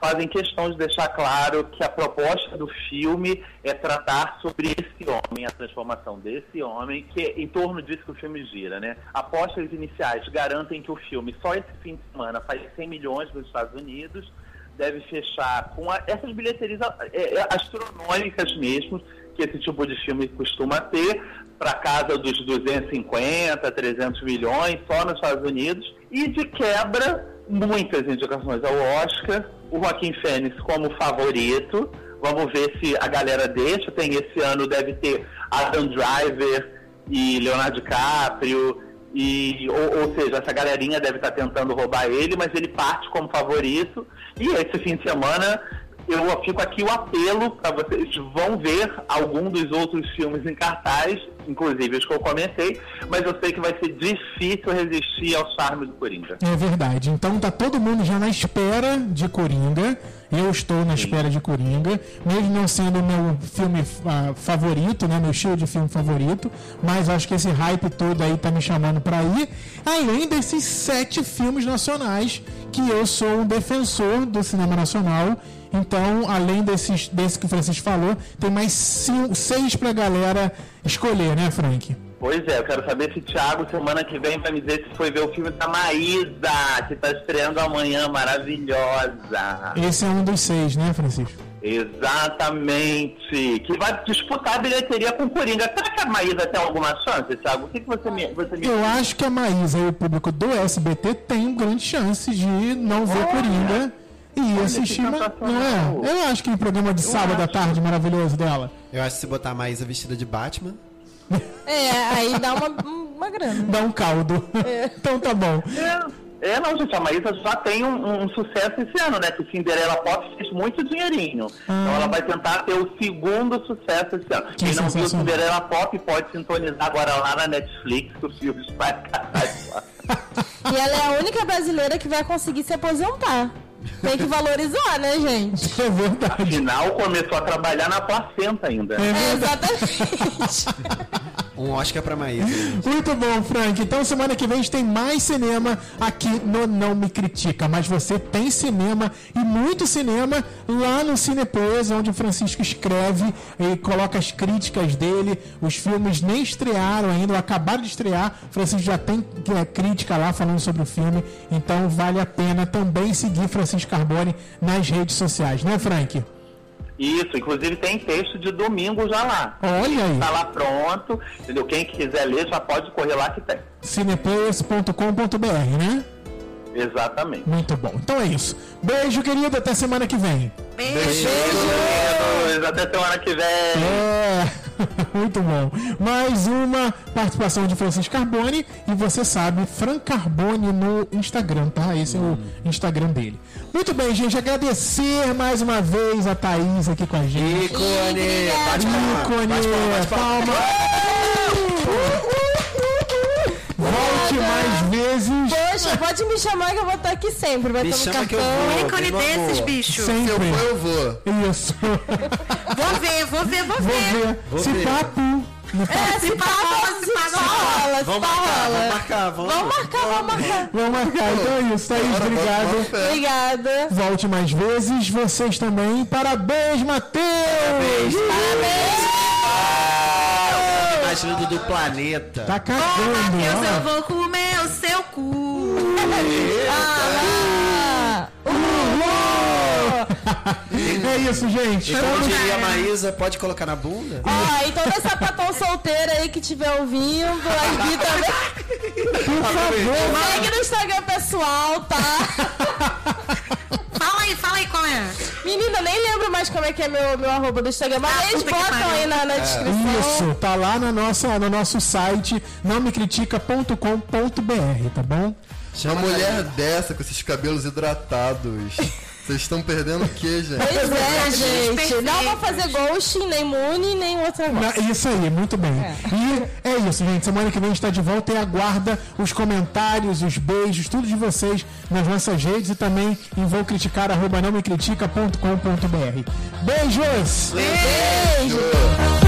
[SPEAKER 11] fazem questão de deixar claro que a proposta do filme é tratar sobre esse homem, a transformação desse homem, que é em torno disso que o filme gira, né? Apostas iniciais garantem que o filme, só esse fim de semana, faz 100 milhões nos Estados Unidos, deve fechar com a- essas bilheterias é, é, astronômicas mesmo, que esse tipo de filme costuma ter, para casa dos 250, 300 milhões, só nos Estados Unidos. E de quebra, muitas indicações ao Oscar, o Joaquim Fênix como favorito. Vamos ver se a galera deixa. Tem esse ano, deve ter Adam Driver e Leonardo DiCaprio. E, ou, ou seja, essa galerinha deve estar tentando roubar ele, mas ele parte como favorito. E esse fim de semana eu fico aqui o apelo para vocês vão ver algum dos outros filmes em cartaz, inclusive os que eu comentei, mas eu sei que vai ser difícil resistir ao charme do Coringa.
[SPEAKER 3] É verdade. Então tá todo mundo já na espera de Coringa. Eu estou na espera de Coringa, mesmo não sendo o meu filme ah, favorito, né, meu estilo de filme favorito, mas acho que esse hype todo aí tá me chamando pra ir. Além desses sete filmes nacionais que eu sou um defensor do cinema nacional. Então, além desses, desse que o Francisco falou, tem mais cinco, seis pra galera escolher, né, Frank?
[SPEAKER 11] Pois é, eu quero saber se Thiago semana que vem vai me dizer se foi ver o filme da Maísa, que tá estreando amanhã, maravilhosa.
[SPEAKER 3] Esse é um dos seis, né, Francisco?
[SPEAKER 11] Exatamente. Que vai disputar a bilheteria com o Coringa. Será que a Maísa tem alguma chance, Thiago? O que, que você me. Você me...
[SPEAKER 3] Eu acho que a Maísa e o público do SBT tem grande chance de não ver Coringa e ir assistir. Mas, não é? Eu acho que o programa de sábado à tarde maravilhoso dela.
[SPEAKER 12] Eu acho que se botar a Maísa vestida de Batman.
[SPEAKER 7] É, aí dá uma, uma grana.
[SPEAKER 3] Dá um caldo. então tá bom.
[SPEAKER 11] É, é, não, gente, a Maísa já tem um, um sucesso esse ano, né? Que Cinderela Pop fez muito dinheirinho. Então ela vai tentar ter o segundo sucesso esse ano.
[SPEAKER 8] Ah. Que
[SPEAKER 11] Quem não viu
[SPEAKER 8] sensacional.
[SPEAKER 11] Cinderela Pop pode sintonizar agora lá na Netflix, que o filme vai
[SPEAKER 7] E ela é a única brasileira que vai conseguir se aposentar. Tem que valorizar, né, gente?
[SPEAKER 3] É verdade.
[SPEAKER 11] Afinal, começou a trabalhar na placenta ainda. né?
[SPEAKER 7] exatamente.
[SPEAKER 12] Um Oscar pra Maísa.
[SPEAKER 3] Muito bom, Frank. Então semana que vem a gente tem mais cinema aqui no Não Me Critica. Mas você tem cinema e muito cinema lá no Cinepolis, onde o Francisco escreve e coloca as críticas dele. Os filmes nem estrearam ainda, ou acabaram de estrear. O Francisco já tem é, crítica lá falando sobre o filme. Então vale a pena também seguir Francisco Carbone nas redes sociais, né, Frank?
[SPEAKER 11] Isso, inclusive tem texto de domingo já lá.
[SPEAKER 3] Olha aí.
[SPEAKER 11] Tá lá pronto, entendeu? Quem quiser ler já pode correr lá que tem.
[SPEAKER 3] Cinepolis.com.br, né?
[SPEAKER 11] Exatamente.
[SPEAKER 3] Muito bom. Então é isso. Beijo, querido. Até semana que vem.
[SPEAKER 11] Beijo, meninos. Até semana que vem.
[SPEAKER 3] É. Muito bom. Mais uma participação de Francisco Carbone. E você sabe, Fran Carbone no Instagram, tá? Esse é o Instagram dele. Muito bem, gente. Agradecer mais uma vez a Thaís aqui com a gente.
[SPEAKER 8] Ícone. Bate palma,
[SPEAKER 3] Ícone.
[SPEAKER 8] bate palma, bate palma.
[SPEAKER 3] Volte mais vezes.
[SPEAKER 7] Poxa, pode me chamar que eu vou estar aqui sempre. Vai
[SPEAKER 3] Me
[SPEAKER 7] estar no
[SPEAKER 3] chama que eu
[SPEAKER 7] cartão.
[SPEAKER 3] vou, Um ícone vem numa desses, boa. bicho. Sempre.
[SPEAKER 5] Se é eu for, eu vou.
[SPEAKER 3] Isso.
[SPEAKER 6] Vou ver, vou ver, vou ver.
[SPEAKER 3] Vou ver. Se papo.
[SPEAKER 6] É, se papo, se papo, rola, se
[SPEAKER 3] Vamos
[SPEAKER 6] pá,
[SPEAKER 3] marcar, vamos marcar, vamos-
[SPEAKER 6] rola. Vamos marcar, vamos marcar.
[SPEAKER 3] Vamos marcar, então é isso. Thaís,
[SPEAKER 7] Bora, bota-
[SPEAKER 3] obrigado.
[SPEAKER 7] bota fé. Obrigada.
[SPEAKER 3] Volte mais vezes, vocês também. Parabéns, Matheus! Parabéns!
[SPEAKER 12] Mais lindo do planeta.
[SPEAKER 3] Tá cagando, né?
[SPEAKER 6] Deus, eu
[SPEAKER 3] ó.
[SPEAKER 6] vou comer o seu cu.
[SPEAKER 12] Eita.
[SPEAKER 3] É isso, gente.
[SPEAKER 12] E como
[SPEAKER 7] Então,
[SPEAKER 12] diria a
[SPEAKER 7] é.
[SPEAKER 12] Maísa, pode colocar na bunda?
[SPEAKER 7] Ó, e toda sapatão solteira aí que estiver ouvindo, a Gui também.
[SPEAKER 12] Por favor.
[SPEAKER 7] Segue no Instagram pessoal, tá?
[SPEAKER 6] Fala aí, fala aí como é.
[SPEAKER 7] Menina, nem lembro mais como é que é meu, meu arroba do Instagram, mas eles
[SPEAKER 6] puta que
[SPEAKER 7] botam
[SPEAKER 6] pariu.
[SPEAKER 7] aí na, na
[SPEAKER 3] É.
[SPEAKER 7] descrição.
[SPEAKER 3] Isso, tá lá na nossa, no nosso site não me critica.com.br, tá bom?
[SPEAKER 5] Uma mulher dessa com esses cabelos hidratados. Vocês estão perdendo o quê, gente?
[SPEAKER 7] Pois é, gente. Não vou fazer ghosting, nem Muni, nem outra
[SPEAKER 3] Na-
[SPEAKER 7] coisa.
[SPEAKER 3] Isso aí, muito bem. E é isso, gente. Semana que vem a gente tá de volta e aguarda os comentários, os beijos, tudo de vocês nas nossas redes e também em vou criticar, arroba não me critica.com.br. Beijos!
[SPEAKER 8] Beijo.